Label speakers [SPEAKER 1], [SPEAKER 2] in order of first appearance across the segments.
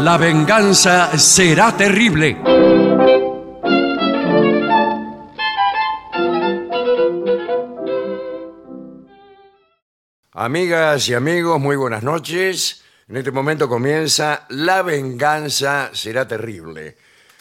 [SPEAKER 1] La venganza será terrible.
[SPEAKER 2] Amigas y amigos, muy buenas noches. En este momento comienza La venganza será terrible.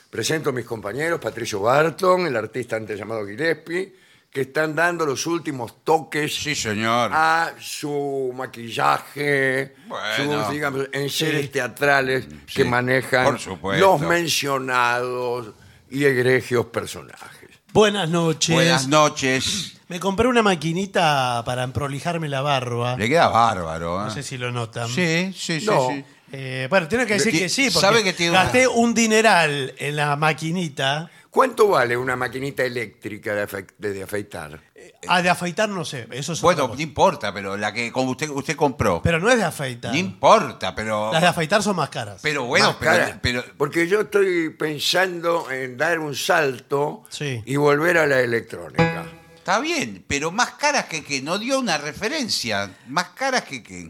[SPEAKER 2] Presento a mis compañeros Patricio Barton, el artista antes llamado Gillespie, que están dando los últimos toques
[SPEAKER 3] Sí, señor.
[SPEAKER 4] Ah,
[SPEAKER 2] a su maquillaje,
[SPEAKER 3] Bueno.
[SPEAKER 2] sus, digamos, enseres teatrales
[SPEAKER 3] sí,
[SPEAKER 2] que manejan
[SPEAKER 3] por supuesto.
[SPEAKER 2] los mencionados y egregios personajes.
[SPEAKER 4] Buenas noches.
[SPEAKER 3] Buenas noches.
[SPEAKER 4] Me compré una maquinita para prolijarme la barba.
[SPEAKER 3] Le queda bárbaro. ¿eh?
[SPEAKER 4] No sé si lo notan.
[SPEAKER 3] Sí, sí, sí.
[SPEAKER 2] No.
[SPEAKER 3] sí.
[SPEAKER 4] Eh, bueno, tiene que decir
[SPEAKER 3] Ti-
[SPEAKER 4] que sí, porque
[SPEAKER 3] sabe que tiene una-
[SPEAKER 4] gasté un dineral en la maquinita.
[SPEAKER 2] ¿Cuánto vale una maquinita eléctrica de, afe- de- de afeitar?
[SPEAKER 4] Ah, de afeitar no sé, eso es otra
[SPEAKER 3] Bueno,
[SPEAKER 4] cosa.
[SPEAKER 3] no importa, pero la que como usted, usted compró.
[SPEAKER 4] Pero no es de afeitar.
[SPEAKER 3] No importa, pero.
[SPEAKER 4] Las de afeitar son más caras.
[SPEAKER 3] Pero bueno,
[SPEAKER 2] Más
[SPEAKER 3] pero,
[SPEAKER 2] cara.
[SPEAKER 3] pero-
[SPEAKER 2] Porque yo estoy pensando en dar un salto
[SPEAKER 4] Sí.
[SPEAKER 2] y volver a la electrónica.
[SPEAKER 3] Está bien, pero más caras que que. No dio una referencia. Más caras que que.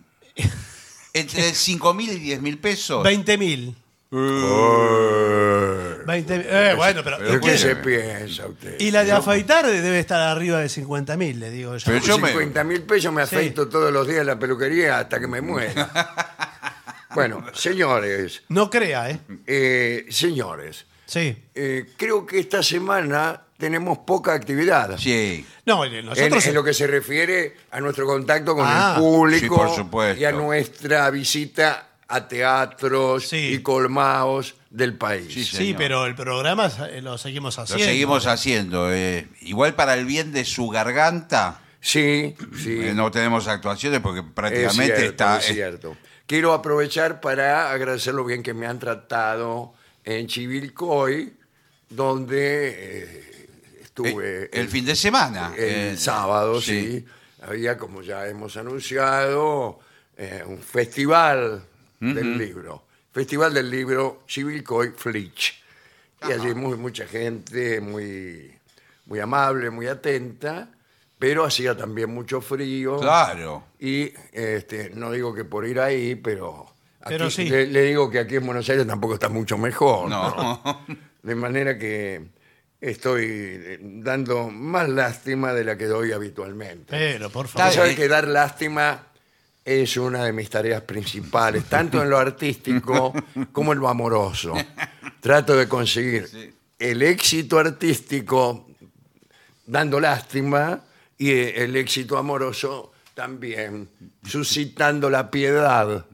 [SPEAKER 3] Entre 5 mil y 10 mil pesos.
[SPEAKER 4] 20 mil. 20 mil. Eh, bueno, pero.
[SPEAKER 2] ¿Pero qué
[SPEAKER 3] bueno.
[SPEAKER 2] se piensa usted?
[SPEAKER 4] Y la de afeitar debe estar arriba de 50 mil, le digo yo.
[SPEAKER 3] Pero yo me-
[SPEAKER 2] 50 mil pesos me afeito todos los días en la peluquería hasta que me muera. bueno, señores,
[SPEAKER 4] No crea, ¿eh?
[SPEAKER 2] eh, señores,
[SPEAKER 4] Sí.
[SPEAKER 2] eh, creo que esta semana tenemos poca actividad.
[SPEAKER 3] Sí.
[SPEAKER 4] No,
[SPEAKER 2] En,
[SPEAKER 4] nosotros.
[SPEAKER 2] en lo que se refiere a nuestro contacto con
[SPEAKER 4] Ah.
[SPEAKER 2] el público
[SPEAKER 3] Sí, por supuesto.
[SPEAKER 2] y a nuestra visita a teatros
[SPEAKER 4] Sí.
[SPEAKER 2] y colmaos del país.
[SPEAKER 3] Sí,
[SPEAKER 4] Sí,
[SPEAKER 3] señor.
[SPEAKER 4] pero el programa eh, lo seguimos
[SPEAKER 3] Lo
[SPEAKER 4] haciendo.
[SPEAKER 3] seguimos haciendo. eh. Igual para el bien de su garganta.
[SPEAKER 2] Sí, sí,
[SPEAKER 3] eh, no tenemos actuaciones porque
[SPEAKER 2] es
[SPEAKER 3] prácticamente
[SPEAKER 2] cierto,
[SPEAKER 3] está.
[SPEAKER 2] es
[SPEAKER 3] es-
[SPEAKER 2] cierto. Quiero aprovechar para agradecer lo bien que me han tratado en Chivilcoy, donde eh, estuve
[SPEAKER 3] eh, el fin de semana.
[SPEAKER 2] el
[SPEAKER 3] eh,
[SPEAKER 2] sábado, sí. Había, como ya hemos anunciado, eh, un festival del libro. Festival del libro Chivilcoy Flitch. Y allí muy, mucha gente, muy, muy amable, muy atenta, pero hacía también mucho frío.
[SPEAKER 3] Claro.
[SPEAKER 2] Y este, no digo que por ir ahí, pero, aquí-
[SPEAKER 4] Pero sí.
[SPEAKER 2] le, le digo que aquí en Buenos Aires tampoco está mucho mejor.
[SPEAKER 3] No.
[SPEAKER 2] De manera que estoy eh, dando más lástima de la que doy habitualmente.
[SPEAKER 4] Pero, por
[SPEAKER 2] Usted
[SPEAKER 4] favor.
[SPEAKER 3] Está
[SPEAKER 2] sabe
[SPEAKER 3] bien.
[SPEAKER 2] que dar lástima es una de mis tareas principales, tanto en lo artístico como en lo amoroso. Trato de conseguir el éxito artístico dando lástima y eh, el éxito amoroso también suscitando la piedad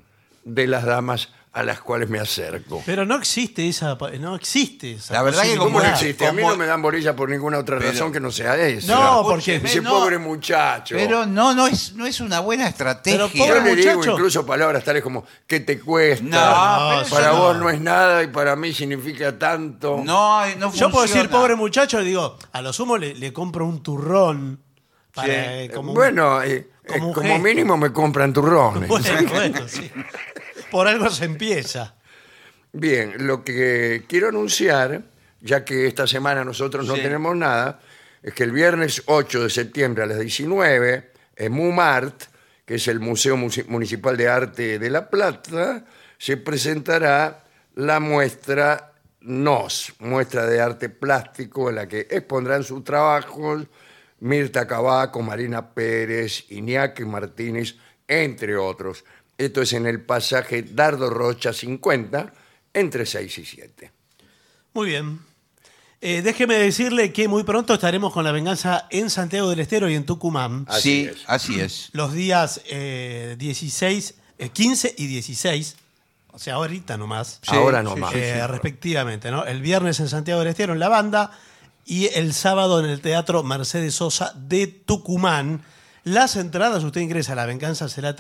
[SPEAKER 2] de las damas a las cuales me acerco.
[SPEAKER 4] Pero no existe esa. pa- No existe esa.
[SPEAKER 3] La verdad que
[SPEAKER 2] ¿Cómo no
[SPEAKER 3] Claro.
[SPEAKER 4] posibilidad.
[SPEAKER 2] existe? A mí
[SPEAKER 3] ¿Cómo?
[SPEAKER 2] no me dan bolilla por ninguna otra
[SPEAKER 3] Pero-
[SPEAKER 2] razón que no sea esa.
[SPEAKER 4] No, porque.
[SPEAKER 3] Escúcheme,
[SPEAKER 2] Ese
[SPEAKER 3] no.
[SPEAKER 2] pobre muchacho.
[SPEAKER 3] Pero no, no es, no es una buena estrategia.
[SPEAKER 4] Pero
[SPEAKER 2] Yo
[SPEAKER 4] pobre-
[SPEAKER 2] le digo
[SPEAKER 4] muchacho.
[SPEAKER 2] incluso palabras tales como que te cuesta.
[SPEAKER 3] No,
[SPEAKER 4] pero eso
[SPEAKER 2] para
[SPEAKER 4] no.
[SPEAKER 2] vos no es nada y para mí significa tanto.
[SPEAKER 3] no, no
[SPEAKER 4] Yo puedo decir,
[SPEAKER 3] funciona.
[SPEAKER 4] pobre muchacho, digo, a lo sumo le, le compro un turrón. Para, eh, como un-
[SPEAKER 2] bueno, eh, eh,
[SPEAKER 4] como
[SPEAKER 2] como,
[SPEAKER 4] un gesto.
[SPEAKER 2] mínimo me compran turrones.
[SPEAKER 4] Bueno, bueno, sí. Por algo se empieza.
[SPEAKER 2] Bien, lo que quiero anunciar, ya que esta semana nosotros no
[SPEAKER 3] Sí.
[SPEAKER 2] tenemos nada, es que el viernes 8 de septiembre a las 19, en MUMART, que es el Museo Musi- Municipal de Arte de La Plata, se presentará la muestra NOS, muestra de arte plástico, en la que expondrán sus trabajos Mirta Cabaco, Marina Pérez, Iñaki Martínez, entre otros. Esto es en el pasaje Dardo Rocha 50, entre 6 y 7.
[SPEAKER 4] Muy bien. Eh, déjeme decirle que muy pronto estaremos con la venganza en Santiago del Estero y en Tucumán.
[SPEAKER 2] Así
[SPEAKER 3] Sí,
[SPEAKER 2] es.
[SPEAKER 3] así es.
[SPEAKER 4] Los días eh, 16, eh, 15 y 16. O sea, ahorita nomás.
[SPEAKER 3] Sí,
[SPEAKER 2] Ahora no
[SPEAKER 3] sí,
[SPEAKER 2] más.
[SPEAKER 3] sí,
[SPEAKER 4] Eh, respectivamente, ¿no? El viernes en Santiago del Estero en la banda y el sábado en el Teatro Mercedes Sosa de Tucumán. Las entradas, usted ingresa a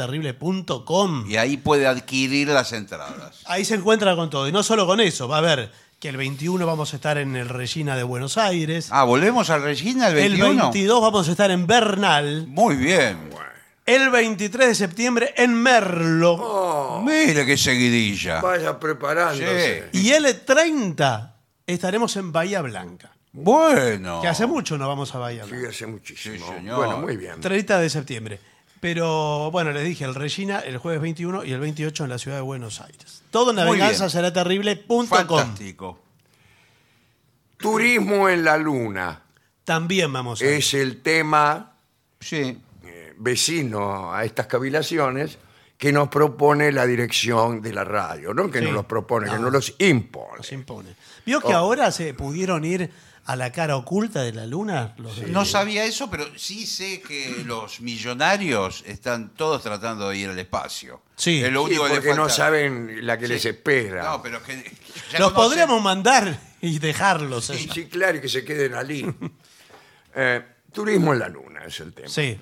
[SPEAKER 4] lavenganzaseraterrible.com.
[SPEAKER 3] Y ahí puede adquirir las entradas.
[SPEAKER 4] Ahí se encuentra con todo. Y no solo con eso, va a ver que el 21 vamos a estar en el Regina de Buenos Aires.
[SPEAKER 3] Ah, volvemos al Regina el
[SPEAKER 4] el
[SPEAKER 3] 21.
[SPEAKER 4] 22 vamos a estar en Bernal.
[SPEAKER 3] Muy bien.
[SPEAKER 4] El 23 de septiembre en Merlo.
[SPEAKER 3] Mire qué seguidilla.
[SPEAKER 2] Vaya preparándose.
[SPEAKER 3] Sí.
[SPEAKER 4] Y el 30 estaremos en Bahía Blanca.
[SPEAKER 3] Bueno.
[SPEAKER 4] Que hace mucho no vamos a Bahía
[SPEAKER 2] Sí,
[SPEAKER 4] Blanca.
[SPEAKER 2] hace muchísimo.
[SPEAKER 3] Sí, señor.
[SPEAKER 2] Bueno, muy bien.
[SPEAKER 4] 30 de septiembre. Pero bueno, les dije, el Regina el jueves 21 y el 28 en la ciudad de Buenos Aires. Todo en la
[SPEAKER 3] Muy
[SPEAKER 4] venganza
[SPEAKER 3] bien.
[SPEAKER 4] será terrible.com.
[SPEAKER 3] Fantástico.
[SPEAKER 2] Turismo en la luna
[SPEAKER 4] También vamos a
[SPEAKER 2] es el tema
[SPEAKER 3] Sí.
[SPEAKER 2] eh, vecino a estas cavilaciones que nos propone la dirección de la radio, ¿no? Que
[SPEAKER 4] Sí.
[SPEAKER 2] no los propone, que
[SPEAKER 4] No.
[SPEAKER 2] no
[SPEAKER 3] Ah.
[SPEAKER 2] los impone.
[SPEAKER 4] nos impone. ¿Vio
[SPEAKER 3] Oh.
[SPEAKER 4] que ahora se pudieron ir a la cara oculta de la luna? Los de-
[SPEAKER 3] No sabía eso, pero sí sé que los millonarios están todos tratando de ir al espacio.
[SPEAKER 4] Sí.
[SPEAKER 3] Es lo
[SPEAKER 2] Sí,
[SPEAKER 3] único que le
[SPEAKER 2] porque no
[SPEAKER 3] falta.
[SPEAKER 2] saben la que les espera.
[SPEAKER 3] No, pero que. ya
[SPEAKER 4] los
[SPEAKER 3] conocen-
[SPEAKER 4] podríamos mandar y dejarlos.
[SPEAKER 2] Sí,
[SPEAKER 4] allá.
[SPEAKER 2] sí, claro, y que se queden allí. Eh, turismo en la luna es el tema.
[SPEAKER 4] Sí.
[SPEAKER 2] Eh,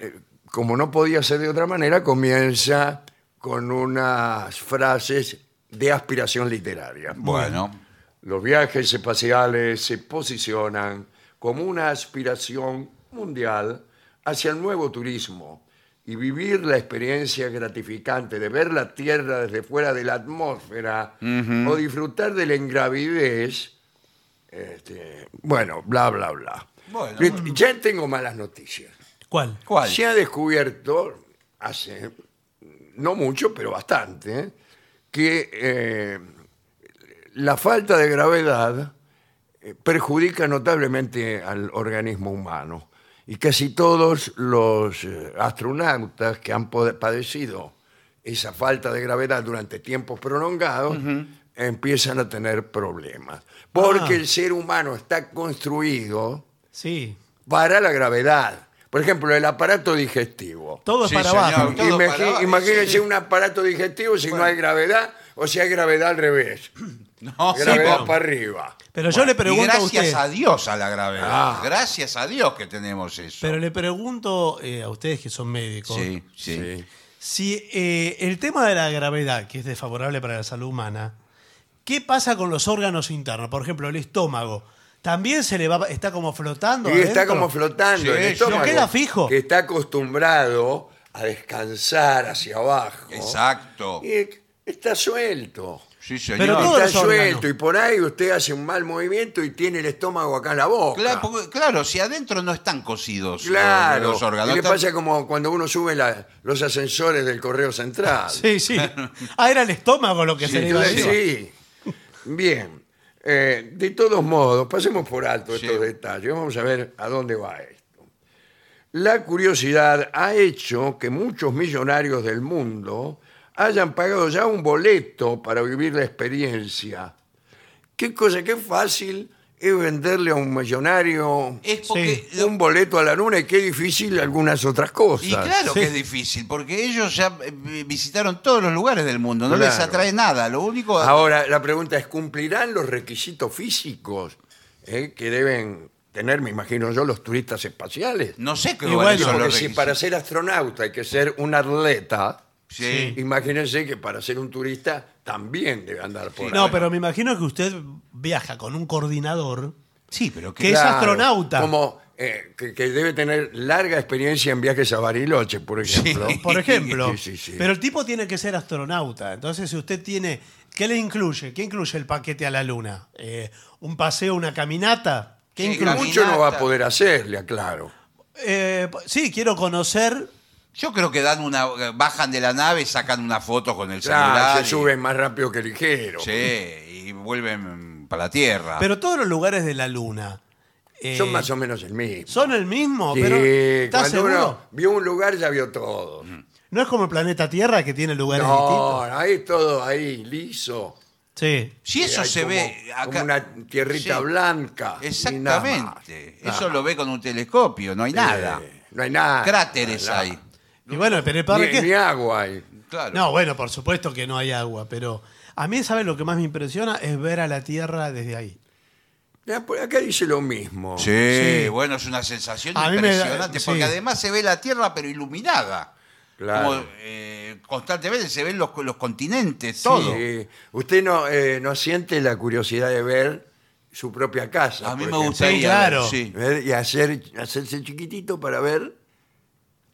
[SPEAKER 2] eh, como no podía ser de otra manera, comienza con unas frases de aspiración literaria.
[SPEAKER 3] Bueno,
[SPEAKER 2] Los viajes espaciales se posicionan como una aspiración mundial hacia el nuevo turismo y vivir la experiencia gratificante de ver la Tierra desde fuera de la atmósfera o disfrutar de la ingravidez. este, bueno, bla, bla, bla.
[SPEAKER 3] Bueno.
[SPEAKER 2] Viste, Ya tengo malas noticias.
[SPEAKER 4] ¿Cuál?
[SPEAKER 3] ¿cuál?
[SPEAKER 2] Se ha descubierto hace no mucho, pero bastante, ¿eh? que eh, la falta de gravedad eh, perjudica notablemente al organismo humano. Y casi todos los eh, astronautas que han pode- padecido esa falta de gravedad durante tiempos prolongados empiezan a tener problemas. Porque
[SPEAKER 4] Ah.
[SPEAKER 2] el ser humano está construido
[SPEAKER 4] Sí.
[SPEAKER 2] para la gravedad. Por ejemplo, el aparato digestivo.
[SPEAKER 4] Todo es
[SPEAKER 3] Sí,
[SPEAKER 4] para
[SPEAKER 3] señor.
[SPEAKER 4] abajo.
[SPEAKER 3] Todo
[SPEAKER 2] Imagi-
[SPEAKER 3] para abajo,
[SPEAKER 2] imagínense
[SPEAKER 3] sí.
[SPEAKER 2] un aparato digestivo si no hay gravedad o si hay gravedad al revés.
[SPEAKER 3] No,
[SPEAKER 2] gravedad
[SPEAKER 4] pero-
[SPEAKER 2] para arriba.
[SPEAKER 4] Pero yo le
[SPEAKER 3] y
[SPEAKER 4] pregunto a
[SPEAKER 3] gracias
[SPEAKER 4] usted.
[SPEAKER 3] a Dios a la gravedad.
[SPEAKER 2] Ah.
[SPEAKER 3] Gracias a Dios que tenemos eso.
[SPEAKER 4] Pero le pregunto eh, a ustedes que son médicos.
[SPEAKER 3] sí, sí,
[SPEAKER 4] Si eh, el tema de la gravedad, que es desfavorable para la salud humana, ¿qué pasa con los órganos internos? Por ejemplo, el estómago. También se le va, está como flotando.
[SPEAKER 2] Y está
[SPEAKER 4] adentro?
[SPEAKER 2] como flotando en
[SPEAKER 3] Sí,
[SPEAKER 2] el
[SPEAKER 3] no
[SPEAKER 2] estómago.
[SPEAKER 4] queda fijo.
[SPEAKER 2] Que está acostumbrado a descansar hacia abajo.
[SPEAKER 3] Exacto.
[SPEAKER 2] Y está suelto.
[SPEAKER 3] Sí, señor.
[SPEAKER 4] Pero todo- Todos
[SPEAKER 2] Está
[SPEAKER 4] los órganos.
[SPEAKER 2] suelto y por ahí usted hace un mal movimiento y tiene el estómago acá en la boca.
[SPEAKER 3] Claro, porque- claro, si adentro no están cocidos los-
[SPEAKER 2] Claro.
[SPEAKER 3] los órganos.
[SPEAKER 2] Y le
[SPEAKER 3] están-
[SPEAKER 2] pasa como cuando uno sube la- los ascensores del correo central.
[SPEAKER 4] Sí, sí. Ah, era el estómago lo que se le iba a
[SPEAKER 2] Entonces,
[SPEAKER 4] decir.
[SPEAKER 2] sí. Bien. Eh, de todos modos, pasemos por alto
[SPEAKER 3] Sí.
[SPEAKER 2] estos detalles. Vamos a ver a dónde va esto. La curiosidad ha hecho que muchos millonarios del mundo hayan pagado ya un boleto para vivir la experiencia. Qué cosa, qué fácil es venderle a un millonario
[SPEAKER 3] Es porque. lo-
[SPEAKER 2] un boleto a la luna y qué difícil algunas otras cosas.
[SPEAKER 3] y claro
[SPEAKER 4] Sí.
[SPEAKER 3] que es difícil, porque ellos ya eh, visitaron todos los lugares del mundo, no les
[SPEAKER 2] Claro.
[SPEAKER 3] atrae nada. Lo único.
[SPEAKER 2] Ahora, la pregunta es, ¿cumplirán los requisitos físicos eh, que deben tener, me imagino yo, los turistas espaciales?
[SPEAKER 3] no sé qué
[SPEAKER 4] Y
[SPEAKER 3] lugares
[SPEAKER 4] bueno,
[SPEAKER 3] son
[SPEAKER 2] Porque
[SPEAKER 3] los
[SPEAKER 2] si
[SPEAKER 3] requisitos.
[SPEAKER 2] para ser astronauta hay que ser un atleta,
[SPEAKER 3] Sí.
[SPEAKER 2] imagínense que para ser un turista también debe andar por
[SPEAKER 4] No,
[SPEAKER 2] ahí.
[SPEAKER 4] pero me imagino que usted viaja con un coordinador.
[SPEAKER 3] Sí, pero que.
[SPEAKER 4] ¿Qué? es astronauta.
[SPEAKER 2] Como eh, que, que debe tener larga experiencia en viajes a Bariloche, por ejemplo.
[SPEAKER 4] Por ejemplo.
[SPEAKER 2] Sí, sí, sí.
[SPEAKER 4] Pero el tipo tiene que ser astronauta. Entonces, si usted tiene. ¿Qué le incluye? ¿Qué incluye el paquete a la luna? Eh, ¿Un paseo, una caminata? ¿Qué
[SPEAKER 3] Sí,
[SPEAKER 4] incluye?
[SPEAKER 2] Mucho no va a
[SPEAKER 3] caminata.
[SPEAKER 2] poder hacer, le aclaro.
[SPEAKER 4] Eh, po- sí, quiero conocer.
[SPEAKER 3] Yo creo que dan una. bajan de la nave, sacan una foto con el
[SPEAKER 2] Claro,
[SPEAKER 3] celular.
[SPEAKER 2] se
[SPEAKER 3] y-
[SPEAKER 2] suben más rápido que ligero.
[SPEAKER 3] Sí, y vuelven para la Tierra.
[SPEAKER 4] Pero todos los lugares de la luna. eh,
[SPEAKER 2] Ah. Son más o menos el mismo.
[SPEAKER 4] son el mismo,
[SPEAKER 2] Sí,
[SPEAKER 4] pero ¿estás
[SPEAKER 2] cuando
[SPEAKER 4] seguro?
[SPEAKER 2] uno vio un lugar ya vio todo. No,
[SPEAKER 4] No es como el planeta Tierra que tiene lugares
[SPEAKER 2] no, ahí es todo ahí liso. Eh,
[SPEAKER 4] distintos. Sí.
[SPEAKER 3] si eso
[SPEAKER 2] Hay
[SPEAKER 3] se
[SPEAKER 2] como-
[SPEAKER 3] ve acá.
[SPEAKER 2] como una tierrita
[SPEAKER 3] Sí.
[SPEAKER 2] blanca. y nada más.
[SPEAKER 3] Exactamente.
[SPEAKER 2] Nada
[SPEAKER 3] Eso lo ve con un telescopio, no hay nada.
[SPEAKER 2] Eh, no hay nada.
[SPEAKER 3] Cráteres
[SPEAKER 2] Nada.
[SPEAKER 3] hay.
[SPEAKER 4] Y bueno, pero
[SPEAKER 2] Ni,
[SPEAKER 4] ¿para qué?
[SPEAKER 2] ni agua hay.
[SPEAKER 3] Claro.
[SPEAKER 4] No, bueno, por supuesto que no hay agua, pero a mí, ¿sabes lo que más me impresiona? Es ver a la Tierra desde ahí.
[SPEAKER 2] Ya, por Acá dice lo mismo.
[SPEAKER 3] Sí,
[SPEAKER 4] Sí.
[SPEAKER 3] bueno, es una sensación
[SPEAKER 4] A mí me da-
[SPEAKER 3] impresionante, porque
[SPEAKER 4] sí.
[SPEAKER 3] además se ve la Tierra pero iluminada.
[SPEAKER 2] Claro.
[SPEAKER 3] Como, eh, constantemente se ven los, los continentes,
[SPEAKER 2] Sí.
[SPEAKER 3] todo.
[SPEAKER 2] Usted no, eh, no siente la curiosidad de ver su propia casa.
[SPEAKER 3] A mí
[SPEAKER 2] por
[SPEAKER 3] me
[SPEAKER 2] ejemplo.
[SPEAKER 3] gustaría.
[SPEAKER 4] Sí, claro.
[SPEAKER 3] sí.
[SPEAKER 2] Ver y hacer, hacerse chiquitito para ver,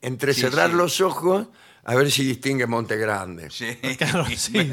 [SPEAKER 2] entrecerrar
[SPEAKER 3] Sí, sí.
[SPEAKER 2] los ojos, a ver si distingue Monte Grande.
[SPEAKER 3] Sí.
[SPEAKER 4] Claro, sí.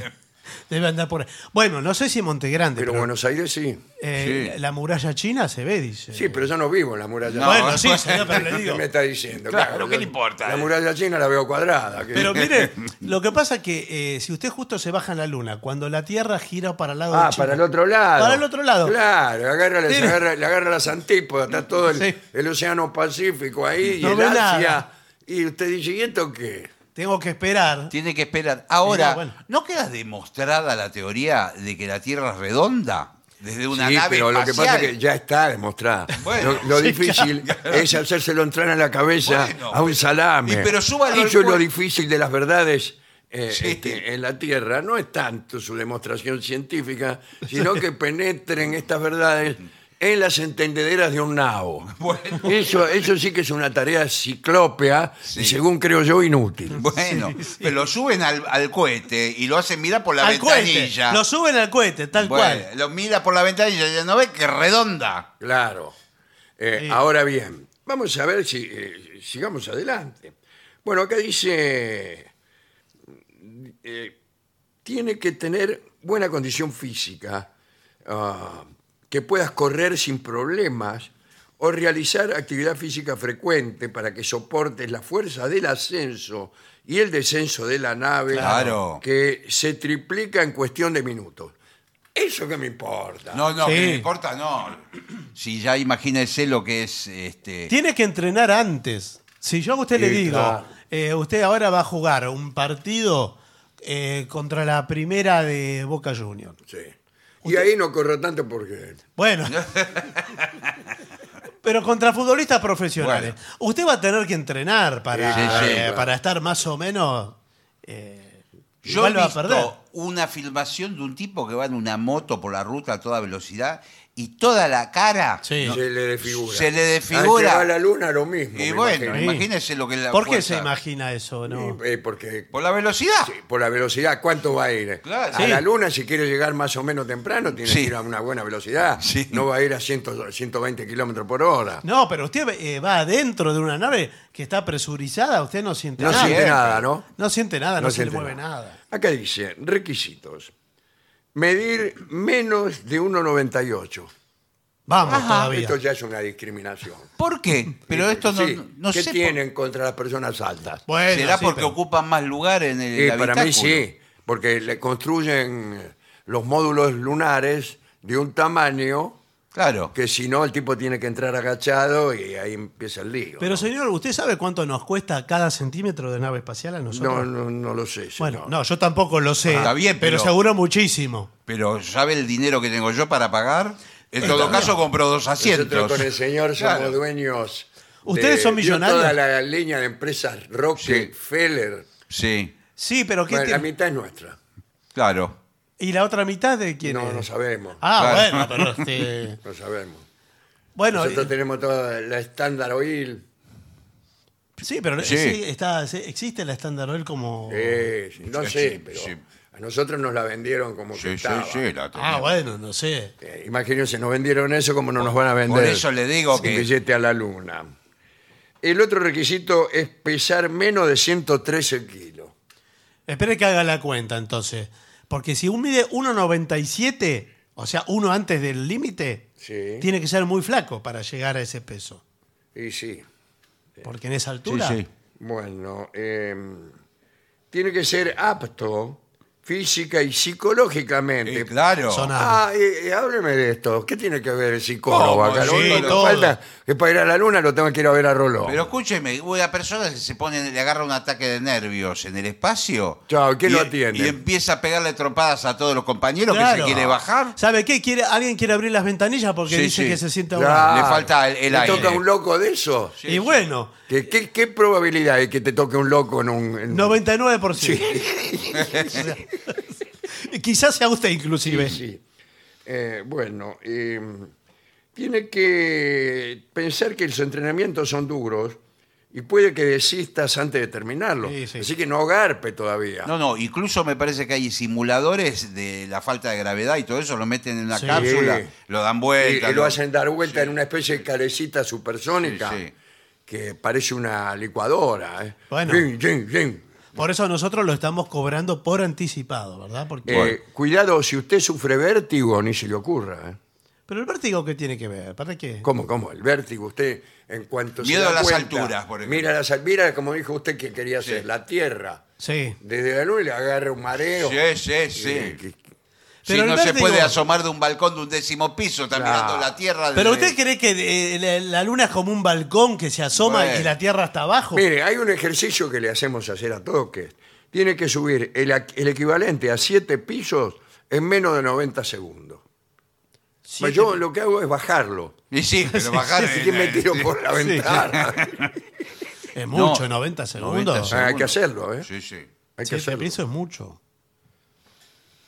[SPEAKER 4] Debe andar por ahí. Bueno, no sé si Monte Grande,
[SPEAKER 2] Pero
[SPEAKER 4] pero,
[SPEAKER 2] Buenos Aires sí.
[SPEAKER 4] eh,
[SPEAKER 3] Sí.
[SPEAKER 4] la muralla china se ve, dice.
[SPEAKER 2] Sí, pero yo no vivo en la muralla.
[SPEAKER 3] No,
[SPEAKER 4] bueno, sí, señor, pero le
[SPEAKER 2] ¿Qué
[SPEAKER 4] digo.
[SPEAKER 2] me está diciendo?
[SPEAKER 3] Claro, ¿qué
[SPEAKER 2] yo-
[SPEAKER 3] le importa?
[SPEAKER 2] La muralla china la veo cuadrada. que-
[SPEAKER 4] Pero mire, lo que pasa es que eh, si usted justo se baja en la luna, cuando la Tierra gira para el lado de
[SPEAKER 2] Ah,
[SPEAKER 4] China-
[SPEAKER 2] para el otro lado.
[SPEAKER 4] Para el otro lado.
[SPEAKER 2] Claro, agarra, le
[SPEAKER 4] Tiene-
[SPEAKER 2] agarra, le agarra las antípodas, está todo el,
[SPEAKER 4] Sí.
[SPEAKER 2] el Océano Pacífico ahí,
[SPEAKER 4] No
[SPEAKER 2] y el
[SPEAKER 4] ve
[SPEAKER 2] Asia.
[SPEAKER 4] nada.
[SPEAKER 2] Y usted dice, ¿y esto qué?
[SPEAKER 4] Tengo que esperar.
[SPEAKER 3] Tiene que esperar. Ahora,
[SPEAKER 4] no,
[SPEAKER 3] no,
[SPEAKER 4] bueno.
[SPEAKER 3] queda demostrada la teoría de que la Tierra es redonda? Desde una
[SPEAKER 2] sí,
[SPEAKER 3] nave
[SPEAKER 2] pero lo que pasa
[SPEAKER 3] espacial.
[SPEAKER 2] es que ya está demostrada.
[SPEAKER 3] Bueno,
[SPEAKER 2] lo lo
[SPEAKER 4] sí,
[SPEAKER 2] difícil es hacérselo entrar en la cabeza
[SPEAKER 3] Bueno,
[SPEAKER 2] a un
[SPEAKER 3] pero-
[SPEAKER 2] salame.
[SPEAKER 3] y pero súbalo al
[SPEAKER 2] Eso es lo
[SPEAKER 3] cuerpo.
[SPEAKER 2] difícil de las verdades eh,
[SPEAKER 3] Sí.
[SPEAKER 2] este, en la Tierra. No es tanto su demostración científica, sino que penetren estas verdades en las entendederas de un nao.
[SPEAKER 3] Bueno.
[SPEAKER 2] Eso, eso sí que es una tarea ciclópea y según creo yo inútil.
[SPEAKER 3] Bueno, pero lo suben al, al cohete y lo hacen mirar por la
[SPEAKER 4] al cohete.
[SPEAKER 3] ventanilla.
[SPEAKER 4] Lo suben al cohete, tal
[SPEAKER 3] Bueno,
[SPEAKER 4] cual.
[SPEAKER 3] Lo mira por la ventanilla y dice, no ve que es redonda.
[SPEAKER 2] Claro. Eh,
[SPEAKER 4] Sí.
[SPEAKER 2] Ahora bien, vamos a ver si eh, sigamos adelante. Bueno, acá dice, eh, tiene que tener buena condición física, ah, que puedas correr sin problemas o realizar actividad física frecuente para que soportes la fuerza del ascenso y el descenso de la nave
[SPEAKER 3] Claro.
[SPEAKER 2] que se triplica en cuestión de minutos. Eso que me importa.
[SPEAKER 3] No, no,
[SPEAKER 4] Sí.
[SPEAKER 3] que no importa, no. Si ya imagínese lo que es este.
[SPEAKER 4] Tiene que entrenar antes. Si yo a usted le
[SPEAKER 2] Sí,
[SPEAKER 4] digo,
[SPEAKER 2] claro.
[SPEAKER 4] eh, usted ahora va a jugar un partido eh, contra la primera de Boca Juniors.
[SPEAKER 2] Sí. Y ahí no corro tanto porque
[SPEAKER 4] Bueno. Pero contra futbolistas profesionales. Usted va a tener que entrenar para,
[SPEAKER 2] Sí, sí,
[SPEAKER 4] eh,
[SPEAKER 2] claro.
[SPEAKER 4] para estar más o menos. eh,
[SPEAKER 3] Yo he
[SPEAKER 4] igual va a
[SPEAKER 3] visto
[SPEAKER 4] perder.
[SPEAKER 3] una filmación de un tipo que va en una moto por la ruta a toda velocidad y toda la cara.
[SPEAKER 4] Sí.
[SPEAKER 3] No,
[SPEAKER 2] se le desfigura.
[SPEAKER 3] Se le
[SPEAKER 2] Al que
[SPEAKER 3] desfigura.
[SPEAKER 2] va a la luna lo mismo.
[SPEAKER 3] y
[SPEAKER 2] me
[SPEAKER 3] bueno,
[SPEAKER 2] imagino.
[SPEAKER 3] imagínese lo que es la
[SPEAKER 4] ¿Por qué
[SPEAKER 3] fuerza.
[SPEAKER 4] se imagina eso? No?
[SPEAKER 2] Eh, porque
[SPEAKER 3] Por la velocidad.
[SPEAKER 2] sí, por la velocidad, ¿cuánto va a ir?
[SPEAKER 3] Claro.
[SPEAKER 2] A
[SPEAKER 3] Sí.
[SPEAKER 2] la luna, si quiere llegar más o menos temprano, tiene
[SPEAKER 3] Sí.
[SPEAKER 2] que ir a una buena velocidad.
[SPEAKER 3] Sí.
[SPEAKER 2] No va a ir a 100 120 kilómetros por hora.
[SPEAKER 4] No, pero usted eh, va adentro de una nave que está presurizada, usted no siente
[SPEAKER 2] No
[SPEAKER 4] nada.
[SPEAKER 2] siente
[SPEAKER 3] bien.
[SPEAKER 2] nada, ¿no?
[SPEAKER 4] No siente nada, no, se
[SPEAKER 2] siente
[SPEAKER 4] le mueve nada.
[SPEAKER 2] Acá dice, requisitos. Medir menos de 1,98.
[SPEAKER 4] Vamos
[SPEAKER 3] Ajá.
[SPEAKER 4] todavía.
[SPEAKER 2] Esto ya es una discriminación.
[SPEAKER 3] ¿por qué? Ah, Pero esto no,
[SPEAKER 2] Sí.
[SPEAKER 3] no
[SPEAKER 2] ¿Qué
[SPEAKER 3] sé. por-
[SPEAKER 2] tienen contra las personas altas?
[SPEAKER 4] Bueno,
[SPEAKER 3] ¿Será
[SPEAKER 4] sí,
[SPEAKER 3] porque
[SPEAKER 4] pero-
[SPEAKER 3] ocupan más lugar en el
[SPEAKER 2] Sí,
[SPEAKER 3] habitáculo?
[SPEAKER 2] Eh, para mí sí, porque le construyen los módulos lunares de un tamaño
[SPEAKER 3] Claro.
[SPEAKER 2] que si no el tipo tiene que entrar agachado y ahí empieza el lío.
[SPEAKER 4] Pero
[SPEAKER 2] ¿no?
[SPEAKER 4] señor, ¿usted sabe cuánto nos cuesta cada centímetro de nave espacial a
[SPEAKER 2] no,
[SPEAKER 4] nosotros?
[SPEAKER 2] no, no lo sé.
[SPEAKER 4] bueno,
[SPEAKER 2] señor.
[SPEAKER 4] no, yo tampoco lo sé.
[SPEAKER 3] Está bien,
[SPEAKER 4] pero
[SPEAKER 3] pero-
[SPEAKER 4] seguro muchísimo.
[SPEAKER 3] Pero ¿sabe el dinero que tengo yo para pagar? En todo caso compro dos asientos.
[SPEAKER 2] Nosotros con el señor somos
[SPEAKER 3] Claro.
[SPEAKER 2] dueños.
[SPEAKER 4] Ustedes son
[SPEAKER 2] dio
[SPEAKER 4] millonarios.
[SPEAKER 2] Toda la línea de empresas Rockefeller,
[SPEAKER 3] Sí,
[SPEAKER 4] Sí, pero ¿qué
[SPEAKER 2] Bueno, la
[SPEAKER 4] tiene-
[SPEAKER 2] mitad es nuestra.
[SPEAKER 3] claro.
[SPEAKER 4] ¿Y la otra mitad de quién
[SPEAKER 2] No,
[SPEAKER 4] es?
[SPEAKER 2] no sabemos.
[SPEAKER 4] Ah,
[SPEAKER 3] Claro.
[SPEAKER 4] bueno, pero este...
[SPEAKER 2] No sabemos.
[SPEAKER 4] Bueno,
[SPEAKER 2] Nosotros
[SPEAKER 4] eh,
[SPEAKER 2] tenemos toda la estándar oil.
[SPEAKER 4] sí, pero
[SPEAKER 3] Sí.
[SPEAKER 4] sí, está, sí, existe la Standard Oil como...
[SPEAKER 2] eh, no
[SPEAKER 3] Sí,
[SPEAKER 2] sé,
[SPEAKER 3] sí,
[SPEAKER 2] pero
[SPEAKER 3] sí.
[SPEAKER 2] a nosotros nos la vendieron como que
[SPEAKER 3] Sí, sí,
[SPEAKER 2] estaba.
[SPEAKER 3] sí, la tenía.
[SPEAKER 4] ah, bueno, no sé.
[SPEAKER 2] Eh, imagínense, nos vendieron eso como no nos van a vender.
[SPEAKER 3] Por eso le digo
[SPEAKER 2] un
[SPEAKER 3] que-
[SPEAKER 2] billete a la luna. El otro requisito es pesar menos de 113 kilos.
[SPEAKER 4] Espere que haga la cuenta entonces. Porque si un mide 1,97, o sea, uno antes del límite,
[SPEAKER 2] Sí.
[SPEAKER 4] tiene que ser muy flaco para llegar a ese peso.
[SPEAKER 2] Y sí.
[SPEAKER 4] Porque en esa altura.
[SPEAKER 3] Sí, sí.
[SPEAKER 2] Bueno, eh, tiene que ser apto física y psicológicamente.
[SPEAKER 3] Eh, claro.
[SPEAKER 4] Son a-
[SPEAKER 2] Ah, eh, eh, hábleme de esto. ¿Qué tiene que ver el psicólogo
[SPEAKER 3] ¿Cómo?
[SPEAKER 2] acá? Lo
[SPEAKER 3] Sí,
[SPEAKER 2] único que
[SPEAKER 4] todo.
[SPEAKER 2] falta es para ir a la luna lo tengo que ir a ver a Rolón.
[SPEAKER 3] Pero escúcheme, una persona que se pone, le agarra un ataque de nervios en el espacio.
[SPEAKER 2] Chao, ¿quién
[SPEAKER 3] y-
[SPEAKER 2] lo atiende?
[SPEAKER 3] Y empieza a pegarle trompadas a todos los compañeros que
[SPEAKER 4] Claro.
[SPEAKER 3] se quiere bajar.
[SPEAKER 4] ¿Sabe qué? Quiere, alguien quiere abrir las ventanillas porque
[SPEAKER 3] Sí,
[SPEAKER 4] dice
[SPEAKER 3] sí.
[SPEAKER 4] que se siente
[SPEAKER 2] Claro.
[SPEAKER 4] ahogado.
[SPEAKER 3] Le falta el- el
[SPEAKER 2] ¿Te
[SPEAKER 3] aire.
[SPEAKER 2] toca un loco de eso?
[SPEAKER 4] y bueno,
[SPEAKER 2] ¿Qué, qué, qué probabilidad hay que te toque un loco en un... en-
[SPEAKER 4] 99%. O sea, y Quizás sea usted inclusive.
[SPEAKER 2] Sí. Eh, bueno, eh, tiene que pensar que los entrenamientos son duros y puede que desistas antes de terminarlo.
[SPEAKER 4] Sí, sí.
[SPEAKER 2] Así que no garpe todavía.
[SPEAKER 3] No, no, incluso me parece que hay simuladores de la falta de gravedad y todo eso, lo meten en una
[SPEAKER 4] Sí.
[SPEAKER 3] cápsula, lo dan
[SPEAKER 2] Y-
[SPEAKER 3] vuelta.
[SPEAKER 2] y Eh, lo hacen dar vuelta en una especie de calecita supersónica
[SPEAKER 3] Sí, sí.
[SPEAKER 2] que parece una licuadora. ¿eh?
[SPEAKER 4] Bueno.
[SPEAKER 2] Yin, yin, yin.
[SPEAKER 4] Por eso nosotros lo estamos cobrando por anticipado, ¿verdad? Porque,
[SPEAKER 2] Eh, Cuidado, si usted sufre vértigo, ni se le ocurra. ¿eh?
[SPEAKER 4] Pero el vértigo, ¿qué tiene que ver? ¿Para qué?
[SPEAKER 2] ¿Cómo, cómo? El vértigo, usted en cuanto se
[SPEAKER 3] Miedo
[SPEAKER 2] da
[SPEAKER 3] a las
[SPEAKER 2] cuenta,
[SPEAKER 3] alturas, por ejemplo.
[SPEAKER 2] Mira, las, al- mira, como dijo usted, que quería hacer la tierra.
[SPEAKER 4] Sí.
[SPEAKER 2] Desde la luna le agarra un mareo.
[SPEAKER 3] Sí, sí, sí.
[SPEAKER 2] Eh, que-
[SPEAKER 3] Sí,
[SPEAKER 4] Pero el
[SPEAKER 3] no se
[SPEAKER 4] vértigo-
[SPEAKER 3] puede asomar de un balcón de un décimo piso, está
[SPEAKER 2] Claro.
[SPEAKER 3] mirando la tierra.
[SPEAKER 4] Pero
[SPEAKER 3] desde-
[SPEAKER 4] usted cree que eh, la, la luna es como un balcón que se asoma
[SPEAKER 3] Bueno.
[SPEAKER 4] y la tierra está abajo.
[SPEAKER 2] Mire, hay un ejercicio que le hacemos hacer a todos que es, tiene que subir el, ac- el equivalente a siete pisos en menos de 90 segundos.
[SPEAKER 4] Sí,
[SPEAKER 2] Pues yo lo que hago es bajarlo.
[SPEAKER 3] Y sí, pero bajar.
[SPEAKER 2] Así
[SPEAKER 3] eh,
[SPEAKER 2] que me tiro
[SPEAKER 3] sí.
[SPEAKER 2] por la ventana.
[SPEAKER 4] es mucho,
[SPEAKER 3] No.
[SPEAKER 4] 90 segundos.
[SPEAKER 3] 90
[SPEAKER 2] Ah, hay
[SPEAKER 3] segundos.
[SPEAKER 2] que hacerlo, ¿eh?
[SPEAKER 3] Sí, sí.
[SPEAKER 2] Hay que
[SPEAKER 4] Siete
[SPEAKER 2] hacerlo.
[SPEAKER 4] pisos es mucho.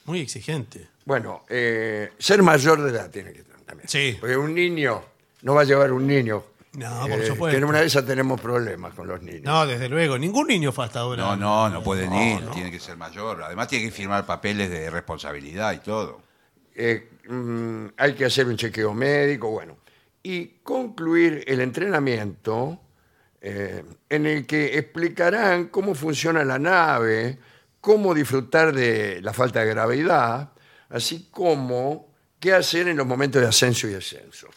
[SPEAKER 4] Muy exigente.
[SPEAKER 2] Bueno, eh, ser mayor de edad tiene que tener también.
[SPEAKER 4] Sí.
[SPEAKER 2] Porque un niño, no va a llevar un niño.
[SPEAKER 4] No, Ah, por
[SPEAKER 2] Eh,
[SPEAKER 4] supuesto.
[SPEAKER 2] que En una de esas tenemos problemas con los niños.
[SPEAKER 4] No, desde luego. Ningún niño fue hasta ahora.
[SPEAKER 3] No, no, no pueden
[SPEAKER 4] No,
[SPEAKER 3] ir,
[SPEAKER 4] no.
[SPEAKER 3] tiene que ser mayor. Además, tiene que firmar papeles de responsabilidad y todo.
[SPEAKER 2] Eh, mm, hay que hacer un chequeo médico, bueno. Y concluir el entrenamiento eh, en el que explicarán cómo funciona la nave, cómo disfrutar de la falta de gravedad, así como qué hacer en los momentos de ascenso y descenso.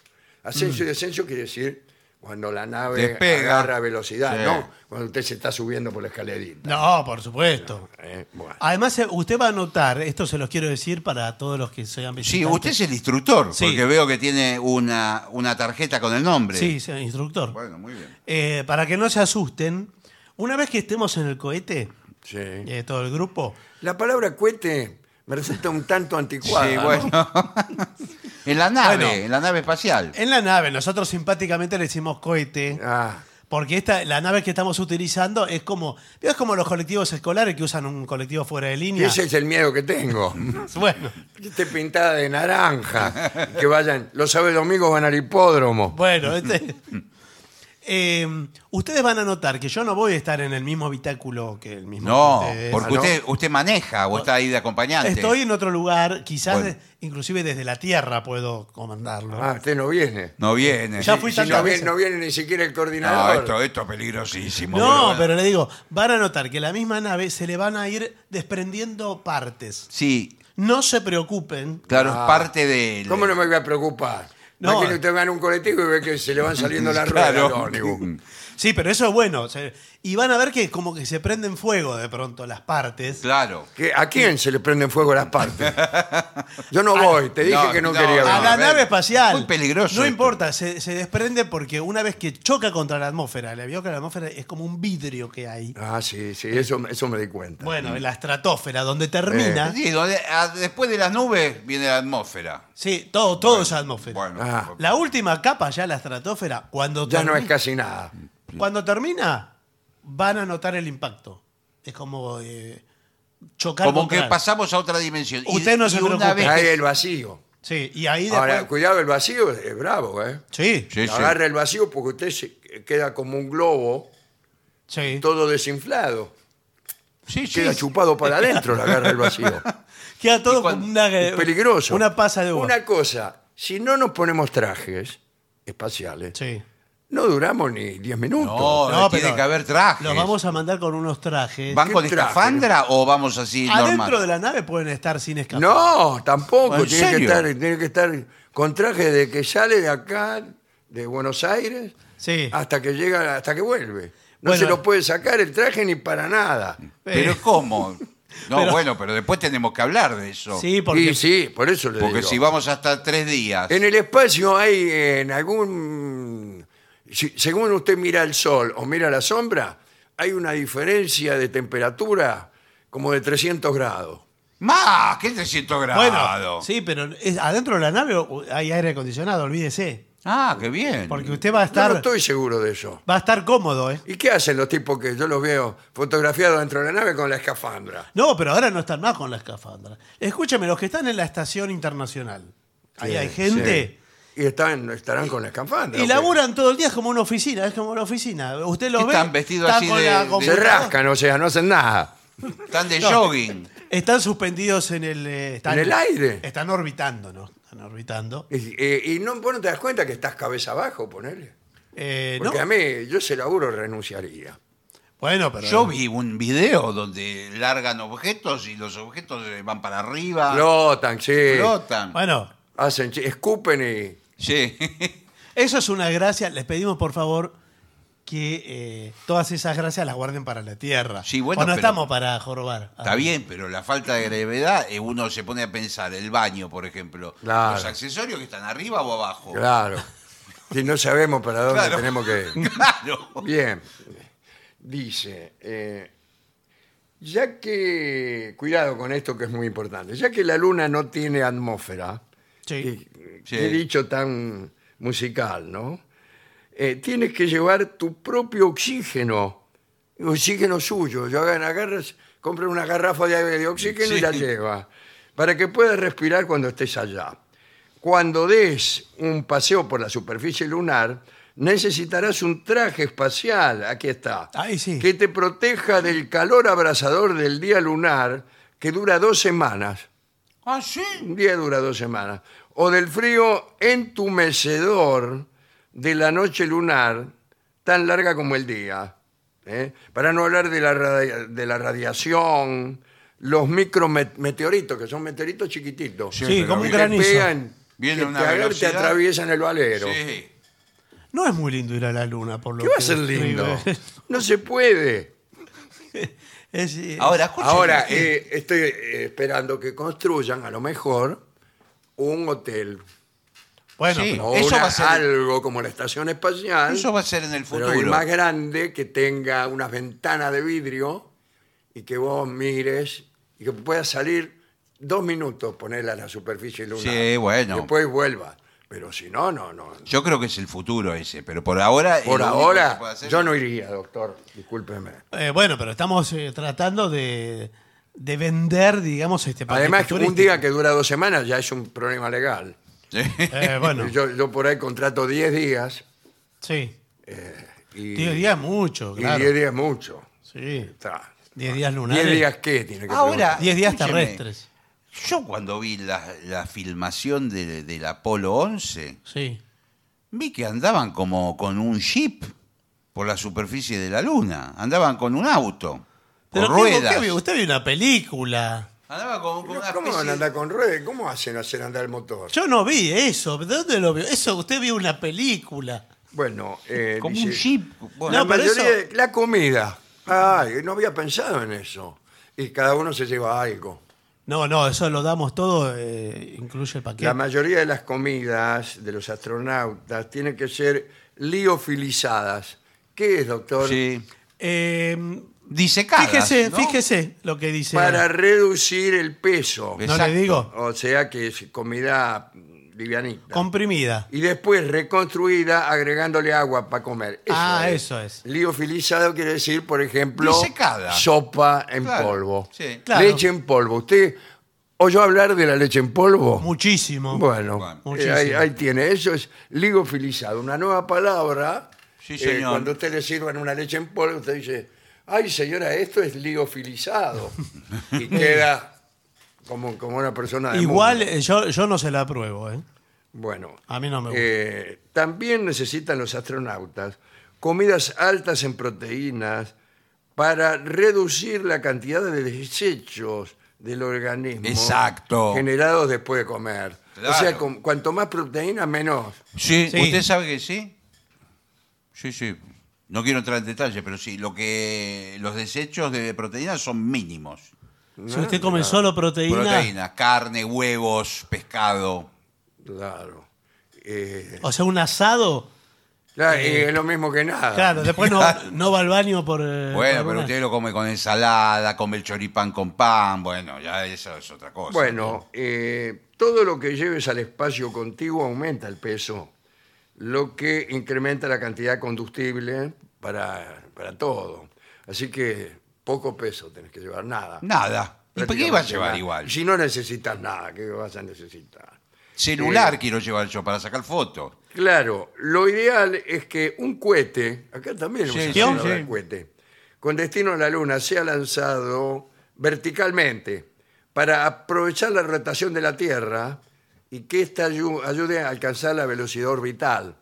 [SPEAKER 2] Ascenso
[SPEAKER 4] Mm.
[SPEAKER 2] y descenso quiere decir cuando la nave
[SPEAKER 3] Despega.
[SPEAKER 2] agarra velocidad,
[SPEAKER 3] Sí.
[SPEAKER 2] ¿no? Cuando usted se está subiendo por la escalerita.
[SPEAKER 4] No, por supuesto.
[SPEAKER 2] Eh, bueno.
[SPEAKER 4] Además, eh, usted va a notar, esto se los quiero decir para todos los que sean
[SPEAKER 3] Sí,
[SPEAKER 4] visitantes.
[SPEAKER 3] usted es el instructor,
[SPEAKER 4] Sí.
[SPEAKER 3] porque veo que tiene una, una tarjeta con el nombre.
[SPEAKER 4] Sí, sí, instructor.
[SPEAKER 3] Bueno, muy bien.
[SPEAKER 4] Eh, para que no se asusten, una vez que estemos en el cohete,
[SPEAKER 2] Sí.
[SPEAKER 4] eh, todo el grupo,
[SPEAKER 2] La palabra cohete me resulta un tanto anticuada.
[SPEAKER 3] Sí,
[SPEAKER 2] ¿no?
[SPEAKER 3] bueno. en la nave,
[SPEAKER 4] Bueno.
[SPEAKER 3] en la nave espacial.
[SPEAKER 4] en la nave, nosotros simpáticamente le decimos cohete,
[SPEAKER 2] Ah.
[SPEAKER 4] porque esta, la nave que estamos utilizando es como, es como los colectivos escolares que usan un colectivo fuera de
[SPEAKER 2] Y
[SPEAKER 4] línea.
[SPEAKER 2] ese es el miedo que tengo.
[SPEAKER 4] Bueno,
[SPEAKER 2] Que esté pintada de naranja. Que vayan, los sábados y domingos van al hipódromo.
[SPEAKER 4] bueno, este- Eh, ustedes van a notar que yo no voy a estar en el mismo habitáculo que el mismo.
[SPEAKER 3] No,
[SPEAKER 4] que ustedes.
[SPEAKER 3] porque
[SPEAKER 2] Ah, ¿no?
[SPEAKER 3] usted, usted maneja o está ahí de acompañante.
[SPEAKER 4] Estoy en otro lugar, quizás
[SPEAKER 3] Bueno.
[SPEAKER 4] inclusive desde la Tierra puedo comandarlo.
[SPEAKER 2] Ah, usted no viene.
[SPEAKER 3] No viene.
[SPEAKER 4] Ya fui
[SPEAKER 2] Si
[SPEAKER 4] tantas
[SPEAKER 2] no, viene
[SPEAKER 4] veces.
[SPEAKER 2] no viene ni siquiera el
[SPEAKER 3] No,
[SPEAKER 2] coordinador.
[SPEAKER 3] esto, esto es peligrosísimo.
[SPEAKER 4] No,
[SPEAKER 3] bueno.
[SPEAKER 4] pero le digo, van a notar que la misma nave se le van a ir desprendiendo partes.
[SPEAKER 3] Sí,
[SPEAKER 4] No se preocupen.
[SPEAKER 3] claro,
[SPEAKER 2] Ah.
[SPEAKER 3] es parte del...
[SPEAKER 2] ¿Cómo no me voy a preocupar?
[SPEAKER 4] No.
[SPEAKER 2] No. que usted va en un colectivo y ve que se le van saliendo las ruedas
[SPEAKER 3] Claro.
[SPEAKER 2] al ómnibus.
[SPEAKER 4] Sí, pero eso es bueno. se- y van a ver que como que se prenden fuego de pronto las partes.
[SPEAKER 3] Claro.
[SPEAKER 2] ¿Que- ¿A quién se le prenden fuego las partes? Yo no voy, te dije
[SPEAKER 3] no,
[SPEAKER 2] que no,
[SPEAKER 3] no,
[SPEAKER 2] quería
[SPEAKER 3] no,
[SPEAKER 4] A
[SPEAKER 2] venir.
[SPEAKER 4] la
[SPEAKER 3] a ver,
[SPEAKER 4] nave espacial.
[SPEAKER 3] muy peligroso
[SPEAKER 4] No
[SPEAKER 3] esto.
[SPEAKER 4] importa, se, se desprende porque una vez que choca contra la atmósfera, le vio que la atmósfera es como un vidrio que hay.
[SPEAKER 2] Ah, sí, sí, eso, eso me di cuenta.
[SPEAKER 4] Bueno, en la estratosfera, donde termina.
[SPEAKER 3] Sí, donde- a- después de las nubes viene la atmósfera.
[SPEAKER 4] Sí, todo, todo es atmósfera.
[SPEAKER 3] Bueno,
[SPEAKER 2] Ah.
[SPEAKER 4] La última capa, ya la estratosfera, cuando,
[SPEAKER 2] ya no
[SPEAKER 4] termi-
[SPEAKER 2] es casi nada.
[SPEAKER 4] cuando termina, van a notar el impacto. Es como eh, chocar
[SPEAKER 3] como
[SPEAKER 4] contra
[SPEAKER 3] que
[SPEAKER 4] algo.
[SPEAKER 3] pasamos a otra dimensión. Y-
[SPEAKER 4] Usted no
[SPEAKER 3] y
[SPEAKER 4] se
[SPEAKER 3] una
[SPEAKER 4] preocupe.
[SPEAKER 3] vez
[SPEAKER 2] Ahí
[SPEAKER 3] que-
[SPEAKER 2] el vacío.
[SPEAKER 4] Sí, y ahí después...
[SPEAKER 2] Ahora, cuidado, el vacío es bravo, ¿eh?
[SPEAKER 4] sí, sí,
[SPEAKER 3] Sí, sí.
[SPEAKER 2] Agarra el vacío porque usted se queda como un globo todo desinflado.
[SPEAKER 3] Sí, sí.
[SPEAKER 2] Queda chupado para adentro, la agarra el vacío.
[SPEAKER 4] Queda todo
[SPEAKER 3] Y cuando-
[SPEAKER 4] como una...
[SPEAKER 2] Es peligroso.
[SPEAKER 4] Eh, Una pasa de uva.
[SPEAKER 2] Una cosa, si no nos ponemos trajes espaciales,
[SPEAKER 4] Sí.
[SPEAKER 2] no duramos ni 10 minutos.
[SPEAKER 3] No,
[SPEAKER 4] No,
[SPEAKER 3] tiene
[SPEAKER 4] pero
[SPEAKER 3] que haber trajes.
[SPEAKER 4] Los vamos a mandar con unos trajes.
[SPEAKER 3] ¿Van
[SPEAKER 2] ¿Qué
[SPEAKER 3] con
[SPEAKER 2] traje?
[SPEAKER 3] escafandra o vamos así
[SPEAKER 4] Adentro
[SPEAKER 3] normal?
[SPEAKER 4] de la nave pueden estar sin escapar.
[SPEAKER 2] No, tampoco.
[SPEAKER 3] ¿En
[SPEAKER 2] Tiene que,
[SPEAKER 3] serio?
[SPEAKER 2] estar, tiene que estar con traje de que sale de acá, de Buenos Aires,
[SPEAKER 4] Sí.
[SPEAKER 2] hasta que llega, hasta que vuelve. No
[SPEAKER 4] Bueno.
[SPEAKER 2] se lo puede sacar el traje ni para nada.
[SPEAKER 4] Eh,
[SPEAKER 3] Pero ¿cómo? No,
[SPEAKER 4] Pero-
[SPEAKER 3] bueno, pero después tenemos que hablar de eso.
[SPEAKER 4] Sí, porque...
[SPEAKER 2] Y sí, por eso le
[SPEAKER 3] Porque
[SPEAKER 2] digo.
[SPEAKER 3] si vamos hasta tres días.
[SPEAKER 2] En el espacio hay eh, en algún... si- según usted mira el sol o mira la sombra, hay una diferencia de temperatura como de 300 grados.
[SPEAKER 3] ¡Más! ¿Qué 300
[SPEAKER 4] Bueno,
[SPEAKER 3] grados?
[SPEAKER 4] sí, pero es- adentro de la nave uh, hay aire acondicionado, olvídese.
[SPEAKER 3] Ah, qué bien.
[SPEAKER 4] Porque usted va a
[SPEAKER 2] Yo
[SPEAKER 4] estar,
[SPEAKER 2] Mm. no estoy seguro de eso.
[SPEAKER 4] va a estar cómodo, ¿eh?
[SPEAKER 2] ¿Y qué hacen los tipos que yo los veo fotografiados dentro de la nave con la escafandra?
[SPEAKER 4] No, pero ahora no están más con la escafandra. Escúcheme, los que están en la estación internacional, ahí
[SPEAKER 2] Sí,
[SPEAKER 4] hay gente
[SPEAKER 2] sí. Y están, estarán con la escafandra.
[SPEAKER 4] y
[SPEAKER 2] ¿o qué?
[SPEAKER 4] laburan todo el día, es como una oficina, es como una oficina. Usted los
[SPEAKER 3] Que
[SPEAKER 4] ve,
[SPEAKER 3] están vestidos así
[SPEAKER 4] con
[SPEAKER 3] de-
[SPEAKER 4] la
[SPEAKER 3] de-
[SPEAKER 2] Se
[SPEAKER 4] computadora,
[SPEAKER 2] rascan, o sea, no hacen nada.
[SPEAKER 3] Están de
[SPEAKER 4] No.
[SPEAKER 3] jogging.
[SPEAKER 4] Están suspendidos en el... eh, están-
[SPEAKER 2] ¿En el aire?
[SPEAKER 4] Están orbitando, ¿no? Están orbitando.
[SPEAKER 2] Y, eh, y- y no, vos no te das cuenta que estás cabeza abajo, ponele.
[SPEAKER 4] Eh, ¿no?
[SPEAKER 2] Porque a mí, yo ese laburo renunciaría.
[SPEAKER 4] Bueno, pero.
[SPEAKER 3] Yo vi un video donde largan objetos y los objetos eh, van para arriba,
[SPEAKER 2] Flotan, sí.
[SPEAKER 3] flotan.
[SPEAKER 4] Bueno,
[SPEAKER 2] Hacen, chi- escupen y.
[SPEAKER 3] Sí.
[SPEAKER 4] eso es una gracia. Les pedimos, por favor, que eh, todas esas gracias las guarden para la tierra.
[SPEAKER 3] Sí, bueno,
[SPEAKER 4] O no
[SPEAKER 3] pero-
[SPEAKER 4] estamos para Ah, jorobar.
[SPEAKER 3] Está bien, pero la falta de gravedad, eh, uno se pone a pensar, el baño, por ejemplo,
[SPEAKER 2] Claro.
[SPEAKER 3] los accesorios que están arriba o abajo.
[SPEAKER 2] Claro. Si no sabemos para dónde
[SPEAKER 3] Claro.
[SPEAKER 2] tenemos que ir.
[SPEAKER 3] Claro.
[SPEAKER 2] Bien. Dice, eh, ya que, cuidado con esto que es muy importante, ya que la luna no tiene atmósfera,
[SPEAKER 4] Sí.
[SPEAKER 2] y-
[SPEAKER 3] Sí.
[SPEAKER 2] qué dicho tan musical, ¿no? Eh, tienes que llevar tu propio oxígeno, oxígeno suyo. Yo hagan- agarras, compra una garrafa de, de oxígeno y
[SPEAKER 3] Sí.
[SPEAKER 2] la lleva, para que puedas respirar cuando estés allá. Cuando des un paseo por la superficie lunar, necesitarás un traje espacial, aquí está,
[SPEAKER 4] Ahí sí.
[SPEAKER 2] que te proteja del calor abrasador del día lunar, que dura dos semanas.
[SPEAKER 3] Ah, sí.
[SPEAKER 2] Un día dura dos semanas. O del frío entumecedor de la noche lunar, tan larga como el día. ¿eh? Para no hablar de la, radia- de la radiación, los micrometeoritos, que son meteoritos chiquititos.
[SPEAKER 4] Sí,
[SPEAKER 3] Sí, pero
[SPEAKER 4] como un
[SPEAKER 2] que te
[SPEAKER 4] granizo.
[SPEAKER 2] pegan,
[SPEAKER 3] Viene
[SPEAKER 2] que
[SPEAKER 3] a una
[SPEAKER 2] te, agar- te
[SPEAKER 3] velocidad.
[SPEAKER 2] atraviesan el valero.
[SPEAKER 3] Sí.
[SPEAKER 4] No es muy lindo ir a la luna, por lo
[SPEAKER 2] ¿Qué
[SPEAKER 4] que
[SPEAKER 2] va a ser lindo?
[SPEAKER 4] escribe.
[SPEAKER 2] No se puede.
[SPEAKER 4] Es, eh,
[SPEAKER 3] Ahora, escúcheme.
[SPEAKER 2] Ahora, eh, estoy eh, esperando que construyan, a lo mejor, un hotel
[SPEAKER 4] bueno,
[SPEAKER 3] sí.
[SPEAKER 4] pero-
[SPEAKER 2] o
[SPEAKER 3] Eso
[SPEAKER 2] una-
[SPEAKER 3] va a ser-
[SPEAKER 2] algo como la estación espacial.
[SPEAKER 3] eso va a ser en el
[SPEAKER 2] pero
[SPEAKER 3] futuro.
[SPEAKER 2] el más grande que tenga unas ventanas de vidrio y que vos mires y que puedas salir dos minutos, ponerla a la superficie lunar.
[SPEAKER 3] Sí, bueno.
[SPEAKER 2] Después vuelva. Pero si no, no, no.
[SPEAKER 3] Yo creo que es el futuro ese, pero por ahora.
[SPEAKER 2] Por
[SPEAKER 3] lo único que se puede
[SPEAKER 2] ahora,
[SPEAKER 3] hacer-
[SPEAKER 2] yo no iría, doctor. Discúlpeme.
[SPEAKER 4] eh, bueno, pero estamos eh, tratando de, de vender, digamos, este paquete
[SPEAKER 2] Además, que un
[SPEAKER 4] turístico.
[SPEAKER 2] día que dura dos semanas ya es un problema legal.
[SPEAKER 4] Eh, bueno,
[SPEAKER 2] Yo, yo por ahí contrato 10 días
[SPEAKER 4] sí.
[SPEAKER 2] y
[SPEAKER 4] 10 días mucho,
[SPEAKER 2] y
[SPEAKER 4] claro.
[SPEAKER 2] 10 días mucho.
[SPEAKER 4] Sí.
[SPEAKER 2] Está.
[SPEAKER 4] 10 días lunares.
[SPEAKER 2] 10 días qué tiene que
[SPEAKER 3] Ahora-
[SPEAKER 4] 10 días
[SPEAKER 3] Escúcheme.
[SPEAKER 4] terrestres.
[SPEAKER 3] Yo cuando vi la, la filmación de- del Apolo 11,
[SPEAKER 4] Sí.
[SPEAKER 3] vi que andaban como con un jeep por la superficie de la luna. Andaban con un auto,
[SPEAKER 4] Pero
[SPEAKER 3] con
[SPEAKER 4] ¿qué-
[SPEAKER 3] ruedas.
[SPEAKER 4] qué vio? usted vio una película.
[SPEAKER 3] Andaban con, con
[SPEAKER 2] preguntar.
[SPEAKER 3] una
[SPEAKER 2] ¿Cómo
[SPEAKER 3] especie
[SPEAKER 2] van a
[SPEAKER 3] de-
[SPEAKER 2] andar con ruedas? ¿Cómo hacen hacer andar el motor?
[SPEAKER 4] Yo no vi eso. ¿De dónde lo vio? Eso, usted vio una película.
[SPEAKER 2] Bueno, eh,
[SPEAKER 3] como
[SPEAKER 2] dice,
[SPEAKER 3] un jeep. Bueno,
[SPEAKER 2] La
[SPEAKER 4] No, pero
[SPEAKER 2] mayoría
[SPEAKER 4] eso-
[SPEAKER 2] de- la comida. Ay, no había pensado en eso. Y cada uno se lleva algo.
[SPEAKER 4] No, no, eso lo damos todo, eh, incluye el paquete.
[SPEAKER 2] La mayoría de las comidas de los astronautas tienen que ser liofilizadas. ¿Qué es, doctor?
[SPEAKER 3] sí.
[SPEAKER 4] Eh,
[SPEAKER 3] Disecadas,
[SPEAKER 4] fíjese,
[SPEAKER 3] ¿no?
[SPEAKER 4] fíjese lo que dice.
[SPEAKER 2] Para reducir el peso.
[SPEAKER 3] ¿Ves?
[SPEAKER 4] no le
[SPEAKER 3] Exacto.
[SPEAKER 4] digo,
[SPEAKER 2] O sea que es comida livianita.
[SPEAKER 4] comprimida.
[SPEAKER 2] y después reconstruida agregándole agua para comer.
[SPEAKER 4] Ah, eso es.
[SPEAKER 2] Liofilizado quiere decir, por ejemplo,
[SPEAKER 3] Disecada.
[SPEAKER 2] sopa en
[SPEAKER 3] Claro,
[SPEAKER 2] polvo.
[SPEAKER 3] sí.
[SPEAKER 4] Claro.
[SPEAKER 2] Leche en polvo. ¿Usted oyó hablar de la leche en polvo?
[SPEAKER 4] Muchísimo.
[SPEAKER 2] Bueno,
[SPEAKER 3] Bueno,
[SPEAKER 2] eh, ahí,
[SPEAKER 4] muchísimo.
[SPEAKER 2] ahí tiene. Eso es ligofilizado, una nueva palabra. eh,
[SPEAKER 3] Sí, señor.
[SPEAKER 2] cuando usted le sirvan una leche en polvo, usted dice, ay señora, esto es ligofilizado. y queda como, como una persona de
[SPEAKER 4] Igual
[SPEAKER 2] mundo.
[SPEAKER 4] eh, yo, yo no se la apruebo, ¿eh?
[SPEAKER 2] Bueno,
[SPEAKER 4] A mí no me gusta.
[SPEAKER 2] eh, también necesitan los astronautas comidas altas en proteínas para reducir la cantidad de desechos del organismo
[SPEAKER 3] Exacto.
[SPEAKER 2] generados después de comer. O
[SPEAKER 3] Claro.
[SPEAKER 2] sea, con- cuanto más proteína, menos.
[SPEAKER 3] Sí,
[SPEAKER 4] Sí.
[SPEAKER 3] ¿usted sabe que sí? Sí, sí. No quiero entrar en detalles, pero sí, lo que los desechos de proteínas son mínimos.
[SPEAKER 4] si usted come solo proteína,
[SPEAKER 3] Proteínas, carne, huevos, pescado.
[SPEAKER 2] Claro. Eh,
[SPEAKER 4] o sea, un asado,
[SPEAKER 2] claro, y es lo mismo que nada.
[SPEAKER 4] Eh, claro, después no,
[SPEAKER 3] Claro.
[SPEAKER 4] no va al baño por. eh, por
[SPEAKER 3] Ah. Bueno, pero
[SPEAKER 4] alguna-
[SPEAKER 3] usted lo come con ensalada, come el choripán con pan, bueno, ya eso es otra cosa.
[SPEAKER 2] Bueno, eh, todo lo que lleves al espacio contiguo aumenta el peso, lo que incrementa la cantidad de combustible para, para todo. Así que poco peso tenés que llevar, nada.
[SPEAKER 3] Nada. ¿Y por qué iba a
[SPEAKER 2] Prácticamente
[SPEAKER 3] llevar
[SPEAKER 2] nada.
[SPEAKER 3] igual?
[SPEAKER 2] Si no necesitas nada, ¿qué vas a necesitar?
[SPEAKER 3] Celular quiero llevar yo para sacar fotos.
[SPEAKER 2] Claro, lo ideal es que un cohete, acá también
[SPEAKER 3] Sí,
[SPEAKER 2] usan
[SPEAKER 3] sí,
[SPEAKER 2] la palabra
[SPEAKER 3] sí.
[SPEAKER 2] cohete, con destino a la Luna sea lanzado verticalmente para aprovechar la rotación de la Tierra y que esta ayu- ayude a alcanzar la velocidad orbital.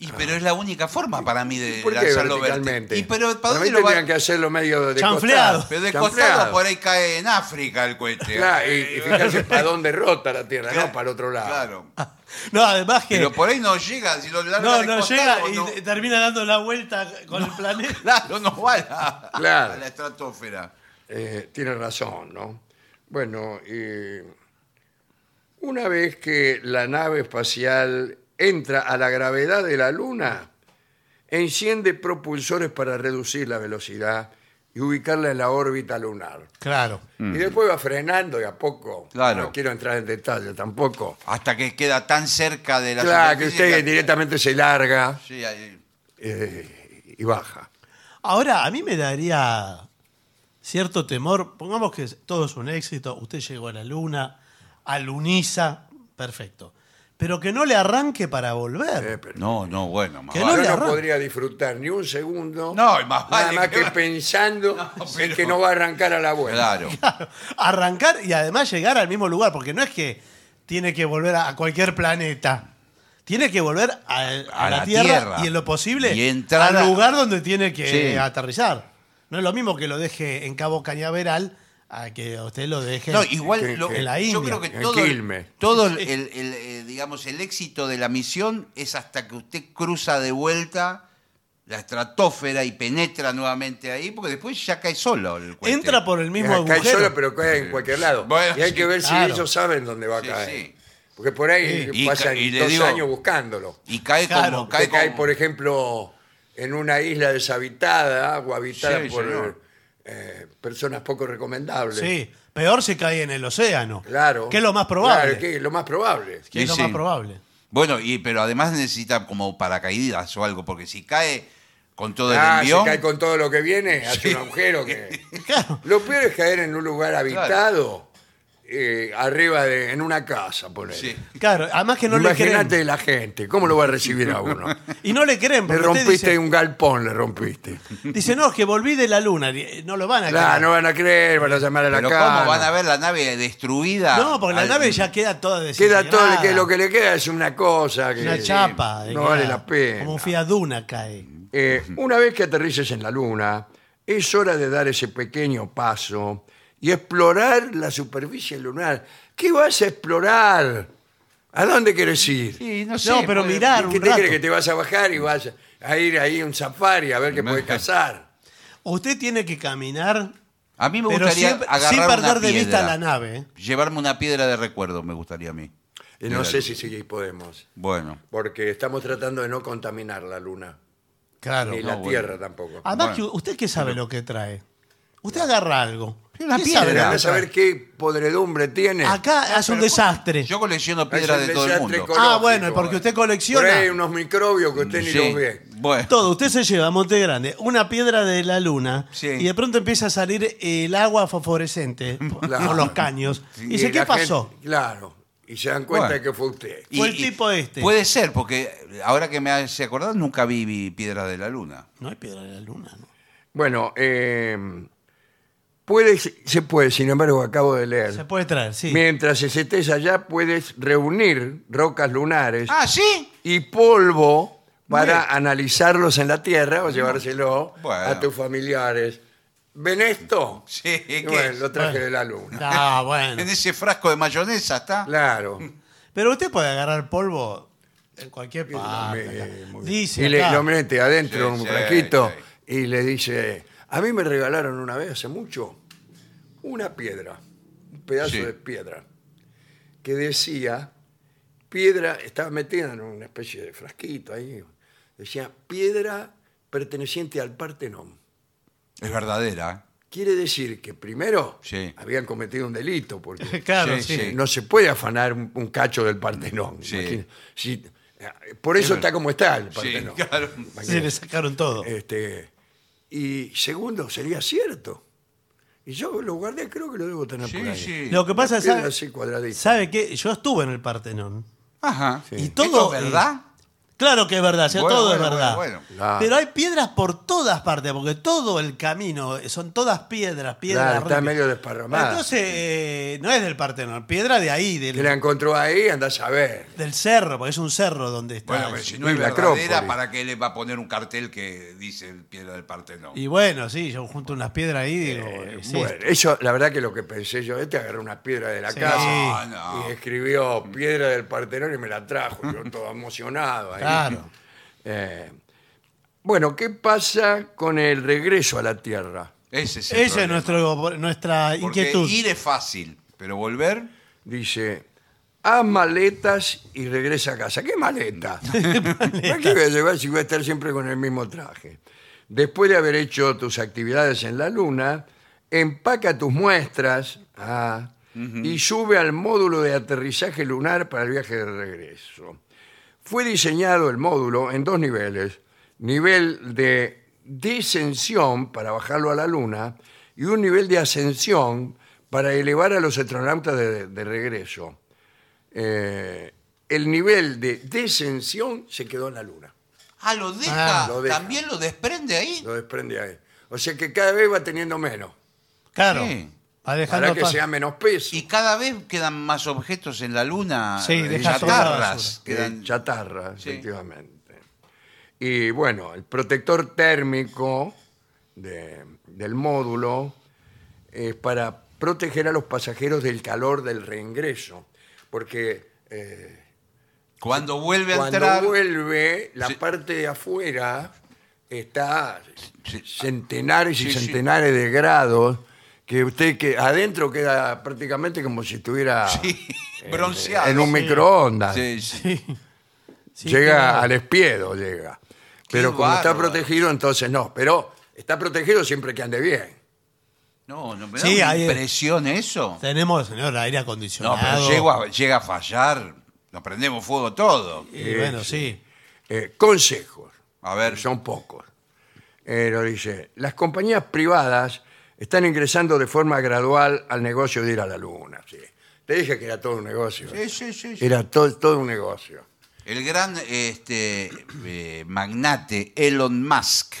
[SPEAKER 3] Y pero es la única forma para mí de
[SPEAKER 2] ¿Por qué
[SPEAKER 3] lanzarlo vert-
[SPEAKER 2] verticalmente?
[SPEAKER 3] Y pero
[SPEAKER 2] Para
[SPEAKER 3] ¿para
[SPEAKER 2] mí
[SPEAKER 3] dónde lo va?
[SPEAKER 2] tendrían que hacerlo medio de
[SPEAKER 4] Chanfleado.
[SPEAKER 2] costado.
[SPEAKER 3] Pero de
[SPEAKER 2] Chanfleado.
[SPEAKER 3] costado por ahí cae en África el cohete.
[SPEAKER 2] Claro, y, y fíjense para dónde rota la Tierra,
[SPEAKER 3] Claro,
[SPEAKER 2] no para el otro lado.
[SPEAKER 3] Claro.
[SPEAKER 4] No, además que.
[SPEAKER 3] Pero por ahí no llega, si lo larga
[SPEAKER 4] No,
[SPEAKER 3] de
[SPEAKER 4] no
[SPEAKER 3] costado,
[SPEAKER 4] llega y
[SPEAKER 3] no-
[SPEAKER 4] te- termina dando la vuelta con el planeta.
[SPEAKER 3] Claro, no va a la,
[SPEAKER 2] Claro.
[SPEAKER 3] a la estratosfera.
[SPEAKER 2] Eh, tiene razón, ¿no? Bueno, eh, una vez que la nave espacial entra a la gravedad de la Luna, enciende propulsores para reducir la velocidad y ubicarla en la órbita lunar.
[SPEAKER 4] Claro.
[SPEAKER 2] Y después va frenando de a poco.
[SPEAKER 3] Mm. Claro.
[SPEAKER 2] No quiero entrar en detalle tampoco.
[SPEAKER 3] Hasta que queda tan cerca de la
[SPEAKER 2] Claro, que
[SPEAKER 3] superficie
[SPEAKER 2] usted directamente se larga
[SPEAKER 3] Sí, ahí-
[SPEAKER 2] eh, y baja.
[SPEAKER 4] Ahora, a mí me daría cierto temor. Pongamos que todo es un éxito. Usted llegó a la luna, aluniza, perfecto. Pero que no le arranque para
[SPEAKER 2] Eh,
[SPEAKER 4] volver.
[SPEAKER 2] pero
[SPEAKER 3] No, no, bueno, más
[SPEAKER 4] Que
[SPEAKER 3] vale.
[SPEAKER 4] le
[SPEAKER 2] Yo no
[SPEAKER 4] arranca.
[SPEAKER 2] podría disfrutar ni un segundo.
[SPEAKER 3] No, y más
[SPEAKER 2] Nada
[SPEAKER 3] vale
[SPEAKER 2] más
[SPEAKER 3] que
[SPEAKER 2] que
[SPEAKER 3] va-
[SPEAKER 2] pensando
[SPEAKER 3] No,
[SPEAKER 2] en
[SPEAKER 3] pero-
[SPEAKER 2] que no va a arrancar a la vuelta.
[SPEAKER 3] Claro.
[SPEAKER 4] Arrancar y además llegar al mismo lugar, porque no es que tiene que volver a a cualquier planeta. Tiene que volver a, a
[SPEAKER 3] A
[SPEAKER 4] la,
[SPEAKER 3] la
[SPEAKER 4] tierra,
[SPEAKER 3] Tierra.
[SPEAKER 4] y en lo posible
[SPEAKER 3] Y entrar a-
[SPEAKER 4] al lugar donde tiene que
[SPEAKER 3] Sí.
[SPEAKER 4] aterrizar. No es lo mismo que lo deje en Cabo Cañaveral a que a usted lo deje
[SPEAKER 3] No,
[SPEAKER 2] que-
[SPEAKER 3] igual lo-
[SPEAKER 2] que-
[SPEAKER 4] en la
[SPEAKER 3] yo
[SPEAKER 4] India,
[SPEAKER 3] creo que
[SPEAKER 2] en
[SPEAKER 3] todo, el,
[SPEAKER 2] Quilmes.
[SPEAKER 3] todo el, el- el, eh, digamos el éxito de la misión es hasta que usted cruza de vuelta la estratosfera y penetra nuevamente ahí, porque después ya cae solo el cohete.
[SPEAKER 4] entra por el mismo
[SPEAKER 2] Acá hay
[SPEAKER 4] agujero.
[SPEAKER 2] solo, pero cae en cualquier lado.
[SPEAKER 3] Bueno,
[SPEAKER 2] y hay
[SPEAKER 3] sí,
[SPEAKER 2] que ver si
[SPEAKER 4] claro.
[SPEAKER 2] ellos saben dónde va a
[SPEAKER 3] Sí,
[SPEAKER 2] caer.
[SPEAKER 3] sí.
[SPEAKER 2] Porque por ahí
[SPEAKER 3] Sí. Y
[SPEAKER 2] pasan
[SPEAKER 3] ca- y le
[SPEAKER 2] dos
[SPEAKER 3] digo-
[SPEAKER 2] años buscándolo.
[SPEAKER 3] y cae
[SPEAKER 4] Claro.
[SPEAKER 3] como
[SPEAKER 2] Usted
[SPEAKER 3] cae,
[SPEAKER 2] cae,
[SPEAKER 3] como-
[SPEAKER 2] por ejemplo, en una isla deshabitada o habitada
[SPEAKER 3] Sí,
[SPEAKER 2] por
[SPEAKER 3] señor.
[SPEAKER 2] eh, personas poco recomendables.
[SPEAKER 4] Sí, peor si cae en el océano.
[SPEAKER 2] Claro.
[SPEAKER 4] Que es lo más probable.
[SPEAKER 2] Claro, que es lo más probable.
[SPEAKER 4] Que es
[SPEAKER 3] Sí,
[SPEAKER 4] lo
[SPEAKER 3] sí.
[SPEAKER 4] más probable.
[SPEAKER 3] Bueno, y pero además necesita como paracaídas o algo, porque si cae con todo
[SPEAKER 2] Ah,
[SPEAKER 3] el envión,
[SPEAKER 2] se cae con todo lo que viene, hace
[SPEAKER 3] Sí.
[SPEAKER 2] un agujero que.
[SPEAKER 4] Claro.
[SPEAKER 2] Lo peor es caer en un lugar habitado, eh, arriba de, en una casa, por ahí.
[SPEAKER 3] sí.
[SPEAKER 4] Claro, además que no le
[SPEAKER 2] Imagínate
[SPEAKER 4] creen.
[SPEAKER 2] la gente, ¿cómo lo va a recibir a uno?
[SPEAKER 4] Y no le creen,
[SPEAKER 2] Le
[SPEAKER 4] porque usted
[SPEAKER 2] rompiste
[SPEAKER 4] dice, Ah,
[SPEAKER 2] un galpón, le rompiste.
[SPEAKER 4] dice, no, es que volví de la luna. Y, eh, No lo van a
[SPEAKER 2] Claro,
[SPEAKER 4] creer.
[SPEAKER 2] no van a creer, van a llamar a la
[SPEAKER 3] Pero
[SPEAKER 2] casa.
[SPEAKER 3] cómo van a ver la nave destruida.
[SPEAKER 4] No, porque la
[SPEAKER 3] Al-
[SPEAKER 4] nave ya queda toda
[SPEAKER 2] Queda
[SPEAKER 4] desintegrada.
[SPEAKER 2] todo lo que, lo que le queda es una cosa que
[SPEAKER 4] Una chapa.
[SPEAKER 2] no
[SPEAKER 4] eh,
[SPEAKER 2] vale
[SPEAKER 4] queda
[SPEAKER 2] la pena.
[SPEAKER 4] Como un fiaduna cae.
[SPEAKER 2] Eh, una vez que aterrices en la luna, es hora de dar ese pequeño paso y explorar la superficie lunar. ¿Qué vas a explorar? ¿A dónde quieres ir?
[SPEAKER 3] Sí, no sé.
[SPEAKER 4] No, pero
[SPEAKER 3] puede-
[SPEAKER 4] mirá. un
[SPEAKER 2] ¿Qué te
[SPEAKER 4] rato.
[SPEAKER 2] crees que te vas a bajar y vas a ir ahí a un safari a ver qué puedes cazar?
[SPEAKER 4] Usted tiene que caminar,
[SPEAKER 3] A mí me
[SPEAKER 4] pero
[SPEAKER 3] gustaría
[SPEAKER 4] siempre-
[SPEAKER 3] agarrar
[SPEAKER 4] sin perder
[SPEAKER 3] una
[SPEAKER 4] de vista
[SPEAKER 3] piedra.
[SPEAKER 4] la nave. eh.
[SPEAKER 3] Llevarme una piedra de recuerdo me gustaría a mí.
[SPEAKER 2] Y
[SPEAKER 3] De
[SPEAKER 2] no
[SPEAKER 3] la
[SPEAKER 2] sé
[SPEAKER 3] luna.
[SPEAKER 2] si sí podemos,
[SPEAKER 3] Bueno.
[SPEAKER 2] porque estamos tratando de no contaminar la luna,
[SPEAKER 4] Claro.
[SPEAKER 2] ni la
[SPEAKER 3] bueno.
[SPEAKER 2] Tierra tampoco.
[SPEAKER 4] Además,
[SPEAKER 3] Bueno.
[SPEAKER 4] que ¿usted qué sabe lo que trae? Usted agarra algo.
[SPEAKER 3] Sí, una
[SPEAKER 4] ¿Qué
[SPEAKER 3] piedra.
[SPEAKER 4] sabe lo que
[SPEAKER 2] Andá a
[SPEAKER 4] trae?
[SPEAKER 2] saber qué podredumbre tiene.
[SPEAKER 4] Acá hace un desastre.
[SPEAKER 3] Yo colecciono
[SPEAKER 2] Hay
[SPEAKER 3] piedras de todo el
[SPEAKER 2] desastre
[SPEAKER 3] mundo.
[SPEAKER 2] ecológico.
[SPEAKER 4] Ah, bueno, porque usted colecciona.
[SPEAKER 2] Por ahí hay unos microbios que usted ni
[SPEAKER 3] Sí.
[SPEAKER 2] los ve.
[SPEAKER 3] Bueno.
[SPEAKER 4] Todo, usted se lleva a Monte Grande una piedra de la luna
[SPEAKER 3] Sí.
[SPEAKER 4] y de pronto empieza a salir el agua fosforescente por-
[SPEAKER 2] Claro.
[SPEAKER 4] por los caños.
[SPEAKER 2] Sí,
[SPEAKER 4] y dice,
[SPEAKER 2] la
[SPEAKER 4] ¿qué
[SPEAKER 2] gente-
[SPEAKER 4] pasó?
[SPEAKER 2] claro. Y se dan cuenta
[SPEAKER 3] Bueno.
[SPEAKER 2] que fue usted.
[SPEAKER 4] Fue el tipo este.
[SPEAKER 3] Puede ser, porque ahora que me hace acordar, nunca vi, vi piedras de la luna.
[SPEAKER 4] No hay piedra de la luna. ¿no?
[SPEAKER 2] Bueno, eh, puede- se puede, sin embargo, acabo de leer.
[SPEAKER 4] Se puede traer, sí.
[SPEAKER 2] Mientras estés allá, puedes reunir rocas lunares
[SPEAKER 3] Ah, sí.
[SPEAKER 2] y polvo para analizarlos en la tierra o llevárselo
[SPEAKER 3] Bueno.
[SPEAKER 2] a tus familiares. ¿Ven esto?
[SPEAKER 3] Sí,
[SPEAKER 2] Y
[SPEAKER 3] ¿qué?
[SPEAKER 2] Bueno, lo traje
[SPEAKER 4] Bueno.
[SPEAKER 2] de la luna.
[SPEAKER 4] Ah,
[SPEAKER 3] En
[SPEAKER 4] bueno.
[SPEAKER 3] ese frasco de mayonesa está.
[SPEAKER 2] Claro.
[SPEAKER 4] Pero usted puede agarrar polvo en cualquier parte. acá. Ah, Dice
[SPEAKER 2] eh, Y le,
[SPEAKER 4] acá,
[SPEAKER 2] lo mete adentro en
[SPEAKER 3] Sí,
[SPEAKER 2] un
[SPEAKER 3] sí,
[SPEAKER 2] frasquito
[SPEAKER 3] sí.
[SPEAKER 2] y le dice, a mí me regalaron una vez, hace mucho, una piedra, un pedazo
[SPEAKER 3] Sí.
[SPEAKER 2] de piedra, que decía, piedra, estaba metida en una especie de frasquito ahí, decía, piedra perteneciente al Partenón.
[SPEAKER 3] Es verdadera. ¿eh?
[SPEAKER 2] Quiere decir que primero
[SPEAKER 3] Sí.
[SPEAKER 2] habían cometido un delito, porque
[SPEAKER 4] claro,
[SPEAKER 3] Sí,
[SPEAKER 4] sí.
[SPEAKER 3] sí.
[SPEAKER 2] no se puede afanar un, un cacho del Partenón.
[SPEAKER 3] Sí.
[SPEAKER 2] imagina. Si- eh, por eso está como está el
[SPEAKER 3] Sí,
[SPEAKER 2] Partenón.
[SPEAKER 3] claro.
[SPEAKER 4] Se le sacaron todo.
[SPEAKER 2] Este, y segundo, sería cierto. Y yo lo guardé, creo que lo debo tener por
[SPEAKER 3] Sí,
[SPEAKER 2] ahí.
[SPEAKER 3] sí.
[SPEAKER 4] Lo que pasa es
[SPEAKER 2] Piedra
[SPEAKER 4] ¿sabe-
[SPEAKER 2] así cuadradita.
[SPEAKER 4] ¿Sabe qué? Yo estuve en el Partenón.
[SPEAKER 3] Ajá.
[SPEAKER 4] Y
[SPEAKER 3] ¿Esto
[SPEAKER 4] todo,
[SPEAKER 3] es verdad?
[SPEAKER 4] Claro que es verdad, o sea,
[SPEAKER 3] Bueno,
[SPEAKER 4] todo
[SPEAKER 3] bueno,
[SPEAKER 4] es verdad.
[SPEAKER 3] bueno, bueno.
[SPEAKER 2] Claro.
[SPEAKER 4] Pero hay piedras por todas partes, porque todo el camino son todas piedras, piedras.
[SPEAKER 2] Claro, está
[SPEAKER 4] rocas.
[SPEAKER 2] medio desparramado.
[SPEAKER 4] Entonces, eh, no es del Partenón, piedra de ahí, del,
[SPEAKER 2] Que la encontró ahí, andás a ver.
[SPEAKER 4] del cerro, porque es un cerro donde está.
[SPEAKER 3] Bueno, pues, pero si no
[SPEAKER 2] Y
[SPEAKER 3] es
[SPEAKER 2] la
[SPEAKER 3] verdadera,
[SPEAKER 2] Acrópolis.
[SPEAKER 3] ¿para qué le va a poner un cartel que dice el Piedra del Partenón?
[SPEAKER 4] Y bueno, sí, yo junto unas piedras ahí digo,
[SPEAKER 2] Eh,
[SPEAKER 4] eh, sí.
[SPEAKER 2] bueno, eso, la verdad que lo que pensé yo, este agarró una piedra de la
[SPEAKER 4] Sí.
[SPEAKER 2] casa
[SPEAKER 3] No, no.
[SPEAKER 2] y escribió piedra del Partenón y me la trajo, yo todo emocionado ahí.
[SPEAKER 4] claro.
[SPEAKER 2] Eh, bueno, ¿qué pasa con el regreso a la Tierra?
[SPEAKER 3] Ese es el
[SPEAKER 4] Esa es
[SPEAKER 3] problema.
[SPEAKER 4] nuestro, nuestra
[SPEAKER 3] Porque
[SPEAKER 4] inquietud.
[SPEAKER 3] ir es fácil, pero volver...
[SPEAKER 2] Dice, haz maletas y regresa a casa. ¿Qué maleta? ¿Para qué voy a llevar si voy a estar siempre con el mismo traje? Después de haber hecho tus actividades en la luna, empaca tus muestras ah, y sube al módulo de aterrizaje lunar para el viaje de regreso. Fue diseñado el módulo en dos niveles. Nivel de descensión para bajarlo a la luna y un nivel de ascensión para elevar a los astronautas de, de regreso. Eh, el nivel de descensión se quedó en la luna.
[SPEAKER 3] Ah, lo deja.
[SPEAKER 2] Ah, lo deja.
[SPEAKER 3] También lo desprende ahí.
[SPEAKER 2] Lo desprende ahí. O sea que cada vez va teniendo menos.
[SPEAKER 4] Claro.
[SPEAKER 3] Sí.
[SPEAKER 4] Va dejando
[SPEAKER 2] Para que
[SPEAKER 4] pa-
[SPEAKER 2] sea menos peso.
[SPEAKER 3] Y cada vez quedan más objetos en la luna.
[SPEAKER 4] Sí,
[SPEAKER 3] eh,
[SPEAKER 4] deja toda la
[SPEAKER 3] chatarras.
[SPEAKER 4] basura.
[SPEAKER 2] que
[SPEAKER 3] Quedan...
[SPEAKER 2] chatarra,
[SPEAKER 3] Sí.
[SPEAKER 2] efectivamente. Y bueno, el protector térmico de- del módulo es para proteger a los pasajeros del calor del reingreso, porque eh,
[SPEAKER 3] Cuando vuelve a
[SPEAKER 2] cuando
[SPEAKER 3] entrar.
[SPEAKER 2] vuelve, la
[SPEAKER 3] Sí.
[SPEAKER 2] parte de afuera está
[SPEAKER 3] Sí.
[SPEAKER 2] centenares y
[SPEAKER 3] Sí, sí.
[SPEAKER 2] centenares de grados, que usted que adentro queda prácticamente como si estuviera
[SPEAKER 3] Sí,
[SPEAKER 2] eh,
[SPEAKER 3] bronceado.
[SPEAKER 2] en un
[SPEAKER 4] Ah.
[SPEAKER 2] microondas.
[SPEAKER 3] Sí, sí.
[SPEAKER 4] Sí,
[SPEAKER 2] llega
[SPEAKER 4] claro.
[SPEAKER 2] al espiedo, llega. Pero como está
[SPEAKER 3] bárbaro.
[SPEAKER 2] protegido, entonces no. Pero está protegido siempre que ande bien.
[SPEAKER 3] No, no me da
[SPEAKER 4] Sí,
[SPEAKER 3] una
[SPEAKER 4] ahí-
[SPEAKER 3] impresión eso.
[SPEAKER 4] Tenemos, señor, aire
[SPEAKER 3] No,
[SPEAKER 4] acondicionado.
[SPEAKER 3] pero llego a- llega a fallar. Nos prendemos fuego todo.
[SPEAKER 4] Y bueno, sí.
[SPEAKER 2] Eh, consejos,
[SPEAKER 3] A ver.
[SPEAKER 2] son pocos. Pero dice, las compañías privadas están ingresando de forma gradual al negocio de ir a la luna. sí. Te dije que era todo un negocio.
[SPEAKER 3] Sí, sí, sí, sí.
[SPEAKER 2] Era todo, todo un negocio.
[SPEAKER 3] El gran este, eh, magnate Elon Musk,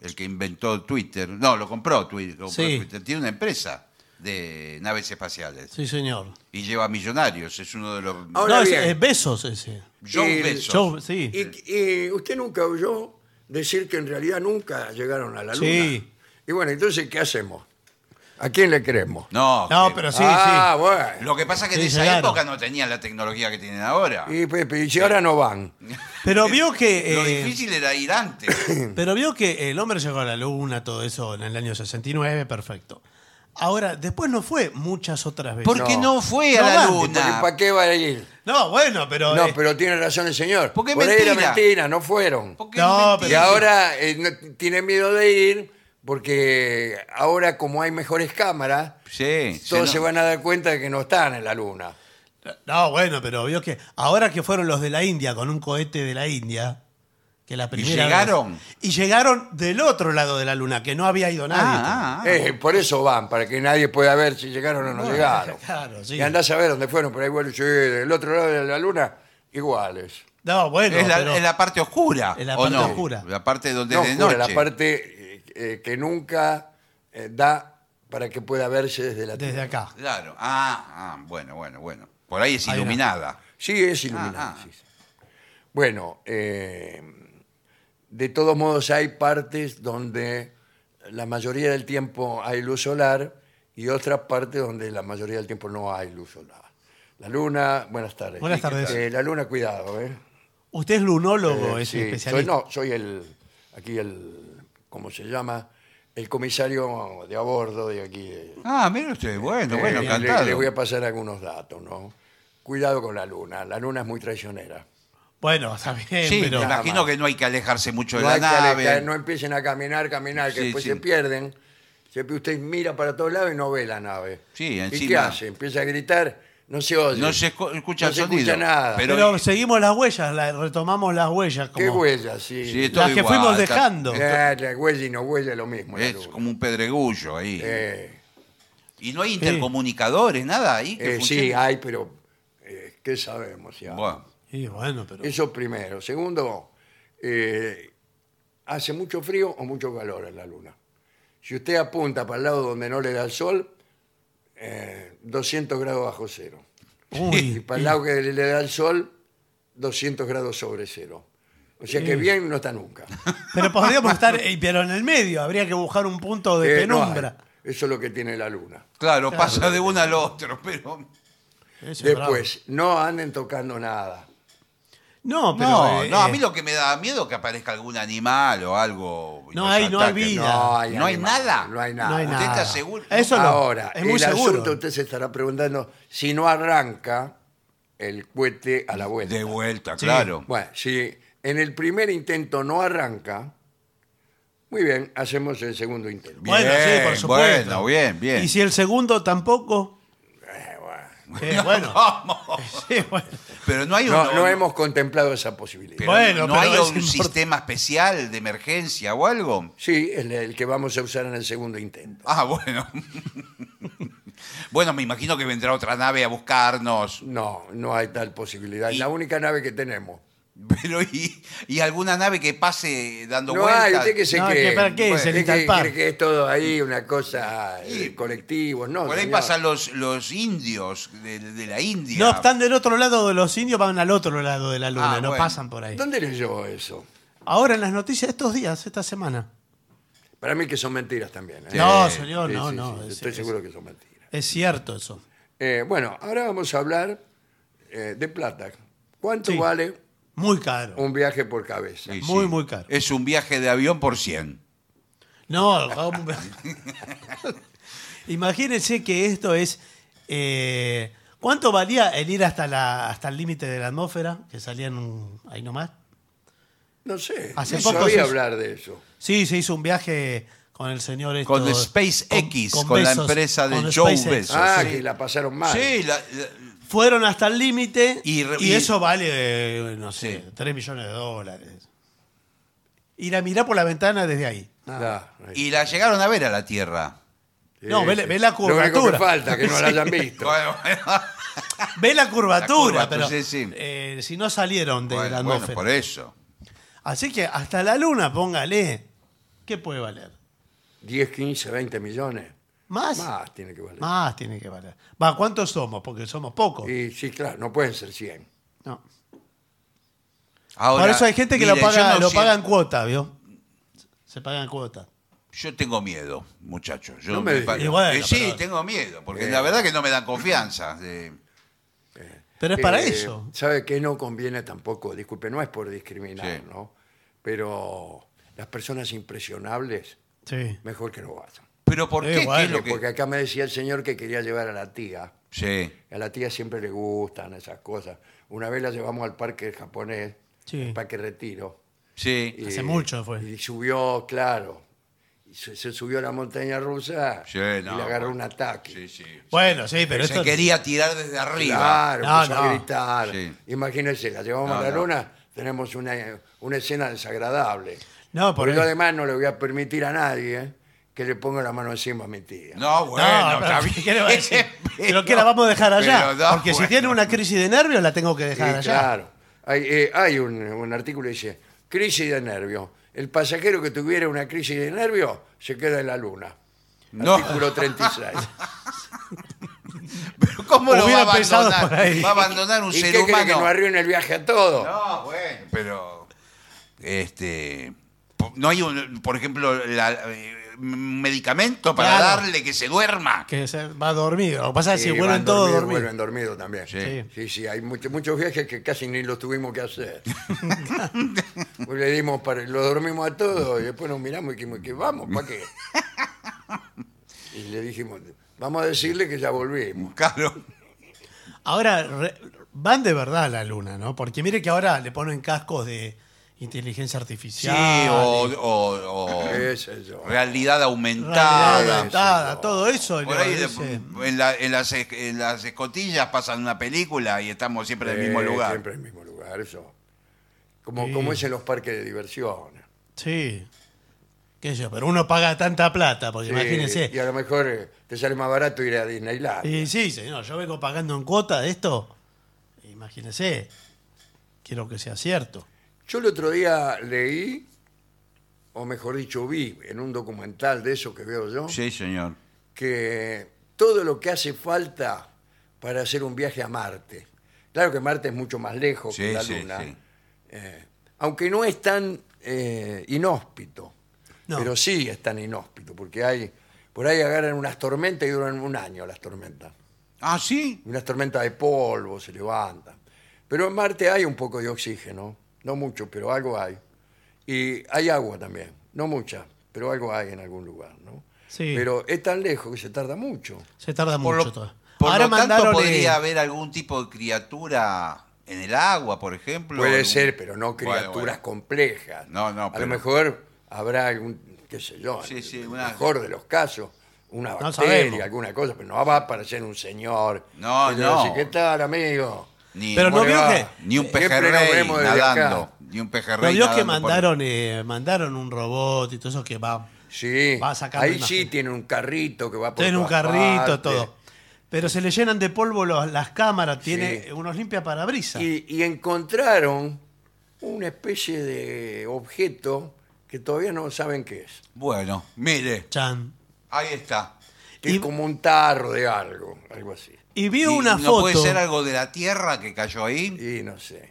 [SPEAKER 3] el que inventó Twitter, no, lo compró Twitter, lo compró
[SPEAKER 4] Sí.
[SPEAKER 3] Twitter, tiene una empresa de naves espaciales
[SPEAKER 4] Sí, señor.
[SPEAKER 3] y lleva millonarios, es uno de los...
[SPEAKER 2] Ahora
[SPEAKER 4] no, es-
[SPEAKER 2] bien.
[SPEAKER 4] es besos ese.
[SPEAKER 3] John
[SPEAKER 2] el-
[SPEAKER 3] Bezos.
[SPEAKER 4] Yo, sí.
[SPEAKER 2] Y, y usted nunca oyó decir que en realidad nunca llegaron a la luna.
[SPEAKER 4] Sí.
[SPEAKER 2] Y bueno, entonces, ¿qué hacemos? ¿A quién le creemos?
[SPEAKER 3] No,
[SPEAKER 4] No,
[SPEAKER 3] que-
[SPEAKER 4] pero sí,
[SPEAKER 2] ah,
[SPEAKER 4] sí.
[SPEAKER 2] bueno.
[SPEAKER 3] Lo que pasa es que en
[SPEAKER 4] Sí,
[SPEAKER 3] esa
[SPEAKER 4] llegaron.
[SPEAKER 3] época no tenían la tecnología que tienen ahora.
[SPEAKER 2] Y Pepe, y si ahora no van.
[SPEAKER 4] Pero vio que.
[SPEAKER 3] Lo
[SPEAKER 4] eh,
[SPEAKER 3] difícil era ir antes.
[SPEAKER 4] Pero vio que el hombre llegó a la luna, todo eso en el año 69, perfecto. Ahora, después no fue muchas otras veces.
[SPEAKER 3] Porque no, fue a
[SPEAKER 4] No
[SPEAKER 3] la
[SPEAKER 4] van,
[SPEAKER 3] luna.
[SPEAKER 2] ¿Para qué va a ir?
[SPEAKER 4] No, bueno, pero.
[SPEAKER 2] No,
[SPEAKER 4] eh,
[SPEAKER 2] pero tiene razón el señor.
[SPEAKER 3] Porque es
[SPEAKER 2] Por ahí era
[SPEAKER 3] mentira.
[SPEAKER 2] mentira, no fueron.
[SPEAKER 3] Porque es
[SPEAKER 4] No,
[SPEAKER 2] Y
[SPEAKER 4] pero-
[SPEAKER 3] mentira.
[SPEAKER 2] ahora eh, no- tiene miedo de ir porque ahora como hay mejores cámaras,
[SPEAKER 3] Sí, sí,
[SPEAKER 2] todos
[SPEAKER 3] no.
[SPEAKER 2] se van a dar cuenta de que no están en la luna.
[SPEAKER 4] No, bueno, pero vio que ahora que fueron los de la India con un cohete de la India, que la primera.
[SPEAKER 3] llegaron?
[SPEAKER 4] vez- y llegaron del otro lado de la luna, que no había ido nadie.
[SPEAKER 3] Ah, ah, ah.
[SPEAKER 2] Eh, por eso van, para que nadie pueda ver si llegaron o no llegaron.
[SPEAKER 4] claro, sí.
[SPEAKER 2] Y andás a ver dónde fueron, por ahí vuelven sí, del otro lado de la luna, iguales.
[SPEAKER 4] No, bueno,
[SPEAKER 3] es, la,
[SPEAKER 4] pero-
[SPEAKER 3] es la parte oscura.
[SPEAKER 4] Es la
[SPEAKER 3] ¿o
[SPEAKER 4] parte
[SPEAKER 3] no?
[SPEAKER 4] oscura.
[SPEAKER 3] La parte donde
[SPEAKER 2] No,
[SPEAKER 3] es de
[SPEAKER 2] jura,
[SPEAKER 3] noche.
[SPEAKER 2] la parte eh, eh, que nunca eh, da para que pueda verse desde la
[SPEAKER 4] desde
[SPEAKER 2] Tierra.
[SPEAKER 4] acá.
[SPEAKER 3] Claro. Ah, ah, bueno, bueno, bueno. Por ahí es
[SPEAKER 4] Ahí no.
[SPEAKER 3] iluminada.
[SPEAKER 2] Sí, es iluminada.
[SPEAKER 3] Ah, ah.
[SPEAKER 2] sí, sí. Bueno, eh, de todos modos hay partes donde la mayoría del tiempo hay luz solar y otras partes donde la mayoría del tiempo no hay luz solar. La luna, buenas tardes.
[SPEAKER 4] Buenas
[SPEAKER 2] Sí, ¿qué
[SPEAKER 4] tardes.
[SPEAKER 2] tal? Eh, la luna, cuidado, ¿eh?
[SPEAKER 4] Usted es lunólogo,
[SPEAKER 2] Eh,
[SPEAKER 4] es
[SPEAKER 2] sí, soy,
[SPEAKER 4] especialista.
[SPEAKER 2] no, soy el, aquí el, ¿cómo se llama? El comisario de a bordo de aquí. de-
[SPEAKER 3] Ah, mire usted. Bueno, bueno,
[SPEAKER 2] Eh,
[SPEAKER 3] encantado.
[SPEAKER 2] le, le voy a pasar algunos datos, ¿no? Cuidado con la luna, la luna es muy traicionera.
[SPEAKER 4] Bueno, está bien,
[SPEAKER 3] Sí,
[SPEAKER 4] pero.
[SPEAKER 3] me
[SPEAKER 2] nada
[SPEAKER 3] imagino
[SPEAKER 2] más.
[SPEAKER 3] que no hay que alejarse mucho de
[SPEAKER 2] No,
[SPEAKER 3] la
[SPEAKER 2] hay que
[SPEAKER 3] nave.
[SPEAKER 2] alejar, no empiecen a caminar, caminar, que
[SPEAKER 3] Sí,
[SPEAKER 2] después
[SPEAKER 3] sí.
[SPEAKER 2] se pierden. Se- usted mira para todos lados y no ve la nave.
[SPEAKER 3] Sí,
[SPEAKER 2] ¿Y
[SPEAKER 3] encima-
[SPEAKER 2] qué hace? Empieza a gritar, no se oye.
[SPEAKER 3] No se escu- escucha
[SPEAKER 2] No
[SPEAKER 3] el
[SPEAKER 2] se
[SPEAKER 3] sonido.
[SPEAKER 2] escucha nada.
[SPEAKER 3] Pero-
[SPEAKER 4] pero seguimos las huellas, la- retomamos las huellas. Como,
[SPEAKER 2] ¿Qué huella? Sí.
[SPEAKER 3] Sí, esto-
[SPEAKER 4] Las que
[SPEAKER 3] Todo igual,
[SPEAKER 4] fuimos
[SPEAKER 3] está-
[SPEAKER 4] dejando.
[SPEAKER 2] Eh, la huella y no huella es lo mismo. la
[SPEAKER 3] Es
[SPEAKER 2] luna.
[SPEAKER 3] como un pedregullo ahí.
[SPEAKER 2] Eh,
[SPEAKER 3] y no hay intercomunicadores, nada ahí. que
[SPEAKER 2] eh, sí,
[SPEAKER 3] funcione.
[SPEAKER 2] hay, pero eh, ¿qué sabemos ya?
[SPEAKER 3] Bueno,
[SPEAKER 4] Y bueno, pero.
[SPEAKER 2] Eso primero. Segundo, eh, hace mucho frío o mucho calor en la luna. Si usted apunta para el lado donde no le da el sol, eh, 200 grados bajo cero. Y
[SPEAKER 4] Uy,
[SPEAKER 2] para el lado que le da el sol, 200 grados sobre cero. O sea que bien no está nunca.
[SPEAKER 4] pero podríamos estar. eh, Pero en el medio, habría que buscar un punto de
[SPEAKER 2] Eh, no hay.
[SPEAKER 4] penumbra.
[SPEAKER 2] Eso es lo que tiene la luna.
[SPEAKER 3] Claro, pasa de uno al otro, pero.
[SPEAKER 4] Eso es bravo.
[SPEAKER 2] Después, no anden tocando nada.
[SPEAKER 4] No, pero.
[SPEAKER 3] No,
[SPEAKER 4] eh,
[SPEAKER 3] no, a mí lo que me da miedo es que aparezca algún animal o algo. y
[SPEAKER 4] No
[SPEAKER 3] nos
[SPEAKER 4] hay- no hay
[SPEAKER 3] ataque.
[SPEAKER 4] vida.
[SPEAKER 2] No hay,
[SPEAKER 3] No hay
[SPEAKER 2] animales,
[SPEAKER 3] nada.
[SPEAKER 2] No hay nada.
[SPEAKER 4] no hay
[SPEAKER 3] ¿Usted
[SPEAKER 4] nada.
[SPEAKER 3] está seguro? Ah,
[SPEAKER 4] Eso no.
[SPEAKER 2] Ahora,
[SPEAKER 4] es muy
[SPEAKER 2] el
[SPEAKER 4] seguro.
[SPEAKER 2] asunto usted se estará preguntando si no arranca el cohete a la vuelta.
[SPEAKER 3] De vuelta, claro.
[SPEAKER 2] Bueno, si en el primer intento no arranca, muy bien, hacemos el segundo intento.
[SPEAKER 3] Bien,
[SPEAKER 4] eh, bueno, sí, por supuesto.
[SPEAKER 3] bueno, bien, bien.
[SPEAKER 4] Y si el segundo tampoco.
[SPEAKER 2] Eh, bueno.
[SPEAKER 4] Eh, bueno.
[SPEAKER 3] Vamos.
[SPEAKER 4] Sí, bueno.
[SPEAKER 3] Pero no hay un.
[SPEAKER 2] No, no hemos contemplado esa posibilidad.
[SPEAKER 3] pero
[SPEAKER 4] Bueno,
[SPEAKER 3] no
[SPEAKER 4] pero
[SPEAKER 3] hay
[SPEAKER 4] es
[SPEAKER 3] un
[SPEAKER 4] import-
[SPEAKER 3] sistema especial de emergencia o algo.
[SPEAKER 2] Sí, el, el que vamos a usar en el segundo intento.
[SPEAKER 3] Ah, bueno. bueno, me imagino que vendrá otra nave a buscarnos.
[SPEAKER 2] No, no hay tal posibilidad. Es
[SPEAKER 3] Y-
[SPEAKER 2] la única nave que tenemos.
[SPEAKER 3] Pero y, y alguna nave que pase dando
[SPEAKER 2] No hay,
[SPEAKER 3] vueltas.
[SPEAKER 2] usted que se
[SPEAKER 4] No,
[SPEAKER 2] cree.
[SPEAKER 4] que para qué,
[SPEAKER 2] Bueno,
[SPEAKER 4] se le
[SPEAKER 2] ¿usted que
[SPEAKER 4] talpa.
[SPEAKER 2] cree que es todo ahí una cosa
[SPEAKER 3] Sí.
[SPEAKER 2] eh, colectivos, no.
[SPEAKER 3] Por ahí
[SPEAKER 2] señor.
[SPEAKER 3] pasan los, los indios de, de la India.
[SPEAKER 4] No, están del otro lado de los indios, van al otro lado de la luna,
[SPEAKER 3] Ah,
[SPEAKER 4] no
[SPEAKER 3] bueno.
[SPEAKER 4] pasan por ahí.
[SPEAKER 2] ¿Dónde leyó eso?
[SPEAKER 4] Ahora en las noticias, estos días, esta semana.
[SPEAKER 2] Para mí que son mentiras también. ¿eh?
[SPEAKER 4] No,
[SPEAKER 3] Sí,
[SPEAKER 4] señor,
[SPEAKER 2] Sí,
[SPEAKER 4] no,
[SPEAKER 2] sí,
[SPEAKER 4] no.
[SPEAKER 2] sí,
[SPEAKER 4] es-
[SPEAKER 2] estoy
[SPEAKER 4] es-
[SPEAKER 2] seguro que son mentiras.
[SPEAKER 4] Es cierto eso.
[SPEAKER 2] Eh, bueno, ahora vamos a hablar eh, de plata. ¿Cuánto
[SPEAKER 4] Sí.
[SPEAKER 2] vale
[SPEAKER 4] Muy caro.
[SPEAKER 2] un viaje por cabeza?
[SPEAKER 3] Sí,
[SPEAKER 4] Muy, muy caro.
[SPEAKER 3] Es un viaje de avión por 100.
[SPEAKER 4] No, ¿cómo? imagínense que esto es. eh, ¿Cuánto valía el ir hasta la hasta el límite de la atmósfera? Que salían un- ahí nomás.
[SPEAKER 2] No sé.
[SPEAKER 4] Hace
[SPEAKER 2] no
[SPEAKER 4] poco
[SPEAKER 2] sabía
[SPEAKER 4] se-
[SPEAKER 2] hablar de eso.
[SPEAKER 4] Sí, se hizo un viaje con el señor. esto-
[SPEAKER 3] Con SpaceX, con la empresa de
[SPEAKER 4] con
[SPEAKER 3] Joe
[SPEAKER 4] SpaceX.
[SPEAKER 3] Bezos.
[SPEAKER 2] Ah,
[SPEAKER 3] sí.
[SPEAKER 2] que la pasaron mal.
[SPEAKER 3] Sí, la- la-
[SPEAKER 4] Fueron hasta el límite
[SPEAKER 3] Y
[SPEAKER 4] y,
[SPEAKER 3] re- y-
[SPEAKER 4] eso vale, eh, no sé,
[SPEAKER 3] Sí.
[SPEAKER 4] 3 millones de dólares. Y la mirá por la ventana desde ahí.
[SPEAKER 2] Ah, ahí.
[SPEAKER 3] y la llegaron a ver a la Tierra.
[SPEAKER 4] No, ve la- ve la
[SPEAKER 2] Lo único que
[SPEAKER 4] curvatura.
[SPEAKER 2] falta, que no la hayan visto.
[SPEAKER 3] Bueno, bueno,
[SPEAKER 4] Ve la curvatura,
[SPEAKER 3] La curvatura,
[SPEAKER 4] pero
[SPEAKER 3] sí, sí.
[SPEAKER 4] eh, si no salieron de la
[SPEAKER 3] bueno, bueno,
[SPEAKER 4] atmósfera.
[SPEAKER 3] por eso.
[SPEAKER 4] Así que hasta la luna, póngale. ¿Qué puede valer?
[SPEAKER 2] 10, 15, 20 millones.
[SPEAKER 4] ¿Más? Ah, Más,
[SPEAKER 2] Más tiene que valer.
[SPEAKER 4] tiene que valer. Va, ¿cuántos somos? Porque somos pocos.
[SPEAKER 2] Y sí, claro, no pueden ser 100.
[SPEAKER 4] No.
[SPEAKER 3] Ahora,
[SPEAKER 4] Por eso hay gente que
[SPEAKER 3] mire,
[SPEAKER 4] lo paga,
[SPEAKER 3] yo no
[SPEAKER 4] lo
[SPEAKER 3] sé-
[SPEAKER 4] paga en cuota, ¿vio? Se paga en cuota.
[SPEAKER 3] Yo tengo miedo, muchachos. Yo
[SPEAKER 2] No me diga.
[SPEAKER 3] pare-
[SPEAKER 4] Y bueno,
[SPEAKER 3] Eh, sí,
[SPEAKER 4] pero-
[SPEAKER 3] tengo miedo, porque
[SPEAKER 2] Bien.
[SPEAKER 3] la verdad que no me dan confianza. eh.
[SPEAKER 4] Pero es para
[SPEAKER 2] Eh,
[SPEAKER 4] eso.
[SPEAKER 2] ¿Sabe que no conviene tampoco? Disculpe, no es por discriminar,
[SPEAKER 3] Sí.
[SPEAKER 2] ¿no? Pero las personas impresionables,
[SPEAKER 4] Sí.
[SPEAKER 2] mejor que no vayan.
[SPEAKER 3] Pero ¿por
[SPEAKER 4] Eh,
[SPEAKER 3] qué? ¿Qué
[SPEAKER 4] bueno,
[SPEAKER 3] es lo que-
[SPEAKER 2] Porque acá me decía el señor que quería llevar a la tía.
[SPEAKER 3] Sí.
[SPEAKER 2] A la tía siempre le gustan esas cosas. Una vez la llevamos al parque japonés,
[SPEAKER 4] Sí.
[SPEAKER 2] al parque Retiro.
[SPEAKER 3] Sí,
[SPEAKER 4] Hace mucho fue.
[SPEAKER 2] Y subió, claro. Y se, se subió a la montaña rusa
[SPEAKER 3] Sí,
[SPEAKER 2] y
[SPEAKER 3] no,
[SPEAKER 2] le agarró
[SPEAKER 3] bueno.
[SPEAKER 2] un ataque.
[SPEAKER 3] sí, sí.
[SPEAKER 4] Bueno, sí, pero
[SPEAKER 3] Se
[SPEAKER 4] esto.
[SPEAKER 3] quería tirar desde arriba.
[SPEAKER 2] Claro,
[SPEAKER 4] No,
[SPEAKER 2] empezó a
[SPEAKER 4] no.
[SPEAKER 2] gritar.
[SPEAKER 3] Sí.
[SPEAKER 2] Imagínense, la llevamos
[SPEAKER 3] No,
[SPEAKER 2] a la
[SPEAKER 3] no.
[SPEAKER 2] luna, tenemos una, una escena desagradable.
[SPEAKER 4] No, por
[SPEAKER 2] Porque yo
[SPEAKER 4] ahí.
[SPEAKER 2] además no le voy a permitir a nadie que le ponga la mano encima a mi tía.
[SPEAKER 3] No, bueno,
[SPEAKER 4] No,
[SPEAKER 3] está
[SPEAKER 4] pero,
[SPEAKER 3] bien.
[SPEAKER 4] ¿qué le va a decir? Pero que la vamos a dejar allá.
[SPEAKER 3] Pero no,
[SPEAKER 4] porque si
[SPEAKER 3] bueno.
[SPEAKER 4] tiene una crisis de nervios, la tengo que
[SPEAKER 2] Sí,
[SPEAKER 4] dejar allá.
[SPEAKER 2] claro. Hay, eh, hay un, un artículo que dice, crisis de nervios. El pasajero que tuviera una crisis de nervios se queda en la luna.
[SPEAKER 3] No.
[SPEAKER 2] Artículo 36.
[SPEAKER 3] Pero ¿Cómo lo va a
[SPEAKER 4] Hubiera pensado por
[SPEAKER 3] abandonar?
[SPEAKER 4] ahí.
[SPEAKER 3] Va a abandonar un
[SPEAKER 2] ¿Y
[SPEAKER 3] ser
[SPEAKER 2] qué cree
[SPEAKER 3] humano.
[SPEAKER 2] que nos arruina el viaje a todos?
[SPEAKER 3] No, bueno, pero este po- no hay un, por ejemplo, la- eh, un medicamento para
[SPEAKER 4] Claro.
[SPEAKER 3] darle que se duerma.
[SPEAKER 4] Que se va dormido. Lo que pasa es que
[SPEAKER 2] Sí,
[SPEAKER 4] si vuelven
[SPEAKER 2] van
[SPEAKER 4] todos
[SPEAKER 2] dormidos,
[SPEAKER 4] dormidos.
[SPEAKER 2] Vuelven dormidos también.
[SPEAKER 3] Sí.
[SPEAKER 2] Sí, sí, hay mucho- muchos viajes que casi ni los tuvimos que hacer. Pues le dimos para, lo dormimos a todos y después nos miramos y dijimos, ¿qué vamos? ¿Para qué? Y le dijimos, vamos a decirle que ya volvimos.
[SPEAKER 3] Claro.
[SPEAKER 4] Ahora, re- van de verdad a la luna, ¿no? Porque mire que ahora le ponen cascos de inteligencia
[SPEAKER 3] Sí,
[SPEAKER 4] artificial.
[SPEAKER 3] o,
[SPEAKER 4] y
[SPEAKER 3] o- o
[SPEAKER 2] Qué sé yo.
[SPEAKER 3] realidad
[SPEAKER 4] realidad
[SPEAKER 3] aumentada.
[SPEAKER 4] aumentada, todo eso.
[SPEAKER 3] Por
[SPEAKER 4] le
[SPEAKER 3] ahí de-
[SPEAKER 4] dice,
[SPEAKER 3] en, la- en las, es- en las escotillas pasan una película y estamos siempre en el mismo
[SPEAKER 2] Eh,
[SPEAKER 3] lugar.
[SPEAKER 2] Siempre en el mismo lugar, eso. Como,
[SPEAKER 4] Sí.
[SPEAKER 2] como es en los parques de diversión.
[SPEAKER 4] Sí. Qué sé yo, pero uno paga tanta plata, porque
[SPEAKER 2] Sí, Y
[SPEAKER 4] imagínense.
[SPEAKER 2] a lo mejor eh, te sale más barato ir a Disneyland.
[SPEAKER 4] Y sí, señor, yo vengo pagando en cuota de esto. Imagínense. Quiero que sea cierto.
[SPEAKER 2] Yo el otro día leí, o mejor dicho, vi en un documental de eso que veo yo,
[SPEAKER 3] Sí, señor.
[SPEAKER 2] que todo lo que hace falta para hacer un viaje a Marte. Claro que Marte es mucho más lejos que
[SPEAKER 3] Sí,
[SPEAKER 2] la
[SPEAKER 3] sí,
[SPEAKER 2] Luna,
[SPEAKER 3] sí.
[SPEAKER 2] eh, aunque no es tan eh, inhóspito,
[SPEAKER 4] No.
[SPEAKER 2] pero sí es tan inhóspito, porque hay por ahí agarran unas tormentas y duran un año las tormentas.
[SPEAKER 3] Ah, sí.
[SPEAKER 2] Unas tormentas de polvo se levantan. Pero en Marte hay un poco de oxígeno, no mucho, pero algo hay. Y hay agua también, no mucha, pero algo hay en algún lugar, ¿no?
[SPEAKER 4] Sí.
[SPEAKER 2] Pero es tan lejos que se tarda mucho.
[SPEAKER 4] Se tarda
[SPEAKER 3] Por
[SPEAKER 4] mucho.
[SPEAKER 3] lo,
[SPEAKER 4] todavía.
[SPEAKER 3] por
[SPEAKER 4] Ahora
[SPEAKER 3] lo tanto,
[SPEAKER 4] mandaron, eh,
[SPEAKER 3] podría haber algún tipo de criatura en el agua, por ejemplo.
[SPEAKER 2] Puede
[SPEAKER 3] algún-
[SPEAKER 2] ser, pero no
[SPEAKER 3] Bueno,
[SPEAKER 2] criaturas
[SPEAKER 3] bueno.
[SPEAKER 2] complejas.
[SPEAKER 3] No, no,
[SPEAKER 2] A lo
[SPEAKER 3] pero-
[SPEAKER 2] mejor habrá algún, qué sé yo,
[SPEAKER 3] Sí, sí,
[SPEAKER 2] en el
[SPEAKER 3] una-
[SPEAKER 2] mejor de los casos, una bacteria,
[SPEAKER 4] sabemos.
[SPEAKER 2] alguna cosa, pero no va a aparecer un señor.
[SPEAKER 3] No,
[SPEAKER 2] que le
[SPEAKER 3] no.
[SPEAKER 2] dice, ¿Qué tal, amigo?
[SPEAKER 3] Ni,
[SPEAKER 4] Pero
[SPEAKER 2] ¿Cómo
[SPEAKER 4] no
[SPEAKER 2] le
[SPEAKER 4] vio
[SPEAKER 2] va?"
[SPEAKER 4] que-
[SPEAKER 3] ni un
[SPEAKER 2] Siempre nos
[SPEAKER 3] pejerrey
[SPEAKER 2] vemos desde acá.
[SPEAKER 3] nadando. Ni un
[SPEAKER 4] ¿no
[SPEAKER 3] pejerrey
[SPEAKER 4] vio que
[SPEAKER 3] nadando por-
[SPEAKER 4] mandaron, eh, mandaron un robot y todo eso que va.
[SPEAKER 2] Sí,
[SPEAKER 4] Va sacando
[SPEAKER 2] ahí
[SPEAKER 4] imagen.
[SPEAKER 2] sí tiene un carrito que va por
[SPEAKER 4] Tiene un
[SPEAKER 2] todas
[SPEAKER 4] carrito,
[SPEAKER 2] partes.
[SPEAKER 4] todo. Pero se le llenan de polvo los- las cámaras, tiene
[SPEAKER 2] Sí.
[SPEAKER 4] unos limpiaparabrisas.
[SPEAKER 2] Y, y encontraron una especie de objeto que todavía no saben qué es.
[SPEAKER 3] Bueno, mire.
[SPEAKER 4] Chan.
[SPEAKER 3] Ahí está.
[SPEAKER 2] Que Es
[SPEAKER 4] Y-
[SPEAKER 2] como un tarro de algo, algo así.
[SPEAKER 4] Y vi
[SPEAKER 3] Y
[SPEAKER 4] una
[SPEAKER 3] ¿No
[SPEAKER 4] foto. Ah.
[SPEAKER 3] puede ser algo de la tierra que cayó ahí?
[SPEAKER 2] Y no sé.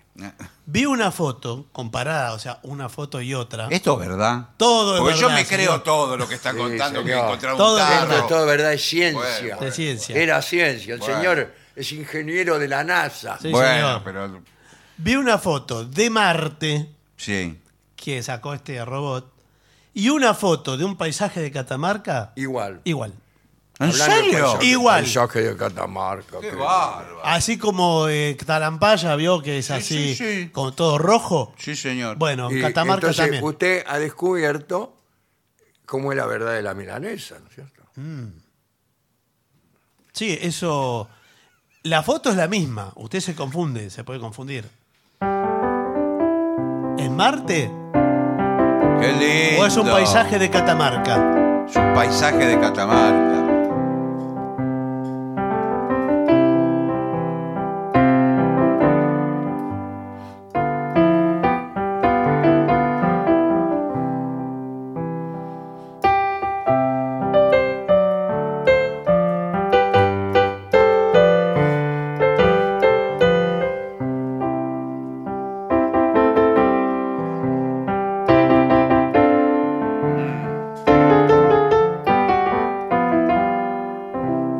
[SPEAKER 4] Vi una foto comparada, o sea, una foto y otra.
[SPEAKER 3] Esto es verdad.
[SPEAKER 4] Todo es
[SPEAKER 3] Porque yo
[SPEAKER 4] verdad,
[SPEAKER 3] me creo
[SPEAKER 4] señor.
[SPEAKER 3] todo lo que está
[SPEAKER 2] Sí,
[SPEAKER 3] contando que
[SPEAKER 2] señor.
[SPEAKER 3] encontraron
[SPEAKER 4] Todo
[SPEAKER 3] un
[SPEAKER 4] es
[SPEAKER 3] tarro.
[SPEAKER 2] Esto es todo verdad, es
[SPEAKER 3] Bueno,
[SPEAKER 2] ciencia.
[SPEAKER 3] bueno.
[SPEAKER 4] de ciencia.
[SPEAKER 2] Era ciencia. El
[SPEAKER 3] Bueno.
[SPEAKER 2] señor es ingeniero de la NASA.
[SPEAKER 4] Sí.
[SPEAKER 3] bueno,
[SPEAKER 4] señor.
[SPEAKER 3] pero
[SPEAKER 4] Vi una foto de Marte
[SPEAKER 3] sí.
[SPEAKER 4] que sacó este robot y una foto de un paisaje de Catamarca
[SPEAKER 2] Igual.
[SPEAKER 4] igual.
[SPEAKER 3] ¿En
[SPEAKER 2] Hablando de
[SPEAKER 3] serio?
[SPEAKER 2] paisaje-
[SPEAKER 4] Igual.
[SPEAKER 2] paisaje de Catamarca.
[SPEAKER 3] Qué
[SPEAKER 2] que-
[SPEAKER 3] bárbaro.
[SPEAKER 4] Así como eh, Talampaya vio que es
[SPEAKER 3] Sí,
[SPEAKER 4] así,
[SPEAKER 3] sí, sí.
[SPEAKER 4] con todo rojo.
[SPEAKER 3] Sí, señor.
[SPEAKER 4] Bueno,
[SPEAKER 2] Y
[SPEAKER 4] Catamarca
[SPEAKER 2] entonces
[SPEAKER 4] también.
[SPEAKER 2] usted ha descubierto cómo es la verdad de la milanesa, ¿no es cierto?
[SPEAKER 4] Sí, eso. La foto es la misma. Usted se confunde, se puede confundir. ¿Es Marte?
[SPEAKER 3] Qué lindo.
[SPEAKER 4] ¿O es un paisaje de Catamarca?
[SPEAKER 3] Es un paisaje de Catamarca.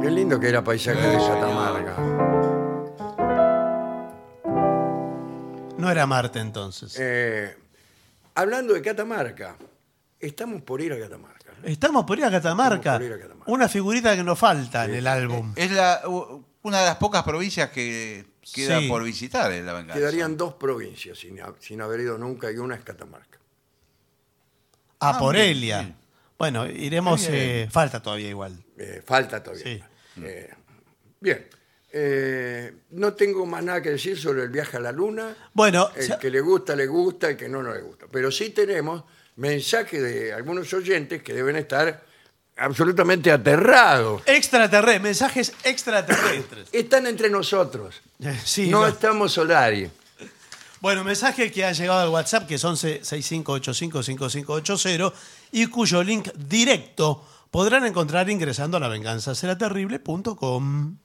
[SPEAKER 2] Qué lindo que era paisaje de Catamarca.
[SPEAKER 4] No era Marte entonces.
[SPEAKER 2] Eh, hablando de Catamarca, estamos por ir a Catamarca.
[SPEAKER 4] Estamos por ir a Catamarca.
[SPEAKER 2] Estamos por ir a Catamarca. Eh,
[SPEAKER 4] Una figurita que nos falta en el álbum.
[SPEAKER 3] Es la, u- una de las pocas provincias que queda
[SPEAKER 4] Sí.
[SPEAKER 3] por visitar en la venganza.
[SPEAKER 2] Quedarían dos provincias sin, ha- sin haber ido nunca y una es Catamarca.
[SPEAKER 4] A
[SPEAKER 2] eh,
[SPEAKER 3] Ah,
[SPEAKER 4] Porelia.
[SPEAKER 3] bien, bien.
[SPEAKER 4] Bueno, iremos.
[SPEAKER 3] Está bien.
[SPEAKER 4] eh, falta todavía igual.
[SPEAKER 2] Eh, falta todavía.
[SPEAKER 4] Sí.
[SPEAKER 2] Eh, bien. Eh, no tengo más nada que decir sobre el viaje a la luna.
[SPEAKER 4] Bueno,
[SPEAKER 2] El
[SPEAKER 4] se-
[SPEAKER 2] que le gusta, le gusta, el que no, no le gusta. Pero sí tenemos mensajes de algunos oyentes que deben estar absolutamente aterrados.
[SPEAKER 4] extraterrestres, mensajes extraterrestres.
[SPEAKER 2] Están entre nosotros.
[SPEAKER 4] Eh, sí,
[SPEAKER 2] no
[SPEAKER 4] no.
[SPEAKER 2] estamos Solari.
[SPEAKER 4] Bueno, mensaje que ha llegado al WhatsApp, que es 11 6585 5580 y cuyo link directo podrán encontrar ingresando a lavenganzaseraterrible.com.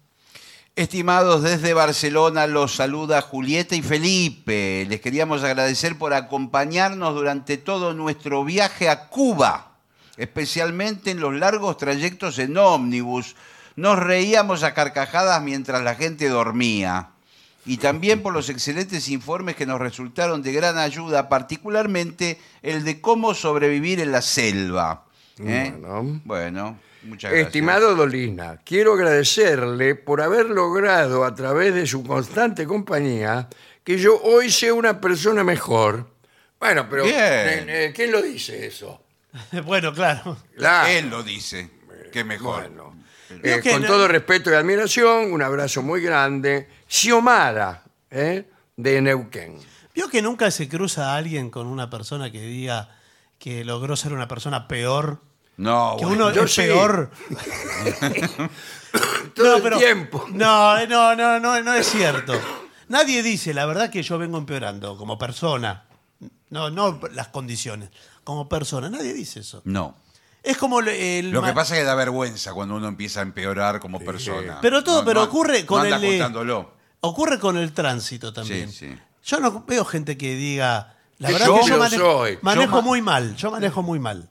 [SPEAKER 3] Estimados, desde Barcelona los saluda Julieta y Felipe. Les queríamos agradecer por acompañarnos durante todo nuestro viaje a Cuba, especialmente en los largos trayectos en ómnibus. Nos reíamos a carcajadas mientras la gente dormía. Y también por los excelentes informes que nos resultaron de gran ayuda, particularmente el de cómo sobrevivir en la selva. ¿Eh?
[SPEAKER 2] Bueno.
[SPEAKER 3] Bueno, muchas gracias.
[SPEAKER 2] Estimado Dolina, quiero agradecerle por haber logrado a través de su constante compañía que yo hoy sea una persona mejor. Bueno, pero
[SPEAKER 3] Bien.
[SPEAKER 2] eh, eh, ¿quién lo dice eso?
[SPEAKER 4] bueno, claro.
[SPEAKER 2] La-
[SPEAKER 3] Él lo dice. Qué mejor.
[SPEAKER 2] Bueno.
[SPEAKER 4] Creo
[SPEAKER 2] Eh,
[SPEAKER 4] que
[SPEAKER 2] con
[SPEAKER 4] no-
[SPEAKER 2] todo respeto y admiración, un abrazo muy grande. Xiomara, ¿eh? de Neuquén.
[SPEAKER 4] Vio que nunca se cruza alguien con una persona que diga que logró ser una persona peor.
[SPEAKER 3] No,
[SPEAKER 4] Que
[SPEAKER 3] bueno.
[SPEAKER 4] uno
[SPEAKER 2] yo
[SPEAKER 4] es
[SPEAKER 2] sí.
[SPEAKER 4] peor.
[SPEAKER 2] Todo
[SPEAKER 4] pero-
[SPEAKER 2] el tiempo.
[SPEAKER 4] eh, No, no, no, no, no es cierto. Nadie dice, la verdad que yo vengo empeorando como persona. No, no las condiciones, como persona. Nadie dice eso.
[SPEAKER 3] No.
[SPEAKER 4] Es como el- el
[SPEAKER 3] Lo que
[SPEAKER 4] ma-
[SPEAKER 3] pasa es que da vergüenza cuando uno empieza a empeorar como persona.
[SPEAKER 4] Pero todo, pero ocurre con
[SPEAKER 3] no anda
[SPEAKER 4] el, eh,
[SPEAKER 3] contándolo.
[SPEAKER 4] ocurre con el tránsito también.
[SPEAKER 3] Sí, sí.
[SPEAKER 4] Yo no veo gente que diga, la
[SPEAKER 2] Que
[SPEAKER 4] verdad
[SPEAKER 2] yo
[SPEAKER 4] que yo
[SPEAKER 2] lo
[SPEAKER 4] mane-
[SPEAKER 2] soy.
[SPEAKER 4] manejo
[SPEAKER 3] Yo ma-
[SPEAKER 4] muy mal, yo manejo muy mal.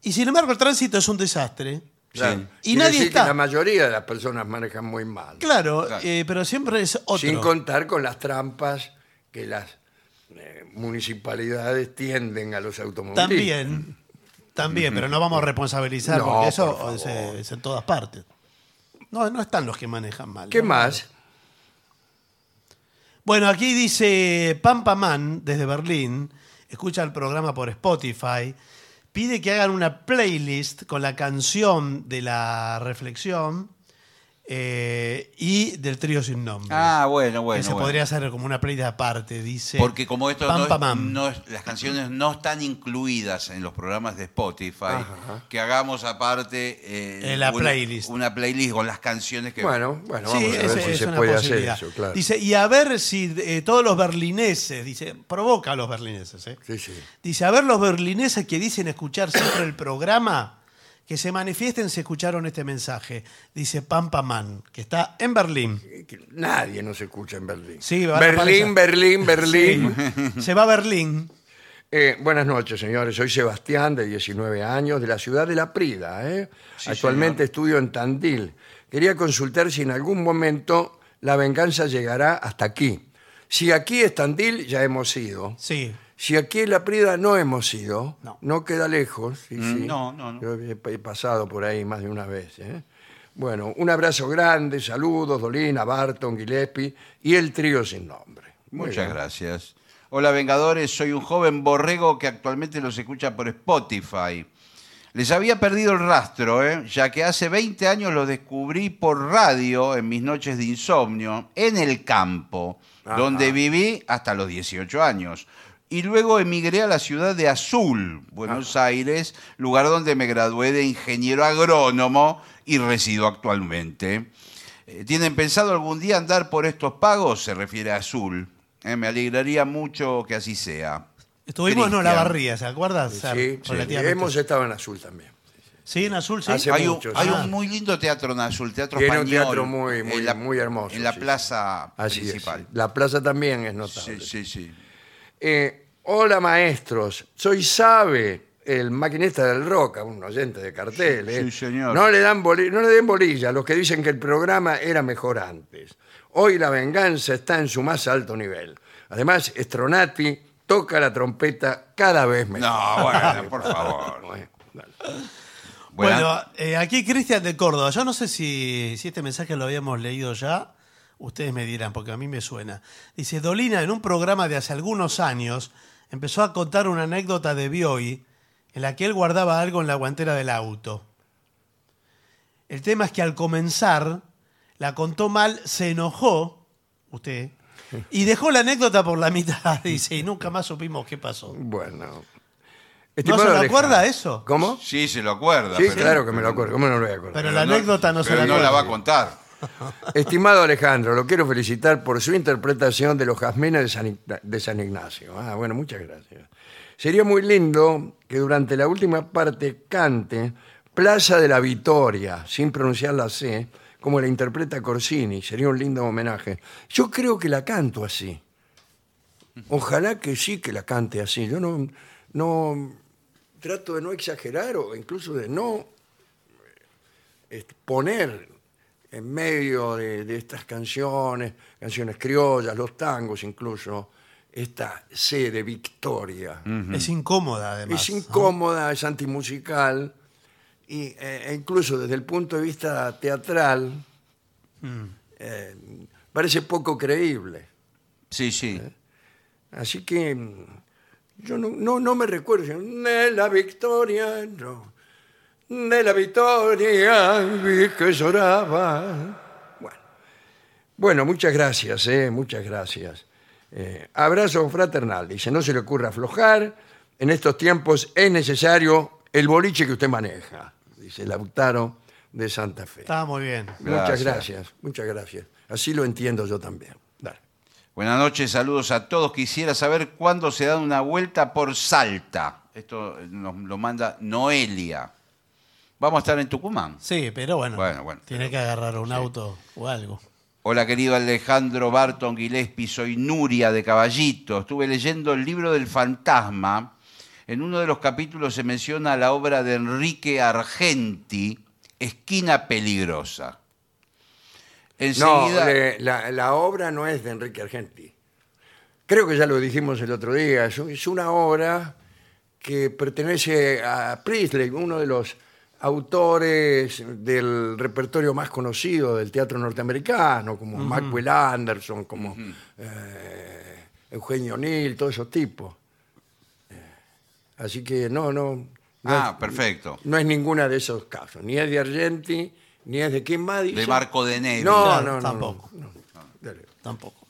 [SPEAKER 4] Y sin embargo el tránsito es un desastre.
[SPEAKER 2] Claro.
[SPEAKER 4] Y
[SPEAKER 2] Quiere
[SPEAKER 4] nadie
[SPEAKER 2] decir
[SPEAKER 4] está.
[SPEAKER 2] que la mayoría de las personas manejan muy mal.
[SPEAKER 4] Claro,
[SPEAKER 3] Claro.
[SPEAKER 4] eh, pero siempre es otro.
[SPEAKER 2] Sin contar con las trampas que las eh, municipalidades tienden a los automovilistas.
[SPEAKER 4] También, también, pero no vamos a responsabilizar
[SPEAKER 2] No,
[SPEAKER 4] porque eso
[SPEAKER 2] por
[SPEAKER 4] es,
[SPEAKER 2] favor.
[SPEAKER 4] eh, es en todas partes. No, no están los que manejan mal.
[SPEAKER 2] ¿Qué
[SPEAKER 4] ¿no?
[SPEAKER 2] más?
[SPEAKER 4] Bueno, aquí dice Pampa Man desde Berlín, escucha el programa por Spotify, pide que hagan una playlist con la canción de la reflexión eh, y del trío sin nombre.
[SPEAKER 3] Ah, bueno,
[SPEAKER 4] Que
[SPEAKER 3] bueno.
[SPEAKER 4] se
[SPEAKER 3] bueno.
[SPEAKER 4] podría hacer como una playlist aparte, dice.
[SPEAKER 3] Porque como esto no
[SPEAKER 4] Pampa
[SPEAKER 3] es-
[SPEAKER 4] Man.
[SPEAKER 3] no es- las canciones no están incluidas en los programas de Spotify,
[SPEAKER 2] Ajá.
[SPEAKER 3] que hagamos aparte eh,
[SPEAKER 4] Eh, la
[SPEAKER 3] una,
[SPEAKER 4] playlist.
[SPEAKER 3] una playlist con las canciones que
[SPEAKER 2] Bueno, bueno,
[SPEAKER 4] Sí,
[SPEAKER 2] vamos a ver
[SPEAKER 4] esa
[SPEAKER 2] si
[SPEAKER 4] es
[SPEAKER 2] se
[SPEAKER 4] una
[SPEAKER 2] puede hacer
[SPEAKER 4] posibilidad.
[SPEAKER 2] eso, claro.
[SPEAKER 4] Dice, y a ver si eh, todos los berlineses, dice, provoca a los berlineses, ¿eh?
[SPEAKER 2] Sí, sí.
[SPEAKER 4] Dice, a ver los berlineses que dicen escuchar siempre el programa, que se manifiesten si escucharon este mensaje. Dice Pampa Man, que está en Berlín.
[SPEAKER 2] Que Nadie nos escucha en Berlín.
[SPEAKER 4] Sí, van a
[SPEAKER 2] Berlín,
[SPEAKER 4] aparecer.
[SPEAKER 2] Berlín, Berlín.
[SPEAKER 4] Se va a Berlín.
[SPEAKER 2] Eh, buenas noches, señores. Soy Sebastián, de 19 años, de la ciudad de La Prida. ¿eh? Actualmente estudio en Tandil. Quería consultar si en algún momento la venganza llegará hasta aquí. Si aquí es Tandil, ya hemos ido.
[SPEAKER 4] Sí.
[SPEAKER 2] Si aquí en La Prida no hemos ido, no,
[SPEAKER 4] No.
[SPEAKER 2] queda lejos. sí, sí.
[SPEAKER 3] Mm, no, no, no.
[SPEAKER 2] Yo he he pasado por ahí más de una vez. ¿eh? Bueno, un abrazo grande, saludos, Dolina, Barton, Gillespie y el trío sin nombre. Muy
[SPEAKER 3] Muchas
[SPEAKER 2] bien.
[SPEAKER 3] gracias. Hola Vengadores, soy un joven borrego que actualmente los escucha por Spotify. Les había perdido el rastro, ¿eh? ya que hace 20 años los descubrí por radio en mis noches de insomnio, en el campo,
[SPEAKER 2] Ajá.
[SPEAKER 3] donde viví hasta los 18 años. Y luego emigré a la ciudad de Azul, Buenos Aires, lugar donde me gradué de ingeniero agrónomo y resido actualmente. Eh, ¿Tienen pensado algún día andar por estos pagos? Se refiere a Azul. Eh, me alegraría mucho que así sea.
[SPEAKER 4] Estuvimos en
[SPEAKER 3] Cristian.
[SPEAKER 4] Olavarría, ¿se acuerdas?
[SPEAKER 2] Sí, sí,
[SPEAKER 4] Relativamente.
[SPEAKER 2] hemos estado en azul también.
[SPEAKER 4] Sí, en azul, sí.
[SPEAKER 2] Hace
[SPEAKER 3] Hay,
[SPEAKER 2] mucho,
[SPEAKER 3] un, hay
[SPEAKER 4] sí.
[SPEAKER 3] un muy lindo teatro en Azul, Teatro
[SPEAKER 2] Tiene un
[SPEAKER 3] Español.
[SPEAKER 2] teatro muy, muy,
[SPEAKER 3] en la-
[SPEAKER 2] muy hermoso.
[SPEAKER 3] En la
[SPEAKER 2] sí.
[SPEAKER 3] plaza
[SPEAKER 2] Así es,
[SPEAKER 3] principal.
[SPEAKER 2] sí. La plaza también es notable.
[SPEAKER 3] Sí, sí, sí.
[SPEAKER 2] Eh, hola maestros, soy Sabe, el maquinista del rock, un oyente de cartel.
[SPEAKER 3] Sí,
[SPEAKER 2] eh.
[SPEAKER 3] sí, señor.
[SPEAKER 2] No le, dan boli- no le den bolilla a los que dicen que el programa era mejor antes. Hoy la venganza está en su más alto nivel. Además, Stronati toca la trompeta cada vez mejor.
[SPEAKER 3] No, bueno, por favor.
[SPEAKER 2] Bueno, dale.
[SPEAKER 3] Buena-
[SPEAKER 4] Bueno, eh, aquí Cristian de Córdoba. Yo no sé si, si este mensaje lo habíamos leído ya. Ustedes me dirán, porque a mí me suena. Dice, Dolina en un programa de hace algunos años empezó a contar una anécdota de Bioy en la que él guardaba algo en la guantera del auto. El tema es que al comenzar la contó mal, se enojó, usted, y dejó la anécdota por la mitad, dice, y nunca más supimos qué pasó.
[SPEAKER 2] Bueno.
[SPEAKER 4] se lo
[SPEAKER 2] Alejandro.
[SPEAKER 4] acuerda eso?
[SPEAKER 2] ¿Cómo?
[SPEAKER 3] Sí, se lo acuerda.
[SPEAKER 2] Sí,
[SPEAKER 3] pero-
[SPEAKER 2] claro que me lo acuerdo. ¿Cómo no lo voy a acordar?
[SPEAKER 4] Pero la anécdota no se
[SPEAKER 3] pero
[SPEAKER 4] la
[SPEAKER 3] no la va a
[SPEAKER 4] acuerda.
[SPEAKER 3] contar.
[SPEAKER 2] Estimado Alejandro, lo quiero felicitar por su interpretación de los jazmines de San, Igna- de San Ignacio. Ah, bueno, muchas gracias. Sería muy lindo que durante la última parte cante Plaza de la Vitoria, sin pronunciar la C, como la interpreta Corsini. Sería un lindo homenaje. Yo creo que la canto así. Ojalá que sí que la cante así. Yo no, no trato de no exagerar o incluso de no eh, poner en medio de, de estas canciones, canciones criollas, los tangos incluso, esta C de Victoria.
[SPEAKER 4] Es incómoda, además.
[SPEAKER 2] Es
[SPEAKER 4] ¿no?
[SPEAKER 2] incómoda, es antimusical, y, eh, e incluso desde el punto de vista teatral,
[SPEAKER 4] Mm.
[SPEAKER 2] eh, parece poco creíble.
[SPEAKER 3] Sí, sí.
[SPEAKER 2] ¿Eh? Así que mm, yo no, no, no me recuerdo. sino, De la victoria, no. De la victoria vi que lloraba. Bueno, bueno muchas gracias, eh, muchas gracias. Eh, abrazo fraternal. Dice, no se le ocurra aflojar. En estos tiempos es necesario el boliche que usted maneja. Dice Lautaro de Santa Fe.
[SPEAKER 4] Está muy bien.
[SPEAKER 2] Muchas
[SPEAKER 3] Gracias.
[SPEAKER 2] gracias, muchas gracias. Así lo entiendo yo también. Dale.
[SPEAKER 3] Buenas noches, saludos a todos. Quisiera saber cuándo se da una vuelta por Salta. Esto nos lo manda Noelia. Vamos a estar en Tucumán.
[SPEAKER 4] Sí, pero bueno.
[SPEAKER 3] Bueno, bueno,
[SPEAKER 4] tiene que agarrar un auto o algo.
[SPEAKER 3] Hola querido Alejandro Barton Gillespie, soy Nuria de Caballito. Estuve leyendo el libro del fantasma. En uno de los capítulos se menciona la obra de Enrique Argenti, Esquina Peligrosa.
[SPEAKER 2] No,
[SPEAKER 3] Enseguida,
[SPEAKER 2] de- la, la obra no es de Enrique Argenti. Creo que ya lo dijimos el otro día. Es, un- es una obra que pertenece a Priestley, uno de los autores del repertorio más conocido del teatro norteamericano, como Maxwell Anderson, como eh, Eugenio O'Neill, todos esos tipos. Eh, Así que no, no. no
[SPEAKER 3] Ah,
[SPEAKER 2] es-
[SPEAKER 3] perfecto.
[SPEAKER 2] No es ninguna de esos casos. Ni es de Argenti, ni es de quién más.
[SPEAKER 3] de
[SPEAKER 2] dice?
[SPEAKER 3] Marco de Negri.
[SPEAKER 2] No,
[SPEAKER 4] Claro,
[SPEAKER 2] no, no.
[SPEAKER 4] tampoco.
[SPEAKER 2] no, no. Dale.
[SPEAKER 4] Tampoco.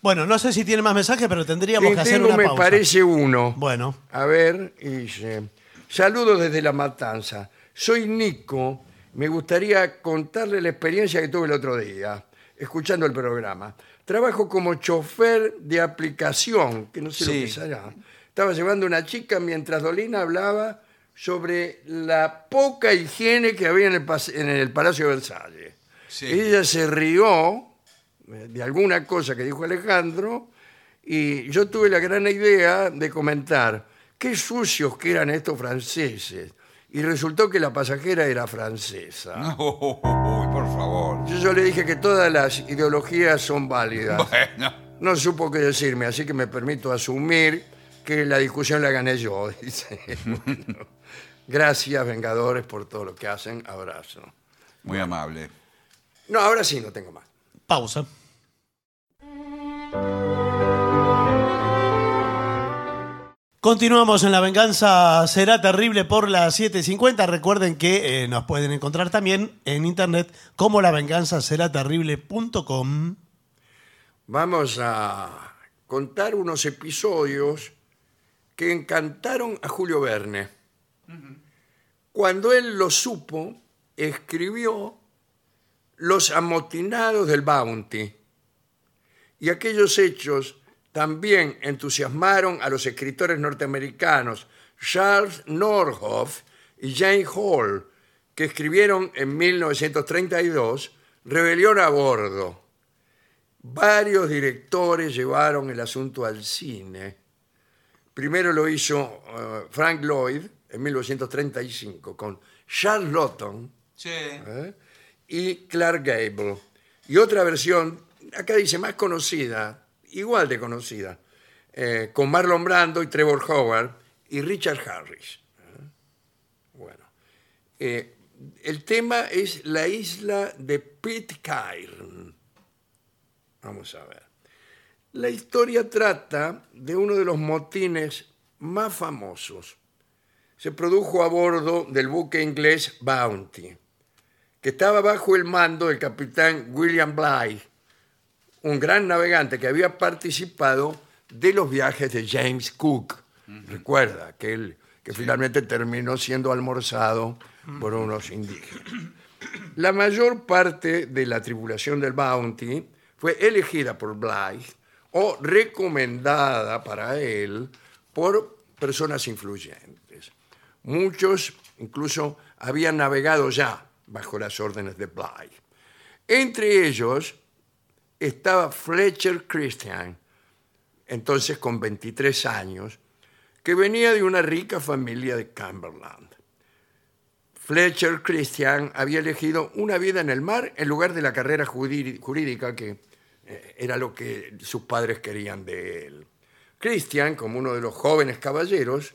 [SPEAKER 4] Bueno, no sé si tiene más mensajes, pero tendríamos que hacer
[SPEAKER 2] Tengo,
[SPEAKER 4] una
[SPEAKER 2] me
[SPEAKER 4] pausa.
[SPEAKER 2] parece uno.
[SPEAKER 4] Bueno,
[SPEAKER 2] A ver, dice. Saludos desde La Matanza. Soy Nico. Me gustaría contarle la experiencia que tuve el otro día, escuchando el programa. Trabajo como chofer de aplicación, que no sé lo
[SPEAKER 3] Sí.
[SPEAKER 2] que será. Estaba llevando una chica mientras Dolina hablaba sobre la poca higiene que había en el, pas- en el Palacio de Versalles.
[SPEAKER 3] Sí.
[SPEAKER 2] Ella se rió eh, de alguna cosa que dijo Alejandro y yo tuve la gran idea de comentar qué sucios que eran estos franceses y resultó que la pasajera era francesa.
[SPEAKER 3] Uy, por favor.
[SPEAKER 2] Yo, yo le dije que todas las ideologías son válidas.
[SPEAKER 3] Bueno,
[SPEAKER 2] No supo qué decirme, así que me permito asumir que la discusión la gané yo. dice. Bueno, gracias, Vengadores, por todo lo que hacen. Abrazo.
[SPEAKER 3] muy amable.
[SPEAKER 2] No, ahora sí no tengo más.
[SPEAKER 4] pausa. Continuamos en La Venganza Será Terrible por las 7.50. Recuerden que eh, nos pueden encontrar también en internet como lavenganzaseraterrible.com.
[SPEAKER 2] vamos a contar unos episodios que encantaron a Julio Verne. Cuando él lo supo, escribió Los amotinados del Bounty. Y aquellos hechos también entusiasmaron a los escritores norteamericanos Charles Norhoff y Jane Hall, que escribieron en 1932 Rebelión a Bordo. Varios directores llevaron el asunto al cine. Primero lo hizo eh, Frank Lloyd en 1935 con Charles Lawton
[SPEAKER 3] Sí.
[SPEAKER 2] ¿eh? y Clark Gable. Y otra versión, acá dice más conocida, igual de conocida, eh, con Marlon Brando y Trevor Howard y Richard Harris. ¿eh? Bueno, eh, el tema es la isla de Pitcairn. Vamos a ver. La historia trata de uno de los motines más famosos. Se produjo a bordo del buque inglés Bounty que estaba bajo el mando del capitán William Bligh, un gran navegante que había participado de los viajes de James Cook. Recuerda que él que finalmente terminó siendo almorzado por unos indígenas. La mayor parte de la tripulación del Bounty fue elegida por Bligh o recomendada para él por personas influyentes. Muchos incluso habían navegado ya bajo las órdenes de Bligh. Entre ellos estaba Fletcher Christian, entonces con 23 años, que venía de una rica familia de Cumberland. Fletcher Christian había elegido una vida en el mar en lugar de la carrera judi- jurídica que eh, era lo que sus padres querían de él. Christian, como uno de los jóvenes caballeros,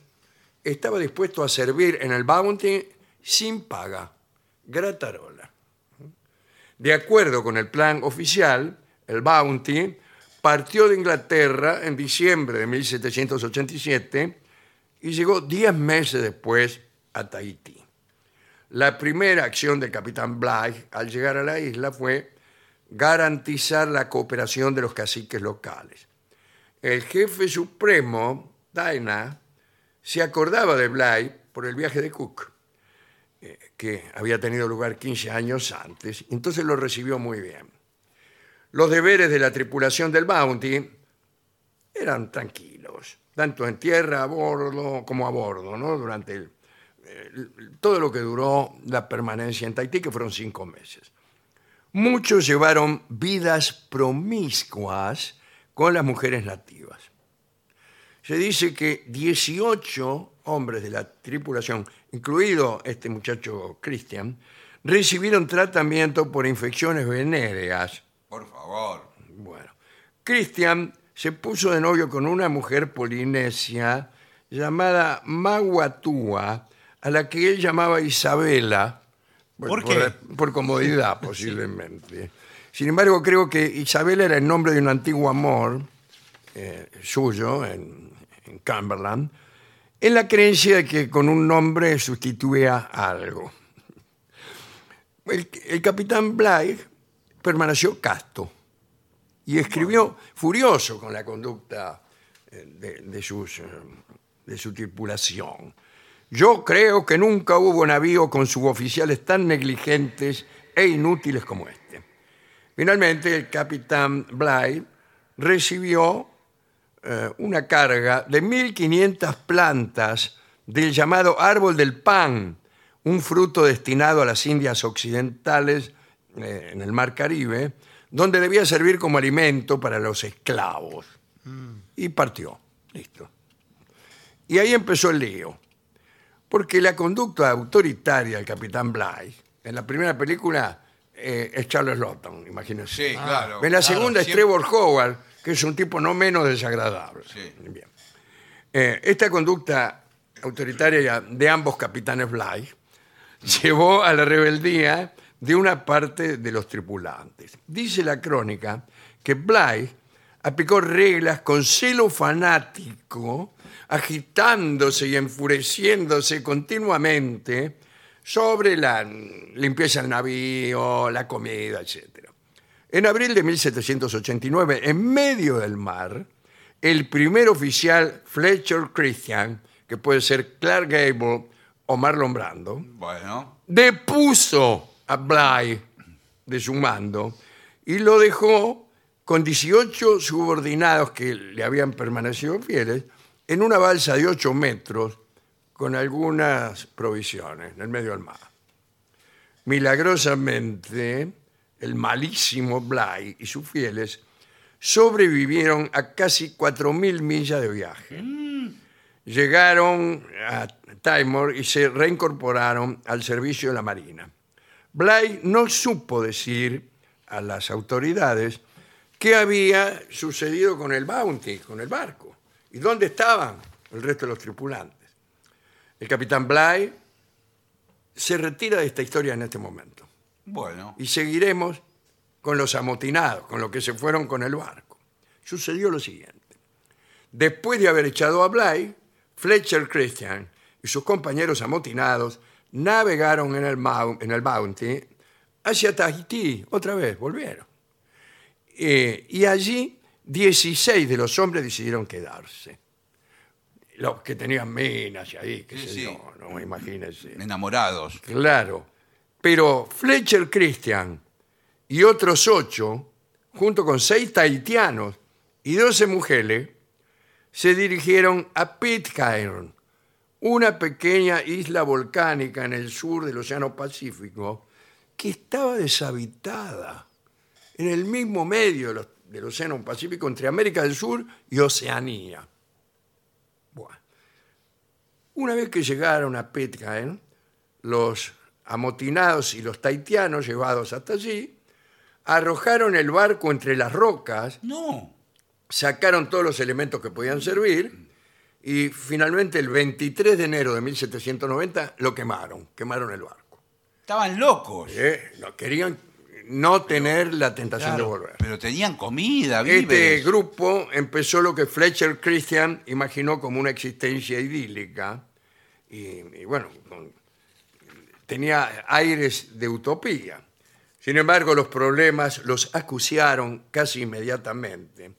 [SPEAKER 2] estaba dispuesto a servir en el Bounty sin paga, gratarola. De acuerdo con el plan oficial, el Bounty partió de Inglaterra en diciembre de 1787 y llegó 10 meses después a Tahití. La primera acción del capitán Bligh al llegar a la isla fue garantizar la cooperación de los caciques locales. El jefe supremo, Daina, se acordaba de Bligh por el viaje de Cook, eh, que había tenido lugar 15 años antes, entonces lo recibió muy bien. Los deberes de la tripulación del Bounty eran tranquilos, tanto en tierra, a bordo, como a bordo, ¿no? Durante el- el- todo lo que duró la permanencia en Tahití, que fueron cinco meses. Muchos llevaron vidas promiscuas con las mujeres nativas. Se dice que 18 hombres de la tripulación, incluido este muchacho Christian, recibieron tratamiento por infecciones venéreas.
[SPEAKER 3] Por favor.
[SPEAKER 2] Bueno, Christian se puso de novio con una mujer polinesia llamada Maguatúa, a la que él llamaba Isabela.
[SPEAKER 4] ¿Por qué?
[SPEAKER 2] por comodidad, posiblemente. Sin embargo, creo que Isabela era el nombre de un antiguo amor eh, suyo en, en Cumberland, en la creencia de que con un nombre sustituía algo. El, el capitán Bligh permaneció casto y escribió furioso con la conducta eh, de, de sus, eh, de su tripulación. Yo creo que nunca hubo navío con suboficiales tan negligentes e inútiles como este. Finalmente, el capitán Bligh recibió eh, una carga de 1.500 plantas del llamado árbol del pan, un fruto destinado a las Indias Occidentales eh, en el Mar Caribe, donde debía servir como alimento para los esclavos. Y partió, listo. Y ahí empezó el lío, porque la conducta autoritaria del capitán Bligh, en la primera película, eh, es Charles Lawton, imagínense.
[SPEAKER 3] Sí, claro.
[SPEAKER 2] En la
[SPEAKER 3] claro,
[SPEAKER 2] segunda es
[SPEAKER 3] siempre-
[SPEAKER 2] Trevor Howard, que es un tipo no menos desagradable.
[SPEAKER 3] Sí.
[SPEAKER 2] Bien. Eh, esta conducta autoritaria de ambos capitanes Bligh llevó a la rebeldía de una parte de los tripulantes. Dice la crónica que Bligh aplicó reglas con celo fanático, agitándose y enfureciéndose continuamente sobre la limpieza del navío, la comida, etcétera. En abril de 1789, en medio del mar, el primer oficial Fletcher Christian, que puede ser Clark Gable o Marlon Brando,
[SPEAKER 3] Bueno,
[SPEAKER 2] depuso a Bligh de su mando y lo dejó con 18 subordinados que le habían permanecido fieles en una balsa de 8 metros con algunas provisiones en el medio del mar. Milagrosamente, el malísimo Bligh y sus fieles sobrevivieron a casi 4.000 millas de viaje llegaron a Timor y se reincorporaron al servicio de la Marina. Bligh no supo decir a las autoridades qué había sucedido con el Bounty, con el barco, y dónde estaban el resto de los tripulantes. El capitán Bligh se retira de esta historia en este momento
[SPEAKER 3] bueno.
[SPEAKER 2] y seguiremos con los amotinados, con los que se fueron con el barco. Sucedió lo siguiente. Después de haber echado a Bligh, Fletcher Christian y sus compañeros amotinados navegaron en el, Mau- en el Bounty hacia Tahití, otra vez, volvieron. Eh, y allí 16 de los hombres decidieron quedarse. Los que tenían minas y ahí, que
[SPEAKER 3] Sí,
[SPEAKER 2] sé
[SPEAKER 3] sí.
[SPEAKER 2] yo, ¿no? imagínense.
[SPEAKER 3] Enamorados.
[SPEAKER 2] Claro. Pero Fletcher Christian y otros ocho, junto con seis tahitianos y doce mujeres, se dirigieron a Pitcairn, una pequeña isla volcánica en el sur del Océano Pacífico que estaba deshabitada en el mismo medio de los- del Océano Pacífico entre América del Sur y Oceanía. Bueno. Una vez que llegaron a Pitcairn, los amotinados y los taitianos llevados hasta allí arrojaron el barco entre las rocas,
[SPEAKER 3] No.
[SPEAKER 2] sacaron todos los elementos que podían servir y finalmente el 23 de enero de 1790 lo quemaron, quemaron el barco.
[SPEAKER 3] Estaban locos.
[SPEAKER 2] Eh, No querían no tener la tentación de volver.
[SPEAKER 3] Pero tenían comida,
[SPEAKER 2] Este
[SPEAKER 3] víveres.
[SPEAKER 2] grupo empezó lo que Fletcher Christian imaginó como una existencia idílica y, y bueno, con- tenía aires de utopía. Sin embargo, los problemas los acuciaron casi inmediatamente,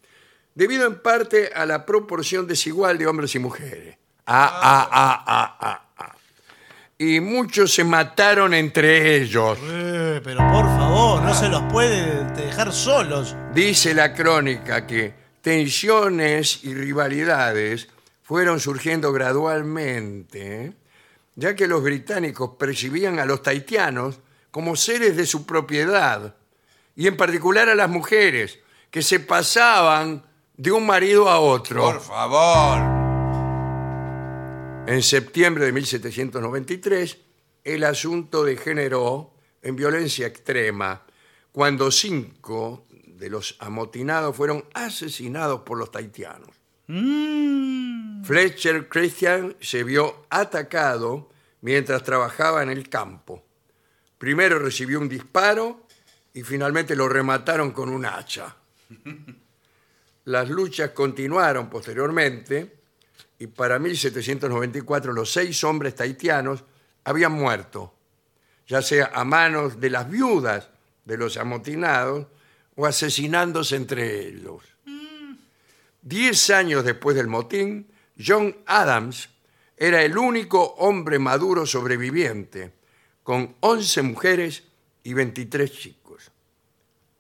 [SPEAKER 2] debido en parte a la proporción desigual de hombres y mujeres. Ah, ah, ah, ah, ah, ah. y muchos se mataron entre ellos,
[SPEAKER 4] Eh, pero por favor, no se los puede dejar solos.
[SPEAKER 2] Dice la crónica que tensiones y rivalidades fueron surgiendo gradualmente, ya que los británicos percibían a los taitianos como seres de su propiedad, y en particular a las mujeres, que se pasaban de un marido a
[SPEAKER 3] Por
[SPEAKER 2] otro.
[SPEAKER 3] favor.
[SPEAKER 2] En septiembre de 1793, el asunto degeneró en violencia extrema, cuando cinco de los amotinados fueron asesinados por los taitianos.
[SPEAKER 3] Mm.
[SPEAKER 2] Fletcher Christian se vio atacado mientras trabajaba en el campo. Primero recibió un disparo y finalmente lo remataron con un hacha. Las luchas continuaron posteriormente y para 1794 los seis hombres taitianos habían muerto, ya sea a manos de las viudas de los amotinados o asesinándose entre ellos. Diez años después del motín, John Adams era el único hombre maduro sobreviviente, con 11 mujeres y 23 chicos.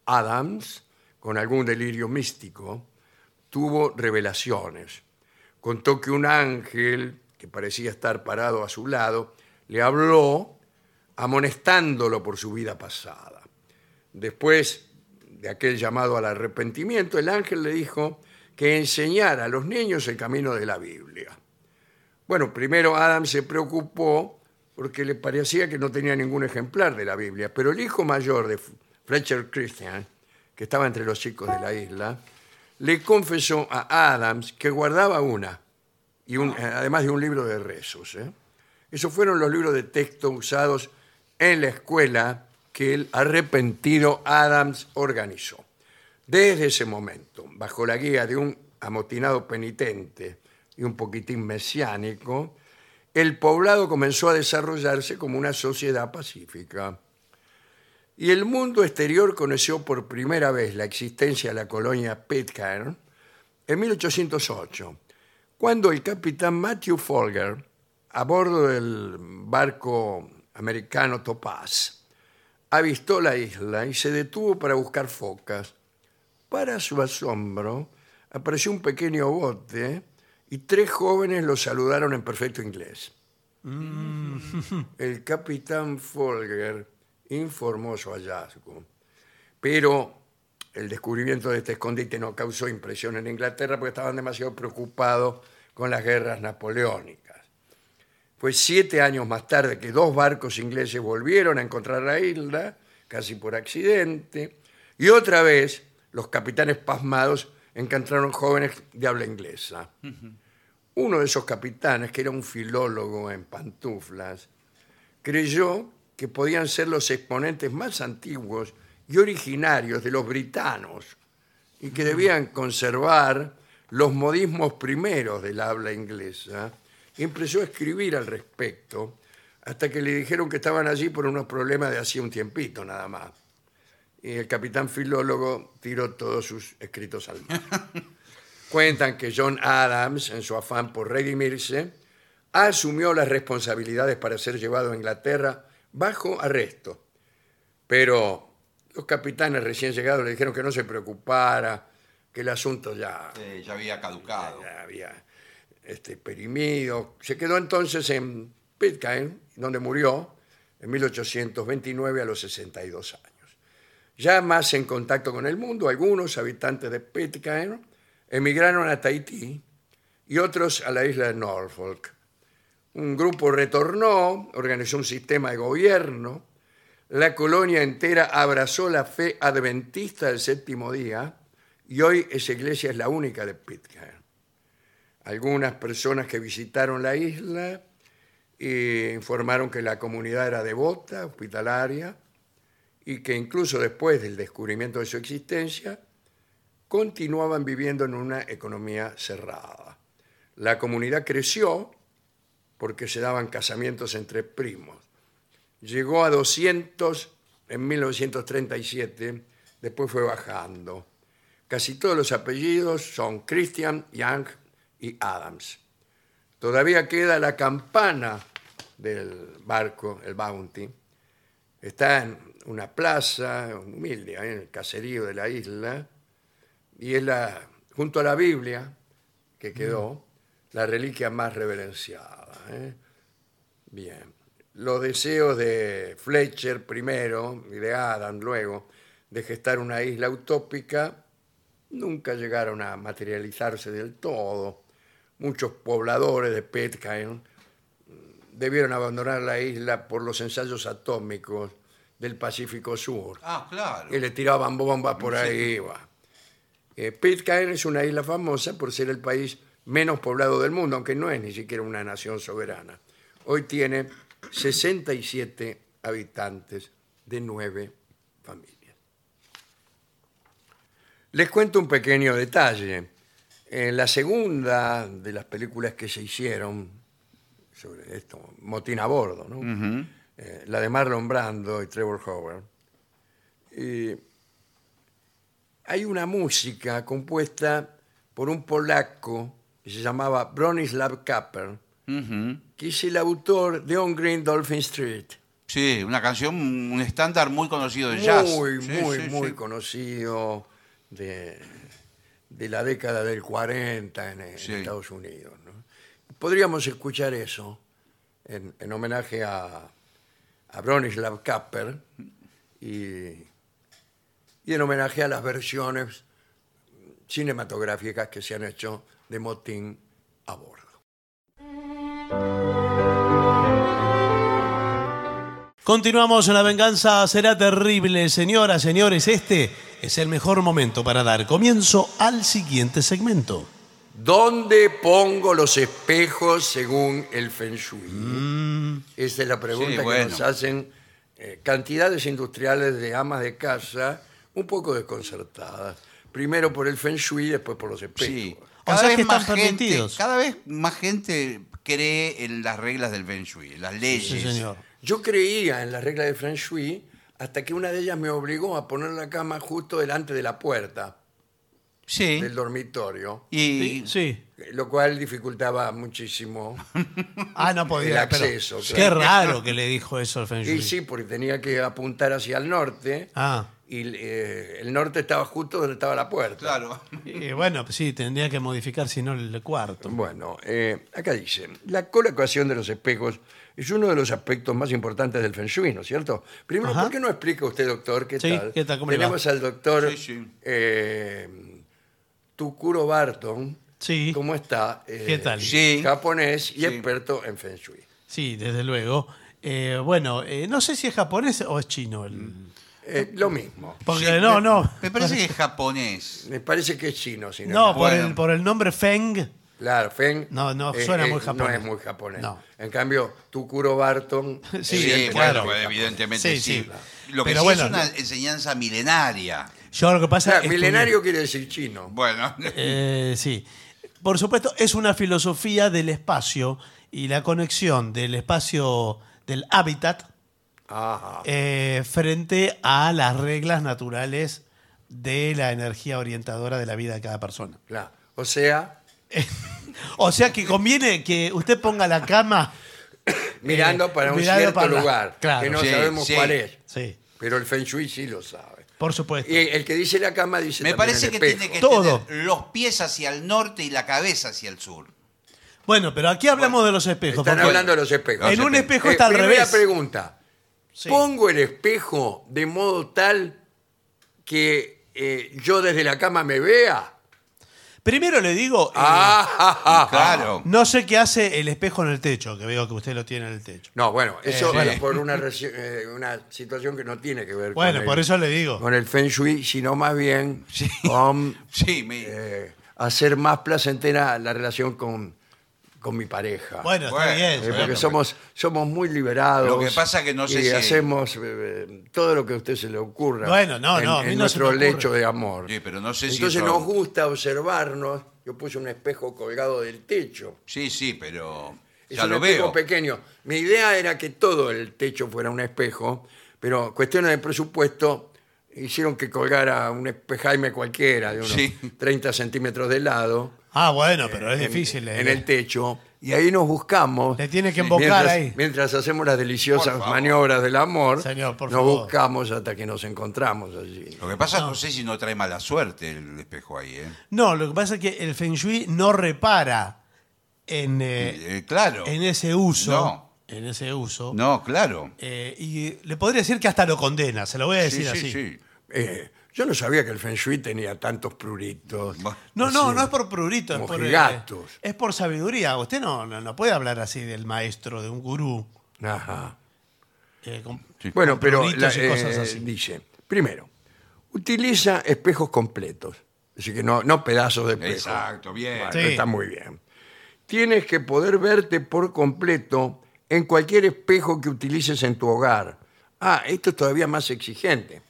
[SPEAKER 2] Adams, con algún delirio místico, tuvo revelaciones. Contó que un ángel, que parecía estar parado a su lado, le habló amonestándolo por su vida pasada. Después de aquel llamado al arrepentimiento, el ángel le dijo que enseñara a los niños el camino de la Biblia. Bueno, primero Adam se preocupó porque le parecía que no tenía ningún ejemplar de la Biblia, pero el hijo mayor de Fletcher Christian, que estaba entre los chicos de la isla, le confesó a Adams que guardaba una, y un- además de un libro de rezos. ¿eh? Esos fueron los libros de texto usados en la escuela que el arrepentido Adams organizó. Desde ese momento, bajo la guía de un amotinado penitente y un poquitín mesiánico, el poblado comenzó a desarrollarse como una sociedad pacífica. Y el mundo exterior conoció por primera vez la existencia de la colonia Pitcairn en 1808, cuando el capitán Matthew Folger, a bordo del barco americano Topaz, avistó la isla y se detuvo para buscar focas. Para su asombro, apareció un pequeño bote y tres jóvenes lo saludaron en perfecto inglés. El capitán Folger informó su hallazgo, pero el descubrimiento de este escondite no causó impresión en Inglaterra porque estaban demasiado preocupados con las guerras napoleónicas. Fue siete años más tarde que dos barcos ingleses volvieron a encontrar la isla, casi por accidente, y otra vez los capitanes pasmados encontraron jóvenes de habla inglesa. Uno de esos capitanes, que era un filólogo en pantuflas, creyó que podían ser los exponentes más antiguos y originarios de los britanos y que debían conservar los modismos primeros del habla inglesa, y empezó a escribir al respecto hasta que le dijeron que estaban allí por unos problemas de hacía un tiempito nada más. Y el capitán filólogo tiró todos sus escritos al mar. Cuentan que John Adams, en su afán por redimirse, asumió las responsabilidades para ser llevado a Inglaterra bajo arresto. Pero los capitanes recién llegados le dijeron que no se preocupara, que el asunto ya,
[SPEAKER 3] Eh, ya había caducado.
[SPEAKER 2] ya había este, perimido. Se quedó entonces en Pitcairn, donde murió en 1829 a los 62 años. Ya más en contacto con el mundo, algunos habitantes de Pitcairn emigraron a Tahití y otros a la isla de Norfolk. Un grupo retornó, organizó un sistema de gobierno, la colonia entera abrazó la fe adventista del séptimo día y hoy esa iglesia es la única de Pitcairn. Algunas personas que visitaron la isla eh, informaron que la comunidad era devota, hospitalaria, y que incluso después del descubrimiento de su existencia, continuaban viviendo en una economía cerrada. La comunidad creció porque se daban casamientos entre primos. Llegó a 200 en 1937, después fue bajando. Casi todos los apellidos son Christian, Young y Adams. Todavía queda la campana del barco, el Bounty, está en una plaza humilde, ahí en el caserío de la isla, y es la, junto a la Biblia que quedó, la reliquia más reverenciada. ¿eh? Bien. Los deseos de Fletcher primero y de Adam luego de gestar una isla utópica nunca llegaron a materializarse del todo. Muchos pobladores de Pitcairn debieron abandonar la isla por los ensayos atómicos del Pacífico Sur
[SPEAKER 3] Ah, claro.
[SPEAKER 2] y le tiraban bombas por ahí. va. Eh, Pitcairn es una isla famosa por ser el país menos poblado del mundo, aunque no es ni siquiera una nación soberana. Hoy tiene 67 habitantes de nueve familias. Les cuento un pequeño detalle. En la segunda de las películas que se hicieron sobre esto, Motín a Bordo, ¿no? Eh, la de Marlon Brando y Trevor Howard, y hay una música compuesta por un polaco que se llamaba Bronislav Kaper,
[SPEAKER 3] Ujú.
[SPEAKER 2] que es el autor de On Green Dolphin Street.
[SPEAKER 3] Sí, una canción, un estándar muy conocido de jazz.
[SPEAKER 2] Muy,
[SPEAKER 3] Sí,
[SPEAKER 2] muy,
[SPEAKER 3] sí,
[SPEAKER 2] muy
[SPEAKER 3] sí.
[SPEAKER 2] conocido de, de la década del 40 en, en
[SPEAKER 3] Sí.
[SPEAKER 2] Estados Unidos. ¿no? Podríamos escuchar eso en, en homenaje a, a Bronislav Kapper y, y en homenaje a las versiones cinematográficas que se han hecho de Motín a bordo.
[SPEAKER 4] Continuamos en la venganza. Será terrible, señoras, señores. Este es el mejor momento para dar comienzo al siguiente segmento.
[SPEAKER 2] ¿Dónde pongo los espejos según el Feng Shui? Esta es la pregunta
[SPEAKER 3] Mm. Sí,
[SPEAKER 2] que
[SPEAKER 3] bueno.
[SPEAKER 2] nos hacen eh, cantidades industriales de amas de casa un poco desconcertadas. Primero por el Feng Shui, después por los espejos.
[SPEAKER 3] Sí.
[SPEAKER 4] O sea que
[SPEAKER 3] más
[SPEAKER 4] están
[SPEAKER 3] gente-
[SPEAKER 4] permitidos.
[SPEAKER 3] cada vez más gente cree en las reglas del Feng Shui, en las leyes.
[SPEAKER 4] Sí, señor.
[SPEAKER 2] Yo creía en las reglas del Feng Shui hasta que una de ellas me obligó a poner la cama justo delante de la puerta
[SPEAKER 3] Sí.
[SPEAKER 2] del dormitorio,
[SPEAKER 3] Y
[SPEAKER 4] Sí. sí.
[SPEAKER 2] lo cual dificultaba muchísimo
[SPEAKER 4] Ah, no podía.
[SPEAKER 2] El
[SPEAKER 4] pero-
[SPEAKER 2] acceso, claro.
[SPEAKER 4] Qué raro que le dijo eso al Feng Shui.
[SPEAKER 2] Y sí, porque tenía que apuntar hacia el norte.
[SPEAKER 4] Ah.
[SPEAKER 2] Y eh, el norte estaba justo donde estaba la puerta.
[SPEAKER 3] claro.
[SPEAKER 4] Y bueno, pues sí, tendría que modificar si no el cuarto.
[SPEAKER 2] Bueno, eh, acá dice, la colocación de los espejos es uno de los aspectos más importantes del Feng Shui, ¿no es cierto? Primero,
[SPEAKER 4] Ajá.
[SPEAKER 2] ¿por qué no explica usted, doctor, qué
[SPEAKER 4] Sí,
[SPEAKER 2] tal?
[SPEAKER 4] ¿qué tal? ¿Cómo le va?
[SPEAKER 2] Tenemos al doctor
[SPEAKER 3] Sí, sí.
[SPEAKER 2] eh, Tukuro Barton,
[SPEAKER 4] Sí.
[SPEAKER 2] ¿cómo está? Eh,
[SPEAKER 4] ¿Qué tal?
[SPEAKER 3] Sí.
[SPEAKER 2] Japonés y
[SPEAKER 3] Sí.
[SPEAKER 2] experto en Feng Shui.
[SPEAKER 4] Sí, desde luego. Eh, bueno, eh, no sé si es japonés o es chino. El... Ah,
[SPEAKER 2] Eh, lo mismo.
[SPEAKER 4] Porque
[SPEAKER 3] Sí,
[SPEAKER 4] no,
[SPEAKER 3] me-
[SPEAKER 4] no.
[SPEAKER 3] Me parece que es japonés.
[SPEAKER 2] Me parece que es chino, si
[SPEAKER 4] No, por,
[SPEAKER 3] Bueno.
[SPEAKER 4] el, por el nombre Feng.
[SPEAKER 2] Claro, Feng. eh,
[SPEAKER 4] No, no, suena muy
[SPEAKER 2] No
[SPEAKER 4] japonés.
[SPEAKER 2] es muy japonés.
[SPEAKER 4] No.
[SPEAKER 2] En cambio, Tukuro Barton.
[SPEAKER 4] Sí,
[SPEAKER 2] evidentemente,
[SPEAKER 4] claro.
[SPEAKER 2] es
[SPEAKER 3] bueno,
[SPEAKER 2] japonés.
[SPEAKER 3] evidentemente
[SPEAKER 4] Sí,
[SPEAKER 3] sí.
[SPEAKER 4] sí.
[SPEAKER 3] Lo que
[SPEAKER 4] Pero
[SPEAKER 3] sí
[SPEAKER 4] bueno,
[SPEAKER 3] es una enseñanza milenaria.
[SPEAKER 4] Yo lo que
[SPEAKER 2] O
[SPEAKER 4] pasa
[SPEAKER 2] sea,
[SPEAKER 4] es que-
[SPEAKER 2] milenario quiere decir chino.
[SPEAKER 3] Bueno,
[SPEAKER 4] Eh, sí. Por supuesto, es una filosofía del espacio y la conexión del espacio del hábitat
[SPEAKER 2] Ajá.
[SPEAKER 4] eh, frente a las reglas naturales de la energía orientadora de la vida de cada persona.
[SPEAKER 2] Claro. O sea,
[SPEAKER 4] O sea que conviene que usted ponga la cama.
[SPEAKER 2] mirando para un
[SPEAKER 4] Eh, mirando
[SPEAKER 2] cierto
[SPEAKER 4] para la-
[SPEAKER 2] lugar,
[SPEAKER 4] claro.
[SPEAKER 2] que no
[SPEAKER 3] Sí,
[SPEAKER 2] sabemos
[SPEAKER 3] sí.
[SPEAKER 2] cuál es.
[SPEAKER 4] Sí,
[SPEAKER 2] Pero el Feng Shui sí lo sabe.
[SPEAKER 4] por supuesto.
[SPEAKER 2] Y el que dice la cama dice
[SPEAKER 3] me
[SPEAKER 2] también
[SPEAKER 3] parece
[SPEAKER 2] el
[SPEAKER 3] que
[SPEAKER 2] espejo.
[SPEAKER 3] tiene que
[SPEAKER 4] Todo.
[SPEAKER 3] tener los pies hacia el norte y la cabeza hacia el sur.
[SPEAKER 4] Bueno, pero aquí hablamos de los espejos.
[SPEAKER 2] Están
[SPEAKER 4] porque
[SPEAKER 2] hablando de los espejos.
[SPEAKER 4] En un
[SPEAKER 3] Eh,
[SPEAKER 4] espejo está al
[SPEAKER 2] primera
[SPEAKER 4] revés.
[SPEAKER 2] pregunta.
[SPEAKER 4] Sí.
[SPEAKER 2] ¿Pongo el espejo de modo tal que eh, yo desde la cama me vea?
[SPEAKER 4] Primero le digo, eh,
[SPEAKER 2] Ah, ah, ah,
[SPEAKER 3] Claro.
[SPEAKER 4] no sé qué hace el espejo en el techo, que veo que usted lo tiene en el techo.
[SPEAKER 2] No, bueno,
[SPEAKER 4] Eh,
[SPEAKER 2] eso
[SPEAKER 3] bueno.
[SPEAKER 2] es por una, reci- eh, una situación que no tiene que ver
[SPEAKER 4] Bueno,
[SPEAKER 2] con,
[SPEAKER 4] por
[SPEAKER 2] el,
[SPEAKER 4] eso le digo.
[SPEAKER 2] con el Feng Shui, sino más bien con
[SPEAKER 3] Sí, me-
[SPEAKER 2] eh, hacer más placentera la relación con, con mi pareja.
[SPEAKER 4] Bueno, está
[SPEAKER 3] Bueno,
[SPEAKER 4] bien.
[SPEAKER 2] Eh,
[SPEAKER 4] señor.
[SPEAKER 2] porque somos, somos muy liberados.
[SPEAKER 3] Lo que pasa que no sé
[SPEAKER 2] y
[SPEAKER 3] si-
[SPEAKER 2] hacemos eh, todo lo que a usted se le ocurra.
[SPEAKER 4] Bueno, no,
[SPEAKER 2] en,
[SPEAKER 4] no, a
[SPEAKER 2] en
[SPEAKER 4] mí no se me
[SPEAKER 2] nuestro
[SPEAKER 4] ocurre.
[SPEAKER 2] lecho de amor.
[SPEAKER 3] Sí, pero no sé si
[SPEAKER 2] Entonces
[SPEAKER 3] eso-
[SPEAKER 2] nos gusta observarnos. Yo puse un espejo colgado del techo.
[SPEAKER 3] Sí, sí, pero
[SPEAKER 2] Es
[SPEAKER 3] ya
[SPEAKER 2] un
[SPEAKER 3] lo
[SPEAKER 2] espejo
[SPEAKER 3] veo.
[SPEAKER 2] pequeño. Mi idea era que todo el techo fuera un espejo, pero cuestiones de presupuesto hicieron que colgara un espejaime cualquiera de unos
[SPEAKER 3] Sí.
[SPEAKER 2] 30 centímetros de lado
[SPEAKER 4] Ah, bueno, pero es
[SPEAKER 2] en-
[SPEAKER 4] difícil.
[SPEAKER 2] en,
[SPEAKER 4] eh.
[SPEAKER 2] el techo y y ahí nos buscamos.
[SPEAKER 4] Le tiene que embocar
[SPEAKER 2] mientras,
[SPEAKER 4] ahí.
[SPEAKER 2] Mientras hacemos las deliciosas
[SPEAKER 3] Por favor.
[SPEAKER 2] maniobras del amor,
[SPEAKER 4] Señor, por
[SPEAKER 2] nos
[SPEAKER 4] favor.
[SPEAKER 2] buscamos hasta que nos encontramos allí.
[SPEAKER 3] Lo que pasa, no sé si no trae mala suerte el espejo ahí, ¿eh?
[SPEAKER 4] No, lo que pasa es que el Feng Shui no repara en, eh,
[SPEAKER 3] Eh, claro.
[SPEAKER 4] en ese uso.
[SPEAKER 3] No.
[SPEAKER 4] En ese uso.
[SPEAKER 3] No, claro.
[SPEAKER 4] Eh, y le podría decir que hasta lo condena, se lo voy a
[SPEAKER 3] Sí,
[SPEAKER 4] decir
[SPEAKER 3] sí,
[SPEAKER 4] así.
[SPEAKER 3] sí.
[SPEAKER 2] Eh, yo no sabía que el Feng Shui tenía tantos pruritos.
[SPEAKER 3] Bueno.
[SPEAKER 4] No, no, no es por prurito, es por, eh,
[SPEAKER 2] Mojigatos.
[SPEAKER 4] es por sabiduría. Usted no, no, no puede hablar así del maestro, de un gurú.
[SPEAKER 2] Ajá.
[SPEAKER 4] eh, con-
[SPEAKER 2] Bueno,
[SPEAKER 4] con
[SPEAKER 2] pero
[SPEAKER 4] pruritos
[SPEAKER 2] la-
[SPEAKER 4] y cosas
[SPEAKER 2] eh,
[SPEAKER 4] así.
[SPEAKER 2] dice, primero, utiliza espejos completos, así que no, no pedazos de espejo.
[SPEAKER 3] Exacto, bien.
[SPEAKER 2] Bueno,
[SPEAKER 4] Sí.
[SPEAKER 2] Está muy bien. Tienes que poder verte por completo en cualquier espejo que utilices en tu hogar. Ah, esto es todavía más exigente.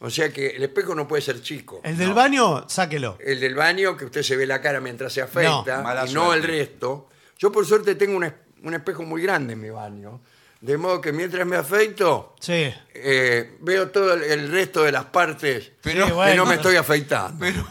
[SPEAKER 2] O sea que el espejo no puede ser chico.
[SPEAKER 4] El del baño, sáquelo.
[SPEAKER 2] El del baño, que usted se ve la cara mientras se afeita,
[SPEAKER 3] No, mala
[SPEAKER 2] y no el
[SPEAKER 3] suerte.
[SPEAKER 2] resto. Yo por suerte tengo un, es- un espejo muy grande en mi baño, de modo que mientras me afeito,
[SPEAKER 4] Sí.
[SPEAKER 2] eh, veo todo el, el resto de las partes
[SPEAKER 3] Pero-
[SPEAKER 4] Sí,
[SPEAKER 2] que no
[SPEAKER 4] bueno.
[SPEAKER 2] me estoy afeitando.
[SPEAKER 3] Pero,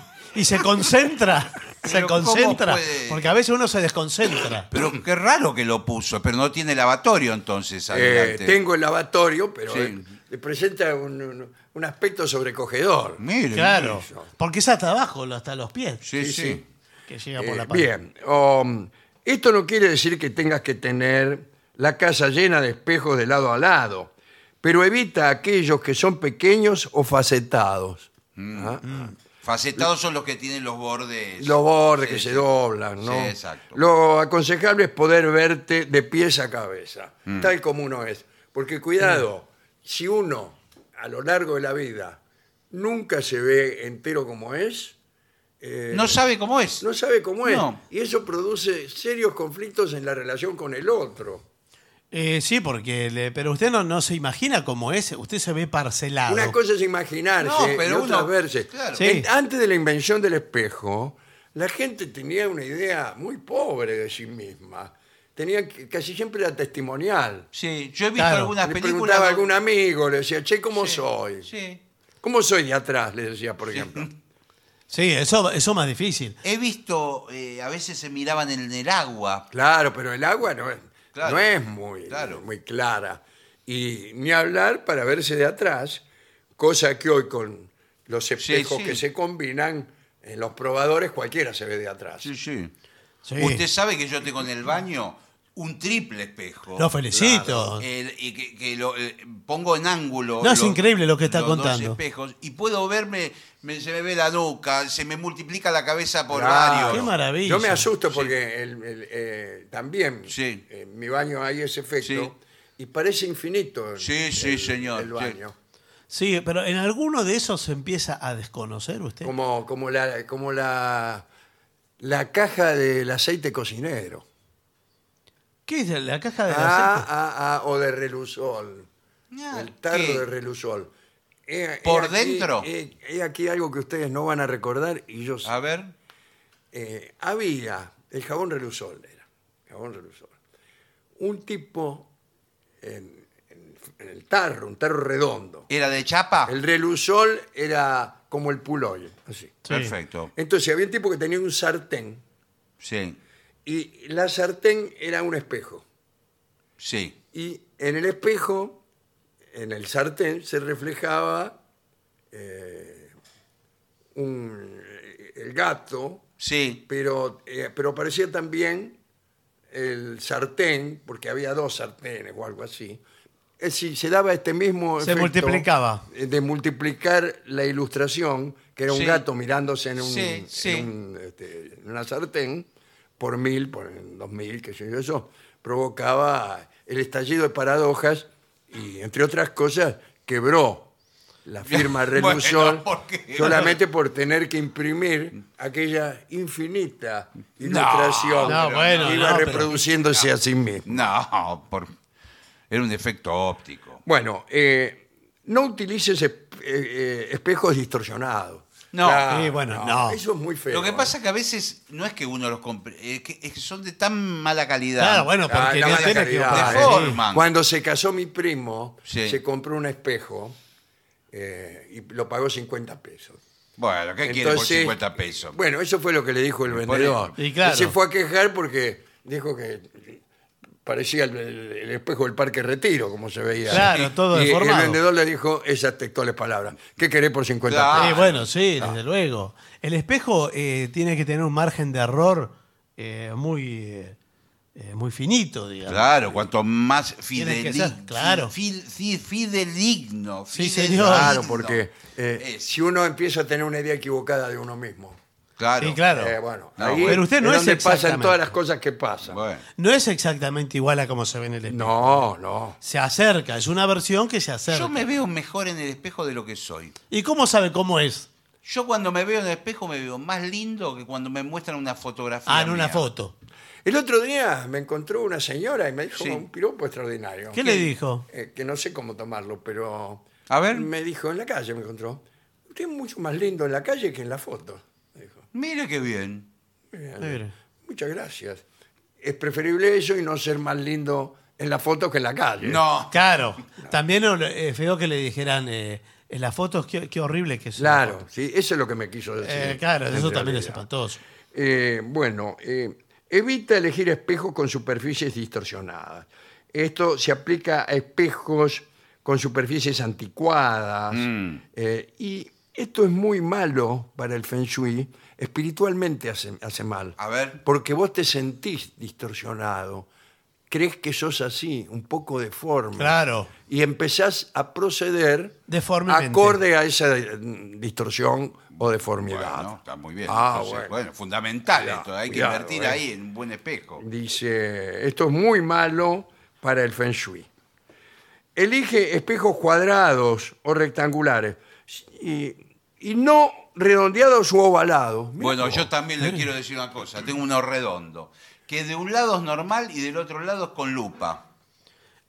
[SPEAKER 4] Y se concentra, se
[SPEAKER 3] Pero ¿cómo
[SPEAKER 4] concentra.
[SPEAKER 3] puede?
[SPEAKER 4] Porque a veces uno se desconcentra.
[SPEAKER 3] pero qué raro que lo puso, pero no tiene lavatorio entonces.
[SPEAKER 2] Eh,
[SPEAKER 3] Adelante.
[SPEAKER 2] tengo el lavatorio, pero
[SPEAKER 3] Sí.
[SPEAKER 2] eh, le presenta un, un- un aspecto sobrecogedor.
[SPEAKER 3] Mire,
[SPEAKER 4] Claro.
[SPEAKER 3] mire.
[SPEAKER 4] Porque es hasta abajo, hasta los pies.
[SPEAKER 3] Sí, sí.
[SPEAKER 2] Sí, sí.
[SPEAKER 4] Que llega por
[SPEAKER 2] Eh,
[SPEAKER 4] la pared.
[SPEAKER 2] bien, um, esto no quiere decir que tengas que tener la casa llena de espejos de lado a lado, pero evita aquellos que son pequeños o facetados.
[SPEAKER 3] Mm.
[SPEAKER 2] Ah,
[SPEAKER 4] Mm.
[SPEAKER 3] Facetados son los que tienen los bordes.
[SPEAKER 2] Los bordes
[SPEAKER 3] Sí,
[SPEAKER 2] que
[SPEAKER 3] sí.
[SPEAKER 2] se doblan, ¿no?
[SPEAKER 3] Sí, exacto.
[SPEAKER 2] Lo aconsejable es poder verte de pies a cabeza,
[SPEAKER 3] Mm.
[SPEAKER 2] tal como uno es. Porque cuidado, si uno a lo largo de la vida nunca se ve entero como es, eh,
[SPEAKER 3] No sabe cómo es.
[SPEAKER 2] no sabe cómo es.
[SPEAKER 3] No.
[SPEAKER 2] Y eso produce serios conflictos en la relación con el otro.
[SPEAKER 4] Eh, sí, porque le- pero usted no, no se imagina cómo es. Usted se ve parcelado.
[SPEAKER 2] Una cosa es imaginarse
[SPEAKER 3] No,
[SPEAKER 2] y
[SPEAKER 3] pero
[SPEAKER 2] otra
[SPEAKER 3] uno-
[SPEAKER 2] es verse.
[SPEAKER 3] claro.
[SPEAKER 4] Sí.
[SPEAKER 2] En- antes de la invención del espejo, la gente tenía una idea muy pobre de sí misma. Tenía que- casi siempre la testimonial.
[SPEAKER 3] Sí, yo he visto
[SPEAKER 4] Claro.
[SPEAKER 3] algunas
[SPEAKER 2] le
[SPEAKER 3] películas.
[SPEAKER 2] preguntaba a algún
[SPEAKER 3] donde-
[SPEAKER 2] amigo, le decía, che, ¿cómo soy?
[SPEAKER 3] Sí.
[SPEAKER 2] ¿Cómo soy de atrás? Le decía, por ejemplo.
[SPEAKER 4] Sí, eso eso más difícil.
[SPEAKER 3] He visto, eh, a veces se miraban en el agua.
[SPEAKER 2] Claro, pero el agua no es,
[SPEAKER 3] Claro.
[SPEAKER 2] no es muy,
[SPEAKER 3] Claro.
[SPEAKER 2] muy clara. Y ni hablar para verse de atrás, cosa que hoy con los espejos
[SPEAKER 3] sí.
[SPEAKER 2] que se combinan en los probadores cualquiera se ve de atrás.
[SPEAKER 3] sí.
[SPEAKER 4] Sí.
[SPEAKER 3] Usted sabe que yo tengo en el baño un triple espejo.
[SPEAKER 4] Lo felicito.
[SPEAKER 3] El- y que, que lo eh, pongo en ángulo.
[SPEAKER 4] No, es
[SPEAKER 3] los-
[SPEAKER 4] increíble lo que está
[SPEAKER 3] los dos
[SPEAKER 4] contando.
[SPEAKER 3] espejos, y puedo verme, me- se me ve la nuca, se me multiplica la cabeza por
[SPEAKER 2] Claro.
[SPEAKER 3] varios.
[SPEAKER 4] Qué maravilla.
[SPEAKER 2] Yo me asusto porque el- el, eh, también
[SPEAKER 3] Sí.
[SPEAKER 2] en mi baño hay ese efecto
[SPEAKER 3] Sí.
[SPEAKER 2] y parece infinito el,
[SPEAKER 3] Sí, sí,
[SPEAKER 2] el-
[SPEAKER 3] señor,
[SPEAKER 2] el
[SPEAKER 3] sí.
[SPEAKER 2] baño.
[SPEAKER 4] Sí, pero en alguno de esos se empieza a desconocer usted.
[SPEAKER 2] Como, como, la, como la, la caja del aceite cocinero.
[SPEAKER 4] ¿Qué es la caja de
[SPEAKER 2] Ah,
[SPEAKER 4] aceite?
[SPEAKER 2] ah, ah, o de relusol.
[SPEAKER 3] Ah,
[SPEAKER 2] el tarro
[SPEAKER 3] ¿qué?
[SPEAKER 2] de relusol. He- he
[SPEAKER 3] ¿Por
[SPEAKER 2] aquí-
[SPEAKER 3] dentro? Ah.
[SPEAKER 2] He, he aquí algo que ustedes no van a recordar y yo sí.
[SPEAKER 3] A ver.
[SPEAKER 2] Eh, había el jabón relusol, era, jabón relusol. Un tipo en, en- en el tarro, un tarro redondo.
[SPEAKER 3] ¿Era de chapa?
[SPEAKER 2] El relusol era como el puloy, así.
[SPEAKER 4] Sí.
[SPEAKER 3] Perfecto.
[SPEAKER 2] Entonces había un tipo que tenía un sartén
[SPEAKER 3] Sí,
[SPEAKER 2] y la sartén era un espejo.
[SPEAKER 3] sí.
[SPEAKER 2] Y en el espejo, en el sartén, se reflejaba eh, un- el gato,
[SPEAKER 3] Sí,
[SPEAKER 2] pero, eh, pero aparecía también el sartén, porque había dos sartenes o algo así. Es decir, se daba este mismo
[SPEAKER 4] Se
[SPEAKER 2] efecto eh,
[SPEAKER 4] multiplicaba.
[SPEAKER 2] De multiplicar la ilustración, que era un
[SPEAKER 3] Sí.
[SPEAKER 2] gato mirándose en, un,
[SPEAKER 3] Sí,
[SPEAKER 2] en
[SPEAKER 3] sí.
[SPEAKER 2] un, este, en una sartén, por mil, por dos mil, qué sé yo, eso provocaba el estallido de paradojas y, entre otras cosas, quebró la firma
[SPEAKER 3] Bueno,
[SPEAKER 2] Renusol
[SPEAKER 3] ¿por qué?
[SPEAKER 2] solamente por tener que imprimir aquella infinita ilustración
[SPEAKER 4] no,
[SPEAKER 2] que
[SPEAKER 4] bueno,
[SPEAKER 2] iba
[SPEAKER 4] no, pero-
[SPEAKER 2] reproduciéndose a sí mismo.
[SPEAKER 3] no, por... era un defecto óptico.
[SPEAKER 2] Bueno, eh, no utilices esp- eh, eh, espejos distorsionados.
[SPEAKER 3] No.
[SPEAKER 4] Sí, bueno, no.
[SPEAKER 2] Eso es muy feo.
[SPEAKER 3] Lo que pasa es que a veces no es que uno los compre, es que, es que son de tan mala calidad.
[SPEAKER 4] Claro, bueno,
[SPEAKER 2] Ah,
[SPEAKER 4] porque
[SPEAKER 2] la
[SPEAKER 4] no
[SPEAKER 2] mala
[SPEAKER 4] tiene que
[SPEAKER 2] calidad,
[SPEAKER 3] De
[SPEAKER 2] ¿eh?
[SPEAKER 3] forma.
[SPEAKER 2] Cuando se casó mi primo,
[SPEAKER 3] Sí.
[SPEAKER 2] se compró un espejo eh, y lo pagó 50 pesos.
[SPEAKER 3] Bueno, ¿qué quiere por
[SPEAKER 2] Entonces,
[SPEAKER 3] 50 pesos?
[SPEAKER 2] Bueno, eso fue lo que le dijo el
[SPEAKER 3] Por
[SPEAKER 2] vendedor.
[SPEAKER 4] eso. Y claro.
[SPEAKER 2] se fue a quejar porque dijo que parecía el, el espejo del Parque Retiro, como se veía.
[SPEAKER 4] Claro, todo
[SPEAKER 2] y el
[SPEAKER 4] deformado.
[SPEAKER 2] vendedor le dijo esas textuales palabras. ¿Qué querés por 50
[SPEAKER 3] Claro.
[SPEAKER 2] pesos?
[SPEAKER 4] Sí, bueno, sí,
[SPEAKER 2] Ah.
[SPEAKER 4] desde luego. El espejo eh, tiene que tener un margen de error eh, muy, eh, eh, muy finito, digamos.
[SPEAKER 3] Claro, cuanto más
[SPEAKER 4] Tiene que
[SPEAKER 3] fideligno.
[SPEAKER 4] ser, claro.
[SPEAKER 3] fideligno.
[SPEAKER 4] Sí,
[SPEAKER 3] fidedigno.
[SPEAKER 4] señor.
[SPEAKER 2] Claro, porque eh,
[SPEAKER 3] Es,
[SPEAKER 2] si uno empieza a tener una idea equivocada de uno mismo,
[SPEAKER 3] claro.
[SPEAKER 4] Sí, claro.
[SPEAKER 2] eh, bueno,
[SPEAKER 3] No,
[SPEAKER 2] ahí
[SPEAKER 4] pero usted no es
[SPEAKER 2] donde pasan
[SPEAKER 4] exactamente.
[SPEAKER 2] todas las cosas que pasan.
[SPEAKER 3] Bueno,
[SPEAKER 4] No es exactamente igual a como se ve en el espejo.
[SPEAKER 2] No, no.
[SPEAKER 4] Se acerca, es una versión que se acerca.
[SPEAKER 3] yo me veo mejor en el espejo de lo que soy.
[SPEAKER 4] ¿Y cómo sabe cómo es?
[SPEAKER 3] Yo cuando me veo en el espejo me veo más lindo que cuando me muestran una fotografía.
[SPEAKER 4] Ah, en una
[SPEAKER 3] mía.
[SPEAKER 4] foto.
[SPEAKER 2] El otro día me encontró una señora y me dijo
[SPEAKER 3] Sí.
[SPEAKER 2] un piropo extraordinario.
[SPEAKER 4] ¿Qué le dijo?
[SPEAKER 2] Eh, que no sé cómo tomarlo, pero...
[SPEAKER 3] A ver.
[SPEAKER 2] Me dijo, en la calle me encontró. Usted es mucho más lindo en la calle que en la foto. Me dijo,
[SPEAKER 3] Mire qué bien.
[SPEAKER 4] Mire.
[SPEAKER 2] muchas gracias. Es preferible eso y no ser más lindo en la foto que en la calle.
[SPEAKER 3] Ah. No.
[SPEAKER 4] Claro. También eh, es feo que le dijeran eh, en las fotos qué, qué horrible que es. una
[SPEAKER 2] Claro,
[SPEAKER 4] foto.
[SPEAKER 2] sí, eso es lo que me quiso decir.
[SPEAKER 4] Eh, claro,
[SPEAKER 2] en
[SPEAKER 4] eso también es
[SPEAKER 2] realidad.
[SPEAKER 4] espantoso.
[SPEAKER 2] Eh, bueno, eh, evita elegir espejos con superficies distorsionadas. Esto se aplica a espejos con superficies anticuadas.
[SPEAKER 3] Mm.
[SPEAKER 2] eh, y esto es muy malo para el feng shui. Espiritualmente hace, hace mal.
[SPEAKER 3] A ver.
[SPEAKER 2] Porque vos te sentís distorsionado. Crees que sos así, un poco deforme.
[SPEAKER 4] Claro.
[SPEAKER 2] Y empezás a proceder
[SPEAKER 4] Deformemente.
[SPEAKER 2] acorde a esa eh, distorsión o deformidad.
[SPEAKER 3] Bueno, está muy bien.
[SPEAKER 2] Ah,
[SPEAKER 3] Entonces,
[SPEAKER 2] bueno.
[SPEAKER 3] bueno. fundamental
[SPEAKER 2] Cuidado,
[SPEAKER 3] esto. Hay que
[SPEAKER 2] cuidado,
[SPEAKER 3] invertir
[SPEAKER 2] eh.
[SPEAKER 3] ahí en un buen espejo.
[SPEAKER 2] Dice, esto es muy malo para el feng shui. Elige espejos cuadrados o rectangulares y, y no redondeados u ovalados. Mirá
[SPEAKER 3] Bueno,
[SPEAKER 2] vos.
[SPEAKER 3] yo también le quiero decir una cosa. Tengo uno redondo. Que de un lado es normal y del otro lado es con lupa.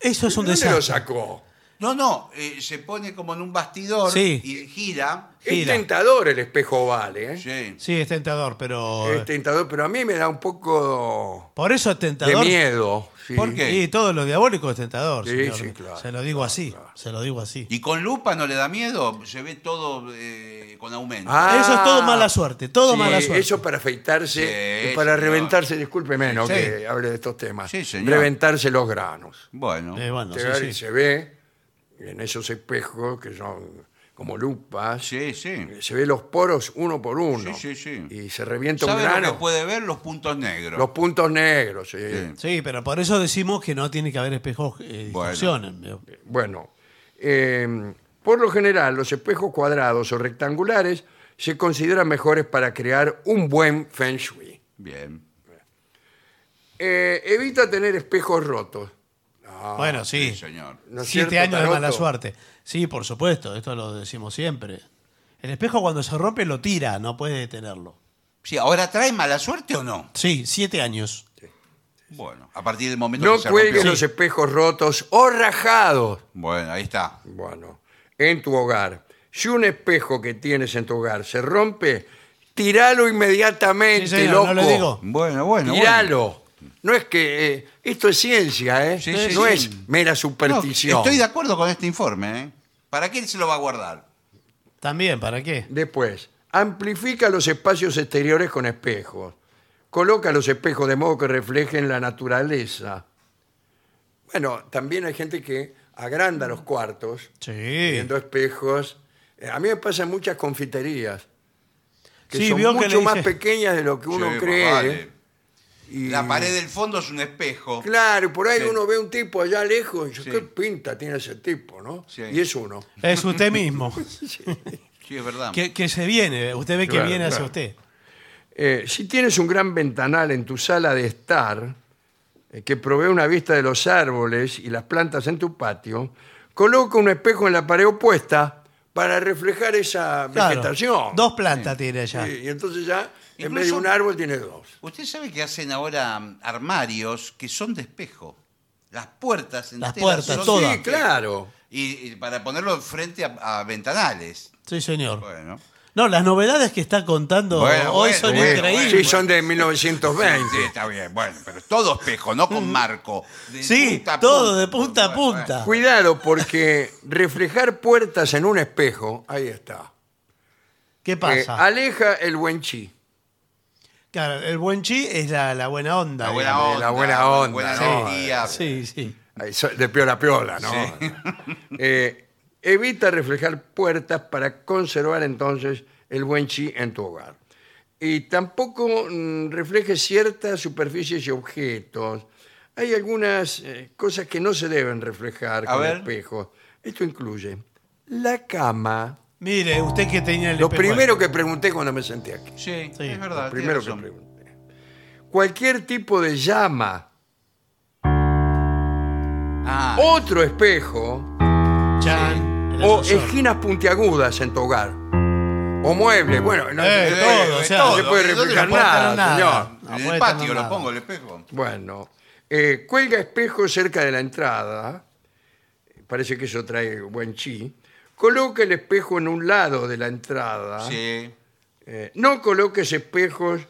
[SPEAKER 4] Eso es un
[SPEAKER 2] ¿Dónde lo
[SPEAKER 4] desastre.
[SPEAKER 2] sacó?
[SPEAKER 3] No, no, eh, se pone como en un bastidor
[SPEAKER 4] Sí.
[SPEAKER 3] y gira.
[SPEAKER 2] Es
[SPEAKER 4] Gira.
[SPEAKER 2] tentador el espejo oval, ¿eh?
[SPEAKER 3] Sí.
[SPEAKER 4] Sí, es tentador, pero.
[SPEAKER 2] Es tentador, pero a mí me da un poco
[SPEAKER 4] Por eso es
[SPEAKER 2] Este, de
[SPEAKER 4] tentador.
[SPEAKER 2] miedo. sí.
[SPEAKER 3] ¿Por qué?
[SPEAKER 4] Y todo lo diabólico es tentador.
[SPEAKER 2] Sí,
[SPEAKER 4] señor.
[SPEAKER 2] sí, claro,
[SPEAKER 4] se lo digo así. Se lo digo así.
[SPEAKER 3] ¿Y con lupa no le da miedo? Se ve todo eh, con aumento.
[SPEAKER 2] Ah,
[SPEAKER 4] Eso es todo mala suerte, todo
[SPEAKER 2] Sí,
[SPEAKER 4] mala suerte.
[SPEAKER 2] Eso para afeitarse
[SPEAKER 3] Sí,
[SPEAKER 2] y para
[SPEAKER 3] señor.
[SPEAKER 2] reventarse, discúlpeme no,
[SPEAKER 4] Sí.
[SPEAKER 2] que hable de estos temas.
[SPEAKER 3] Sí, señor.
[SPEAKER 2] reventarse los granos.
[SPEAKER 3] Bueno.
[SPEAKER 4] Eh, bueno,
[SPEAKER 2] Llegar
[SPEAKER 4] sí,
[SPEAKER 2] y
[SPEAKER 4] sí.
[SPEAKER 2] se ve en esos espejos que son como lupas,
[SPEAKER 3] Sí, sí.
[SPEAKER 2] se ve los poros uno por uno.
[SPEAKER 3] Sí, sí, sí.
[SPEAKER 2] Y se revienta un
[SPEAKER 3] ¿Sabe lo
[SPEAKER 2] grano.
[SPEAKER 3] que puede ver? Los puntos negros.
[SPEAKER 2] Los puntos negros. eh, sí.
[SPEAKER 3] Sí.
[SPEAKER 4] Sí, pero por eso decimos que no tiene que haber espejos eh,
[SPEAKER 3] Bueno.
[SPEAKER 4] distorsionen, ¿veo?
[SPEAKER 2] Bueno, eh, por lo general, los espejos cuadrados o rectangulares se consideran mejores para crear un buen feng shui.
[SPEAKER 3] Bien.
[SPEAKER 2] Eh, evita tener espejos rotos. No,
[SPEAKER 4] bueno,
[SPEAKER 3] Sí,
[SPEAKER 4] sí.
[SPEAKER 3] señor.
[SPEAKER 2] ¿no es
[SPEAKER 4] Siete
[SPEAKER 2] cierto,
[SPEAKER 4] años de
[SPEAKER 2] Taroto?
[SPEAKER 4] mala suerte. Sí, por supuesto, esto lo decimos siempre. El espejo cuando se rompe lo tira, no puede detenerlo.
[SPEAKER 3] Sí, ahora trae mala suerte o no?
[SPEAKER 4] Sí, siete años.
[SPEAKER 3] Bueno, a partir del momento
[SPEAKER 2] No
[SPEAKER 3] que se
[SPEAKER 2] cuelgues
[SPEAKER 3] rompió.
[SPEAKER 2] los espejos rotos o rajados.
[SPEAKER 3] Bueno, ahí está.
[SPEAKER 2] Bueno, en tu hogar. Si un espejo que tienes en tu hogar se rompe, tiralo inmediatamente,
[SPEAKER 4] Sí, señor,
[SPEAKER 2] loco.
[SPEAKER 4] no lo digo.
[SPEAKER 3] Bueno, bueno.
[SPEAKER 2] Tíralo. No es que. eh, esto es ciencia, ¿eh?
[SPEAKER 3] Sí,
[SPEAKER 2] no
[SPEAKER 3] sí,
[SPEAKER 2] es
[SPEAKER 3] sí.
[SPEAKER 2] mera
[SPEAKER 3] bueno. No,
[SPEAKER 2] superstición.
[SPEAKER 3] estoy de acuerdo con este informe. ¿eh? ¿Para qué se lo va a guardar?
[SPEAKER 4] También, ¿para qué?
[SPEAKER 2] Después, amplifica los espacios exteriores con espejos. Coloca los espejos de modo que reflejen la naturaleza. Bueno, también hay gente que agranda los cuartos
[SPEAKER 4] Sí.
[SPEAKER 2] viendo espejos. Eh, A mí me pasan muchas confiterías que
[SPEAKER 4] Sí,
[SPEAKER 2] son
[SPEAKER 4] vio que
[SPEAKER 2] mucho
[SPEAKER 4] le
[SPEAKER 2] más
[SPEAKER 4] dije-
[SPEAKER 2] pequeñas de lo que uno
[SPEAKER 3] Sí,
[SPEAKER 2] cree. ¿eh?
[SPEAKER 3] más vale.
[SPEAKER 2] Y-
[SPEAKER 3] La pared del fondo es un espejo.
[SPEAKER 2] Claro, y por ahí
[SPEAKER 3] Sí.
[SPEAKER 2] uno ve un tipo allá lejos y dice,
[SPEAKER 3] Sí.
[SPEAKER 2] qué pinta tiene ese tipo, ¿no?
[SPEAKER 3] Sí.
[SPEAKER 2] Y es uno.
[SPEAKER 4] Es usted mismo.
[SPEAKER 3] Sí, es verdad.
[SPEAKER 4] que, que se viene, usted ve que
[SPEAKER 2] Claro,
[SPEAKER 4] viene hacia
[SPEAKER 2] claro.
[SPEAKER 4] usted.
[SPEAKER 2] Eh, si tienes un gran ventanal en tu sala de estar eh, que provee una vista de los árboles y las plantas en tu patio, coloca un espejo en la pared opuesta para reflejar esa
[SPEAKER 4] Claro,
[SPEAKER 2] vegetación.
[SPEAKER 4] Dos plantas tiene ya.
[SPEAKER 2] Sí, y entonces ya, en
[SPEAKER 3] Incluso-
[SPEAKER 2] vez de un árbol, tiene dos.
[SPEAKER 3] Usted sabe que hacen ahora mm, armarios que son de espejo. Las puertas enteras
[SPEAKER 4] puertas,
[SPEAKER 3] son de
[SPEAKER 4] todas.
[SPEAKER 2] Sí,
[SPEAKER 3] espejo.
[SPEAKER 2] claro.
[SPEAKER 3] Y, y para ponerlo frente a, a ventanales.
[SPEAKER 4] Sí, señor.
[SPEAKER 3] Bueno.
[SPEAKER 4] No, las novedades que está contando
[SPEAKER 3] Bueno,
[SPEAKER 4] hoy
[SPEAKER 3] bueno,
[SPEAKER 4] son
[SPEAKER 3] bueno,
[SPEAKER 4] increíbles.
[SPEAKER 2] Sí, son de 1920.
[SPEAKER 3] Sí, está bien. Bueno, pero todo espejo, no
[SPEAKER 2] Mm.
[SPEAKER 3] con marco. De
[SPEAKER 4] Sí,
[SPEAKER 3] punta a
[SPEAKER 4] todo de punta a
[SPEAKER 3] Bueno, bueno.
[SPEAKER 4] punta.
[SPEAKER 2] Ah. Cuidado, porque reflejar puertas en un espejo, ahí está,
[SPEAKER 4] ¿Qué
[SPEAKER 2] eh,
[SPEAKER 4] pasa?
[SPEAKER 2] aleja el buen chi.
[SPEAKER 4] Claro, el buen chi es la, la buena onda.
[SPEAKER 3] La buena
[SPEAKER 4] digamos.
[SPEAKER 3] onda.
[SPEAKER 2] la buena onda,
[SPEAKER 3] Buena
[SPEAKER 2] ¿no?
[SPEAKER 3] energía.
[SPEAKER 4] Sí, sí.
[SPEAKER 2] Ay, so- De piola a piola, ¿no? Eh, evita reflejar puertas para conservar entonces el buen chi en tu hogar. Y tampoco mm, refleje ciertas superficies y objetos. Hay algunas eh, cosas que no se deben reflejar
[SPEAKER 3] A
[SPEAKER 2] con
[SPEAKER 3] ver.
[SPEAKER 2] espejos. Esto incluye la cama.
[SPEAKER 4] Mire, usted que tenía el
[SPEAKER 2] Lo
[SPEAKER 4] espejo
[SPEAKER 2] primero que pregunté cuando me senté aquí.
[SPEAKER 3] Sí,
[SPEAKER 4] Sí.
[SPEAKER 3] es verdad.
[SPEAKER 2] Lo
[SPEAKER 3] Ah, tiene
[SPEAKER 2] primero que
[SPEAKER 3] razón.
[SPEAKER 2] pregunté. Cualquier tipo de llama,
[SPEAKER 3] Ah,
[SPEAKER 2] otro espejo,
[SPEAKER 4] ahí. Chan, el
[SPEAKER 2] o
[SPEAKER 4] ascensor.
[SPEAKER 2] esquinas puntiagudas en tu hogar. O muebles, bueno, no,
[SPEAKER 4] Eh,
[SPEAKER 2] no se
[SPEAKER 4] todo,
[SPEAKER 2] puede-
[SPEAKER 4] o sea,
[SPEAKER 2] no se
[SPEAKER 3] todo.
[SPEAKER 2] puede
[SPEAKER 3] ¿Dónde
[SPEAKER 2] replicar
[SPEAKER 4] no puede
[SPEAKER 2] nada,
[SPEAKER 4] tener nada?
[SPEAKER 2] señor.
[SPEAKER 4] No
[SPEAKER 3] en
[SPEAKER 4] puede
[SPEAKER 3] el patio
[SPEAKER 4] tener
[SPEAKER 3] lo
[SPEAKER 4] nada.
[SPEAKER 3] pongo, el espejo.
[SPEAKER 2] Bueno, eh, cuelga espejo cerca de la entrada, parece que eso trae buen chi. Coloca el espejo en un lado de la entrada.
[SPEAKER 3] Sí.
[SPEAKER 2] Eh, no coloques espejos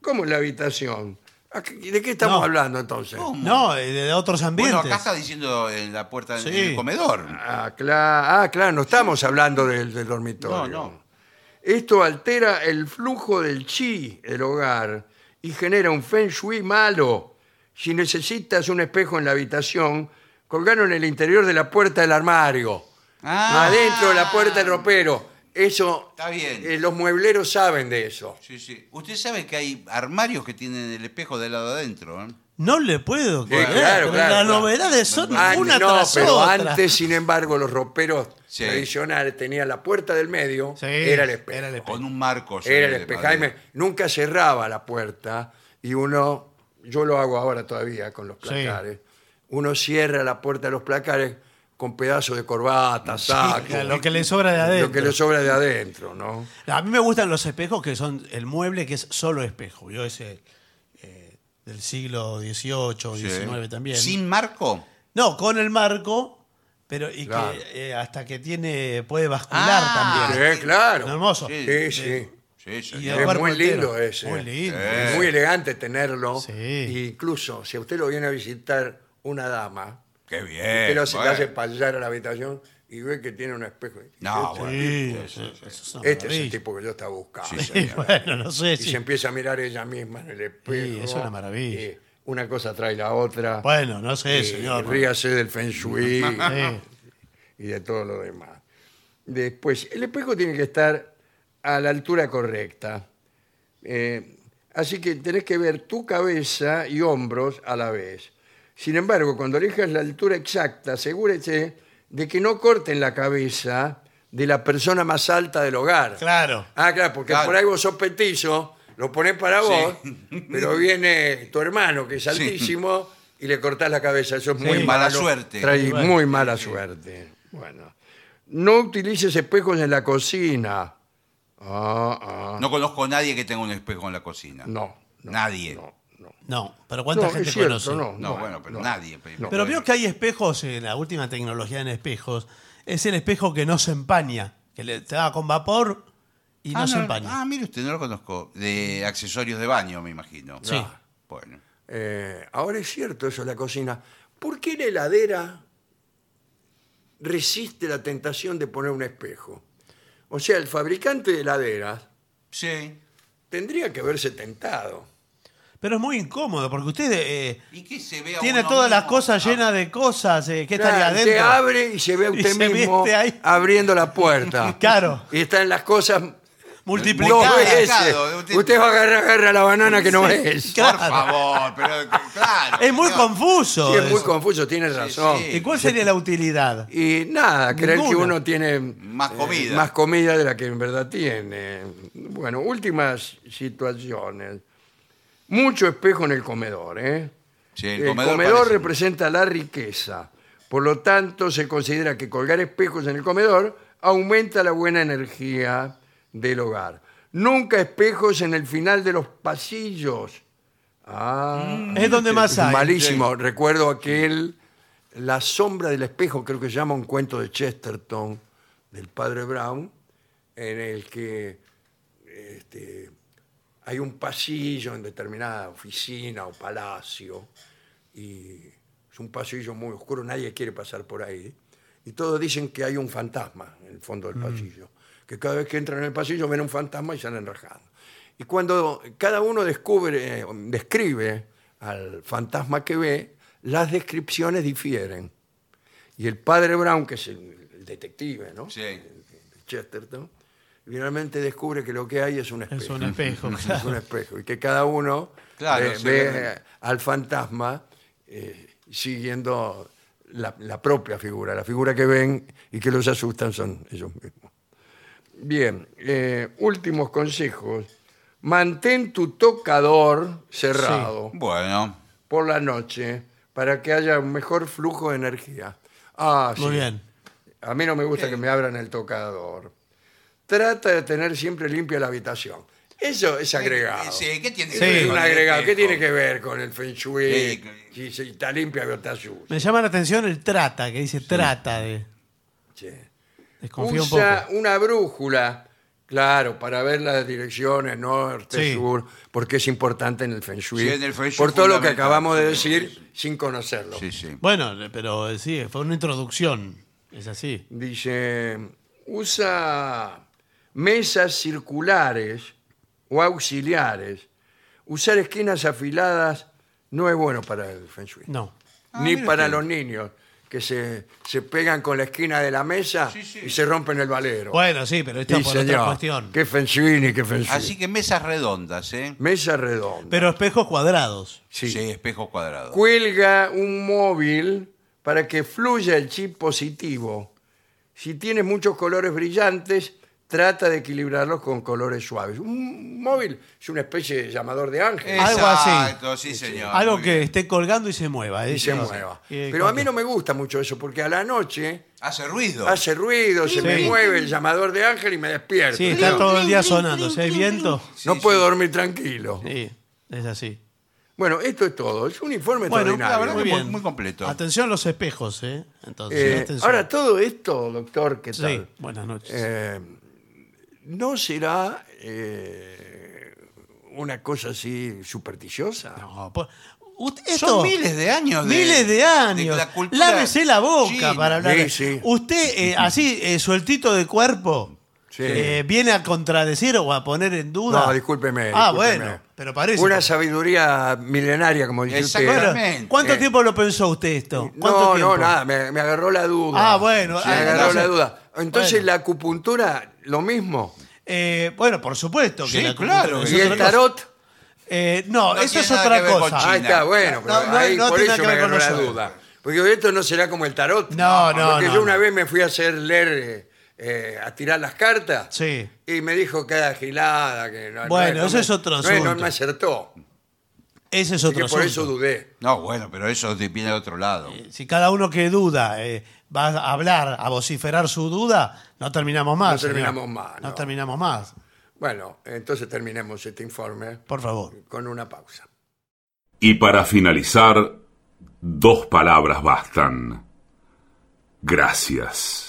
[SPEAKER 2] como en la habitación. ¿A qué- ¿De qué estamos
[SPEAKER 4] No.
[SPEAKER 2] hablando entonces?
[SPEAKER 3] ¿Cómo?
[SPEAKER 4] No, eh, de otros ambientes.
[SPEAKER 3] Bueno, acá está diciendo en la puerta del
[SPEAKER 4] Sí.
[SPEAKER 3] comedor.
[SPEAKER 2] Ah, cla- ah, claro, no estamos hablando del, del dormitorio.
[SPEAKER 3] No, no.
[SPEAKER 2] Esto altera el flujo del chi del hogar y genera un feng shui malo. Si necesitas un espejo en la habitación, colgalo en el interior de la puerta del armario.
[SPEAKER 3] Ah.
[SPEAKER 2] Adentro de la puerta del ropero. Eso.
[SPEAKER 3] Está bien.
[SPEAKER 2] eh, los muebleros saben de eso.
[SPEAKER 3] Sí, sí. Usted sabe que hay armarios que tienen el espejo del lado de adentro. ¿eh?
[SPEAKER 4] No le puedo creer.
[SPEAKER 2] claro, claro,
[SPEAKER 4] pero las
[SPEAKER 2] claro.
[SPEAKER 4] novedades son
[SPEAKER 2] Ah,
[SPEAKER 4] una
[SPEAKER 2] no,
[SPEAKER 4] tras
[SPEAKER 2] pero
[SPEAKER 4] otra.
[SPEAKER 2] antes, sin embargo, los roperos
[SPEAKER 3] Sí.
[SPEAKER 2] tradicionales tenían la puerta del medio,
[SPEAKER 4] Sí,
[SPEAKER 2] era el espejo.
[SPEAKER 4] era el espejo.
[SPEAKER 3] Con un marco.
[SPEAKER 4] Pues
[SPEAKER 3] sí,
[SPEAKER 2] Era el
[SPEAKER 3] de
[SPEAKER 2] espejo.
[SPEAKER 3] madera.
[SPEAKER 2] Jaime nunca cerraba la puerta y uno, yo lo hago ahora todavía con los placares, uno cierra la puerta de los placares con pedazos de corbata, saco,
[SPEAKER 4] Claro, Lo que le sobra de adentro.
[SPEAKER 2] ah, lo que le sobra de adentro, ¿no?
[SPEAKER 4] A mí me gustan los espejos que son el mueble que es solo espejo. Yo ese eh, del siglo XVIII,
[SPEAKER 3] Sí.
[SPEAKER 4] XIX también.
[SPEAKER 3] ¿Sin marco?
[SPEAKER 4] No, con el marco, pero y
[SPEAKER 2] Claro.
[SPEAKER 4] que eh, hasta que tiene puede bascular
[SPEAKER 3] Ah,
[SPEAKER 4] también.
[SPEAKER 2] Sí, claro.
[SPEAKER 4] Hermoso.
[SPEAKER 3] Sí,
[SPEAKER 2] Sí, sí.
[SPEAKER 3] Sí,
[SPEAKER 4] Y
[SPEAKER 3] señor.
[SPEAKER 4] el
[SPEAKER 2] Es
[SPEAKER 4] cuerpo
[SPEAKER 2] muy
[SPEAKER 4] entero.
[SPEAKER 2] lindo ese.
[SPEAKER 4] Muy lindo.
[SPEAKER 2] Es muy elegante tenerlo.
[SPEAKER 4] Sí.
[SPEAKER 2] E Incluso si a usted lo viene a visitar una dama,
[SPEAKER 4] Eh,
[SPEAKER 3] Qué
[SPEAKER 2] usted
[SPEAKER 3] bien.
[SPEAKER 2] lo hace, le
[SPEAKER 3] bueno.
[SPEAKER 2] hace pasar a la habitación y ve que tiene un espejo.
[SPEAKER 3] No, bueno.
[SPEAKER 4] Sí, eso- eso es una
[SPEAKER 2] Este es el
[SPEAKER 4] maravilla.
[SPEAKER 2] tipo que yo estaba buscando.
[SPEAKER 3] Sí,
[SPEAKER 4] Y bueno, no sé
[SPEAKER 2] y
[SPEAKER 4] si.
[SPEAKER 2] se empieza a mirar ella misma en el espejo.
[SPEAKER 4] Sí, es una maravilla.
[SPEAKER 2] Y una cosa trae la otra.
[SPEAKER 4] Bueno, no sé,
[SPEAKER 2] Y
[SPEAKER 4] señor.
[SPEAKER 2] Ríase del feng shui
[SPEAKER 4] Sí.
[SPEAKER 2] y de todo lo demás. Después, el espejo tiene que estar a la altura correcta. Eh, así que tenés que ver tu cabeza y hombros a la vez. Sin embargo, cuando elijas la altura exacta, asegúrese de que no corten la cabeza de la persona más alta del hogar.
[SPEAKER 4] Claro.
[SPEAKER 2] Ah, claro, porque
[SPEAKER 3] Claro.
[SPEAKER 2] por ahí vos sos petizo, lo ponés para
[SPEAKER 3] Sí.
[SPEAKER 2] vos, pero viene tu hermano, que es altísimo, y le cortás la cabeza. Eso es muy
[SPEAKER 4] Sí.
[SPEAKER 3] Mala
[SPEAKER 2] malo.
[SPEAKER 3] suerte.
[SPEAKER 2] Trae
[SPEAKER 4] Sí, bueno.
[SPEAKER 2] muy mala suerte. Bueno. No utilices espejos en la cocina. Ah, ah.
[SPEAKER 3] No conozco a nadie que tenga un espejo en la cocina.
[SPEAKER 2] No, no,
[SPEAKER 3] Nadie.
[SPEAKER 2] No, no.
[SPEAKER 4] No, pero ¿cuánta
[SPEAKER 2] No,
[SPEAKER 4] gente
[SPEAKER 2] es cierto,
[SPEAKER 4] conoce?
[SPEAKER 2] no.
[SPEAKER 3] No, bueno, pero
[SPEAKER 2] no.
[SPEAKER 3] nadie.
[SPEAKER 2] No.
[SPEAKER 4] Pero
[SPEAKER 3] bueno.
[SPEAKER 4] veo que hay espejos, eh, la última tecnología en espejos, es el espejo que no se empaña, que le te da con vapor y no,
[SPEAKER 3] Ah,
[SPEAKER 4] se
[SPEAKER 3] no,
[SPEAKER 4] empaña.
[SPEAKER 3] Ah, mire usted, no lo conozco. De accesorios de baño, me imagino.
[SPEAKER 4] Sí.
[SPEAKER 3] Ah, Bueno.
[SPEAKER 2] Eh, ahora es cierto eso, la cocina. ¿Por qué la heladera resiste la tentación de poner un espejo? O sea, el fabricante de heladeras
[SPEAKER 3] Sí.
[SPEAKER 2] tendría que haberse tentado.
[SPEAKER 4] Pero es muy incómodo, porque usted eh,
[SPEAKER 3] ¿Y qué se ve a
[SPEAKER 4] tiene
[SPEAKER 3] uno
[SPEAKER 4] todas las
[SPEAKER 3] mismo?
[SPEAKER 4] cosas
[SPEAKER 3] Ah,
[SPEAKER 4] llenas de cosas eh, que estaría
[SPEAKER 2] Claro, usted
[SPEAKER 4] adentro.
[SPEAKER 2] abre y se ve a
[SPEAKER 4] Y
[SPEAKER 2] usted
[SPEAKER 4] se
[SPEAKER 2] mismo
[SPEAKER 4] viste ahí.
[SPEAKER 2] abriendo la puerta.
[SPEAKER 4] Claro.
[SPEAKER 2] Y están las cosas
[SPEAKER 4] Multiplicado.
[SPEAKER 2] dos
[SPEAKER 3] Multiplicado.
[SPEAKER 2] veces.
[SPEAKER 3] Usted-
[SPEAKER 2] Usted va a agarrar, agarra la banana que no
[SPEAKER 4] Sí,
[SPEAKER 2] es.
[SPEAKER 4] claro.
[SPEAKER 3] Por favor, pero claro.
[SPEAKER 4] Es muy
[SPEAKER 3] señor.
[SPEAKER 4] confuso.
[SPEAKER 2] Sí, es muy
[SPEAKER 4] eso.
[SPEAKER 2] confuso, tiene razón.
[SPEAKER 3] sí.
[SPEAKER 4] ¿Y cuál sería la utilidad?
[SPEAKER 2] Y nada, creer que
[SPEAKER 4] Ninguna.
[SPEAKER 2] uno tiene eh,
[SPEAKER 3] Más comida.
[SPEAKER 2] más comida de la que en verdad tiene. Bueno, últimas situaciones. Mucho espejo en el comedor, ¿eh?
[SPEAKER 3] Sí, el comedor parece-
[SPEAKER 2] representa la riqueza. Por lo tanto, se considera que colgar espejos en el comedor aumenta la buena energía del hogar. Nunca espejos en el final de los pasillos. Ah,
[SPEAKER 4] Es donde más hay.
[SPEAKER 2] Malísimo. Recuerdo aquel La sombra del espejo, creo que se llama un cuento de Chesterton, del padre Brown, en el que este, hay un pasillo en determinada oficina o palacio y es un pasillo muy oscuro, nadie quiere pasar por ahí. Y todos dicen que hay un fantasma en el fondo del pasillo, que cada vez que entran en el pasillo ven un fantasma y salen rajando. Y cuando cada uno descubre, describe al fantasma que ve, las descripciones difieren. Y el padre Brown, que es el, el detective, ¿no?
[SPEAKER 3] Sí.
[SPEAKER 2] de Chesterton, finalmente descubre que lo que hay es un espejo.
[SPEAKER 4] Es un espejo,
[SPEAKER 2] Es
[SPEAKER 4] claro.
[SPEAKER 2] un espejo. Y que cada uno
[SPEAKER 3] Claro,
[SPEAKER 2] ve,
[SPEAKER 3] sí,
[SPEAKER 2] ve,
[SPEAKER 3] claro.
[SPEAKER 2] eh, al fantasma eh, siguiendo la, la propia figura. La figura que ven y que los asustan son ellos mismos. Bien, eh, últimos consejos. Mantén tu tocador cerrado
[SPEAKER 3] Bueno,
[SPEAKER 2] por la noche para que haya un mejor flujo de energía. Ah, sí.
[SPEAKER 4] Muy bien.
[SPEAKER 2] A mí no me gusta que me abran el tocador. Trata de tener siempre limpia la habitación. Eso es agregado.
[SPEAKER 3] Sí, ¿qué tiene
[SPEAKER 4] Sí.
[SPEAKER 3] que ver?
[SPEAKER 2] Es
[SPEAKER 3] con
[SPEAKER 2] un
[SPEAKER 3] el
[SPEAKER 2] agregado. ¿Qué
[SPEAKER 3] espejo?
[SPEAKER 2] tiene que ver con el feng shui?
[SPEAKER 3] Sí, que-
[SPEAKER 2] Si, si está limpia o está sucia.
[SPEAKER 4] Me llama la atención el trata, que dice trata de.
[SPEAKER 2] Sí.
[SPEAKER 4] Desconfío un
[SPEAKER 2] Usa
[SPEAKER 4] poco.
[SPEAKER 2] una brújula, claro, para ver las direcciones norte,
[SPEAKER 4] Sí.
[SPEAKER 2] sur, porque es importante en el feng shui.
[SPEAKER 3] Sí, en el feng shui
[SPEAKER 2] por todo lo que
[SPEAKER 3] fundamental.
[SPEAKER 2] acabamos de
[SPEAKER 3] Sí,
[SPEAKER 2] decir
[SPEAKER 3] sí,
[SPEAKER 2] sin conocerlo.
[SPEAKER 3] Sí, sí.
[SPEAKER 4] Bueno, eh, pero eh, sí, fue una introducción. Es así.
[SPEAKER 2] Dice, usa mesas circulares o auxiliares. Usar esquinas afiladas no es bueno para el feng shui.
[SPEAKER 4] No.
[SPEAKER 3] Ah,
[SPEAKER 2] Ni
[SPEAKER 3] mira
[SPEAKER 2] para
[SPEAKER 3] usted.
[SPEAKER 2] los niños que se, se pegan con la esquina de la mesa
[SPEAKER 3] Sí, sí.
[SPEAKER 2] y se rompen el valero.
[SPEAKER 4] Bueno, sí, pero esta
[SPEAKER 2] Sí,
[SPEAKER 4] es por otra
[SPEAKER 2] señor.
[SPEAKER 4] cuestión.
[SPEAKER 2] Qué feng shui ni qué feng shui.
[SPEAKER 3] Así que mesas redondas, ¿eh?
[SPEAKER 2] Mesa redonda.
[SPEAKER 4] Pero espejos cuadrados.
[SPEAKER 3] Sí, espejos cuadrados.
[SPEAKER 2] Cuelga un móvil para que fluya el chip positivo. Si tienes muchos colores brillantes, trata de equilibrarlos con colores suaves. Un móvil es una especie de llamador de ángel
[SPEAKER 4] Eh, Algo así.
[SPEAKER 3] Exacto, sí, señor.
[SPEAKER 4] Algo
[SPEAKER 3] Muy
[SPEAKER 4] que
[SPEAKER 3] bien.
[SPEAKER 4] esté colgando y se mueva.
[SPEAKER 2] Ah,
[SPEAKER 4] ¿eh?
[SPEAKER 2] y se mueva. Pero a mí no me gusta mucho eso, porque a la noche
[SPEAKER 3] Hace ruido.
[SPEAKER 2] hace ruido, se
[SPEAKER 4] Sí.
[SPEAKER 2] me mueve el llamador de ángel y me despierto.
[SPEAKER 4] Sí, está
[SPEAKER 2] No,
[SPEAKER 4] todo el día sonando. Si hay viento,
[SPEAKER 2] no
[SPEAKER 3] sí,
[SPEAKER 2] puedo
[SPEAKER 3] sí.
[SPEAKER 2] dormir tranquilo.
[SPEAKER 4] sí, es así.
[SPEAKER 2] Bueno, esto es todo. Es un informe
[SPEAKER 4] Bueno,
[SPEAKER 2] extraordinario.
[SPEAKER 3] la verdad
[SPEAKER 4] muy
[SPEAKER 3] que
[SPEAKER 4] bien.
[SPEAKER 3] muy completo.
[SPEAKER 4] Atención los espejos, ¿eh? Entonces,
[SPEAKER 2] Eh,
[SPEAKER 4] atención.
[SPEAKER 2] ahora, todo esto, doctor, ¿qué tal?
[SPEAKER 4] Sí, buenas noches.
[SPEAKER 2] Eh, ¿No será eh, una cosa así supersticiosa?
[SPEAKER 4] No, po- ut-
[SPEAKER 3] Son
[SPEAKER 4] esto-
[SPEAKER 3] miles de años. De,
[SPEAKER 4] Miles de años.
[SPEAKER 3] la cultura
[SPEAKER 4] Lávese la boca
[SPEAKER 3] china.
[SPEAKER 4] para hablar. de-
[SPEAKER 2] Sí, sí.
[SPEAKER 4] Usted, eh, así, eh, sueltito de cuerpo,
[SPEAKER 2] Sí.
[SPEAKER 4] eh, viene a contradecir o a poner en duda.
[SPEAKER 2] No, discúlpeme.
[SPEAKER 4] Ah,
[SPEAKER 2] discúlpeme.
[SPEAKER 4] bueno, pero parece.
[SPEAKER 2] Una sabiduría milenaria, como dice usted.
[SPEAKER 3] Exacto.
[SPEAKER 4] Bueno,
[SPEAKER 3] Exactamente.
[SPEAKER 4] ¿Cuánto
[SPEAKER 2] Eh.
[SPEAKER 4] tiempo lo pensó usted esto? ¿Cuánto
[SPEAKER 2] No,
[SPEAKER 4] tiempo?
[SPEAKER 2] no, nada, me, me agarró la duda.
[SPEAKER 4] Ah, bueno,
[SPEAKER 2] Me
[SPEAKER 4] ah,
[SPEAKER 2] agarró
[SPEAKER 4] entonces-
[SPEAKER 2] la duda. Entonces,
[SPEAKER 4] Bueno.
[SPEAKER 2] la acupuntura, lo mismo.
[SPEAKER 4] Eh, bueno, por supuesto que
[SPEAKER 3] Sí,
[SPEAKER 4] la
[SPEAKER 3] claro,
[SPEAKER 4] es
[SPEAKER 2] ¿Y el
[SPEAKER 4] otra cosa.
[SPEAKER 2] tarot?
[SPEAKER 4] Eh, no,
[SPEAKER 3] No
[SPEAKER 4] eso
[SPEAKER 3] tiene
[SPEAKER 4] es
[SPEAKER 3] nada
[SPEAKER 4] otra
[SPEAKER 3] que ver con
[SPEAKER 4] cosa.
[SPEAKER 3] China.
[SPEAKER 2] Ah, está, bueno, pero
[SPEAKER 4] No, no,
[SPEAKER 2] ahí
[SPEAKER 4] no
[SPEAKER 2] por
[SPEAKER 4] tiene
[SPEAKER 2] eso
[SPEAKER 4] que
[SPEAKER 2] me
[SPEAKER 4] ver con
[SPEAKER 2] agarró la
[SPEAKER 4] nosotros.
[SPEAKER 2] duda. Porque esto no será como el tarot.
[SPEAKER 4] No, no,
[SPEAKER 2] Porque
[SPEAKER 4] no,
[SPEAKER 2] yo una
[SPEAKER 4] no.
[SPEAKER 2] vez me fui a hacer leer, eh, eh, a tirar las cartas.
[SPEAKER 4] Sí.
[SPEAKER 2] Y me dijo que era gilada, que no.
[SPEAKER 4] Bueno,
[SPEAKER 2] no- no
[SPEAKER 4] eso
[SPEAKER 2] me-
[SPEAKER 4] es otro
[SPEAKER 2] no, no
[SPEAKER 4] asunto.
[SPEAKER 2] me acertó.
[SPEAKER 4] Ese es
[SPEAKER 2] Así
[SPEAKER 4] otro
[SPEAKER 2] que por eso
[SPEAKER 4] asunto.
[SPEAKER 2] dudé.
[SPEAKER 3] No, bueno, pero eso de- viene de otro lado.
[SPEAKER 4] Si cada uno que duda eh, va a hablar, a vociferar su duda, no terminamos más.
[SPEAKER 2] No
[SPEAKER 4] señor.
[SPEAKER 2] terminamos más,
[SPEAKER 4] No.
[SPEAKER 2] no.
[SPEAKER 4] terminamos más.
[SPEAKER 2] Bueno, entonces terminemos este informe
[SPEAKER 4] Por favor.
[SPEAKER 2] con una pausa.
[SPEAKER 5] Y para finalizar, dos palabras bastan. Gracias.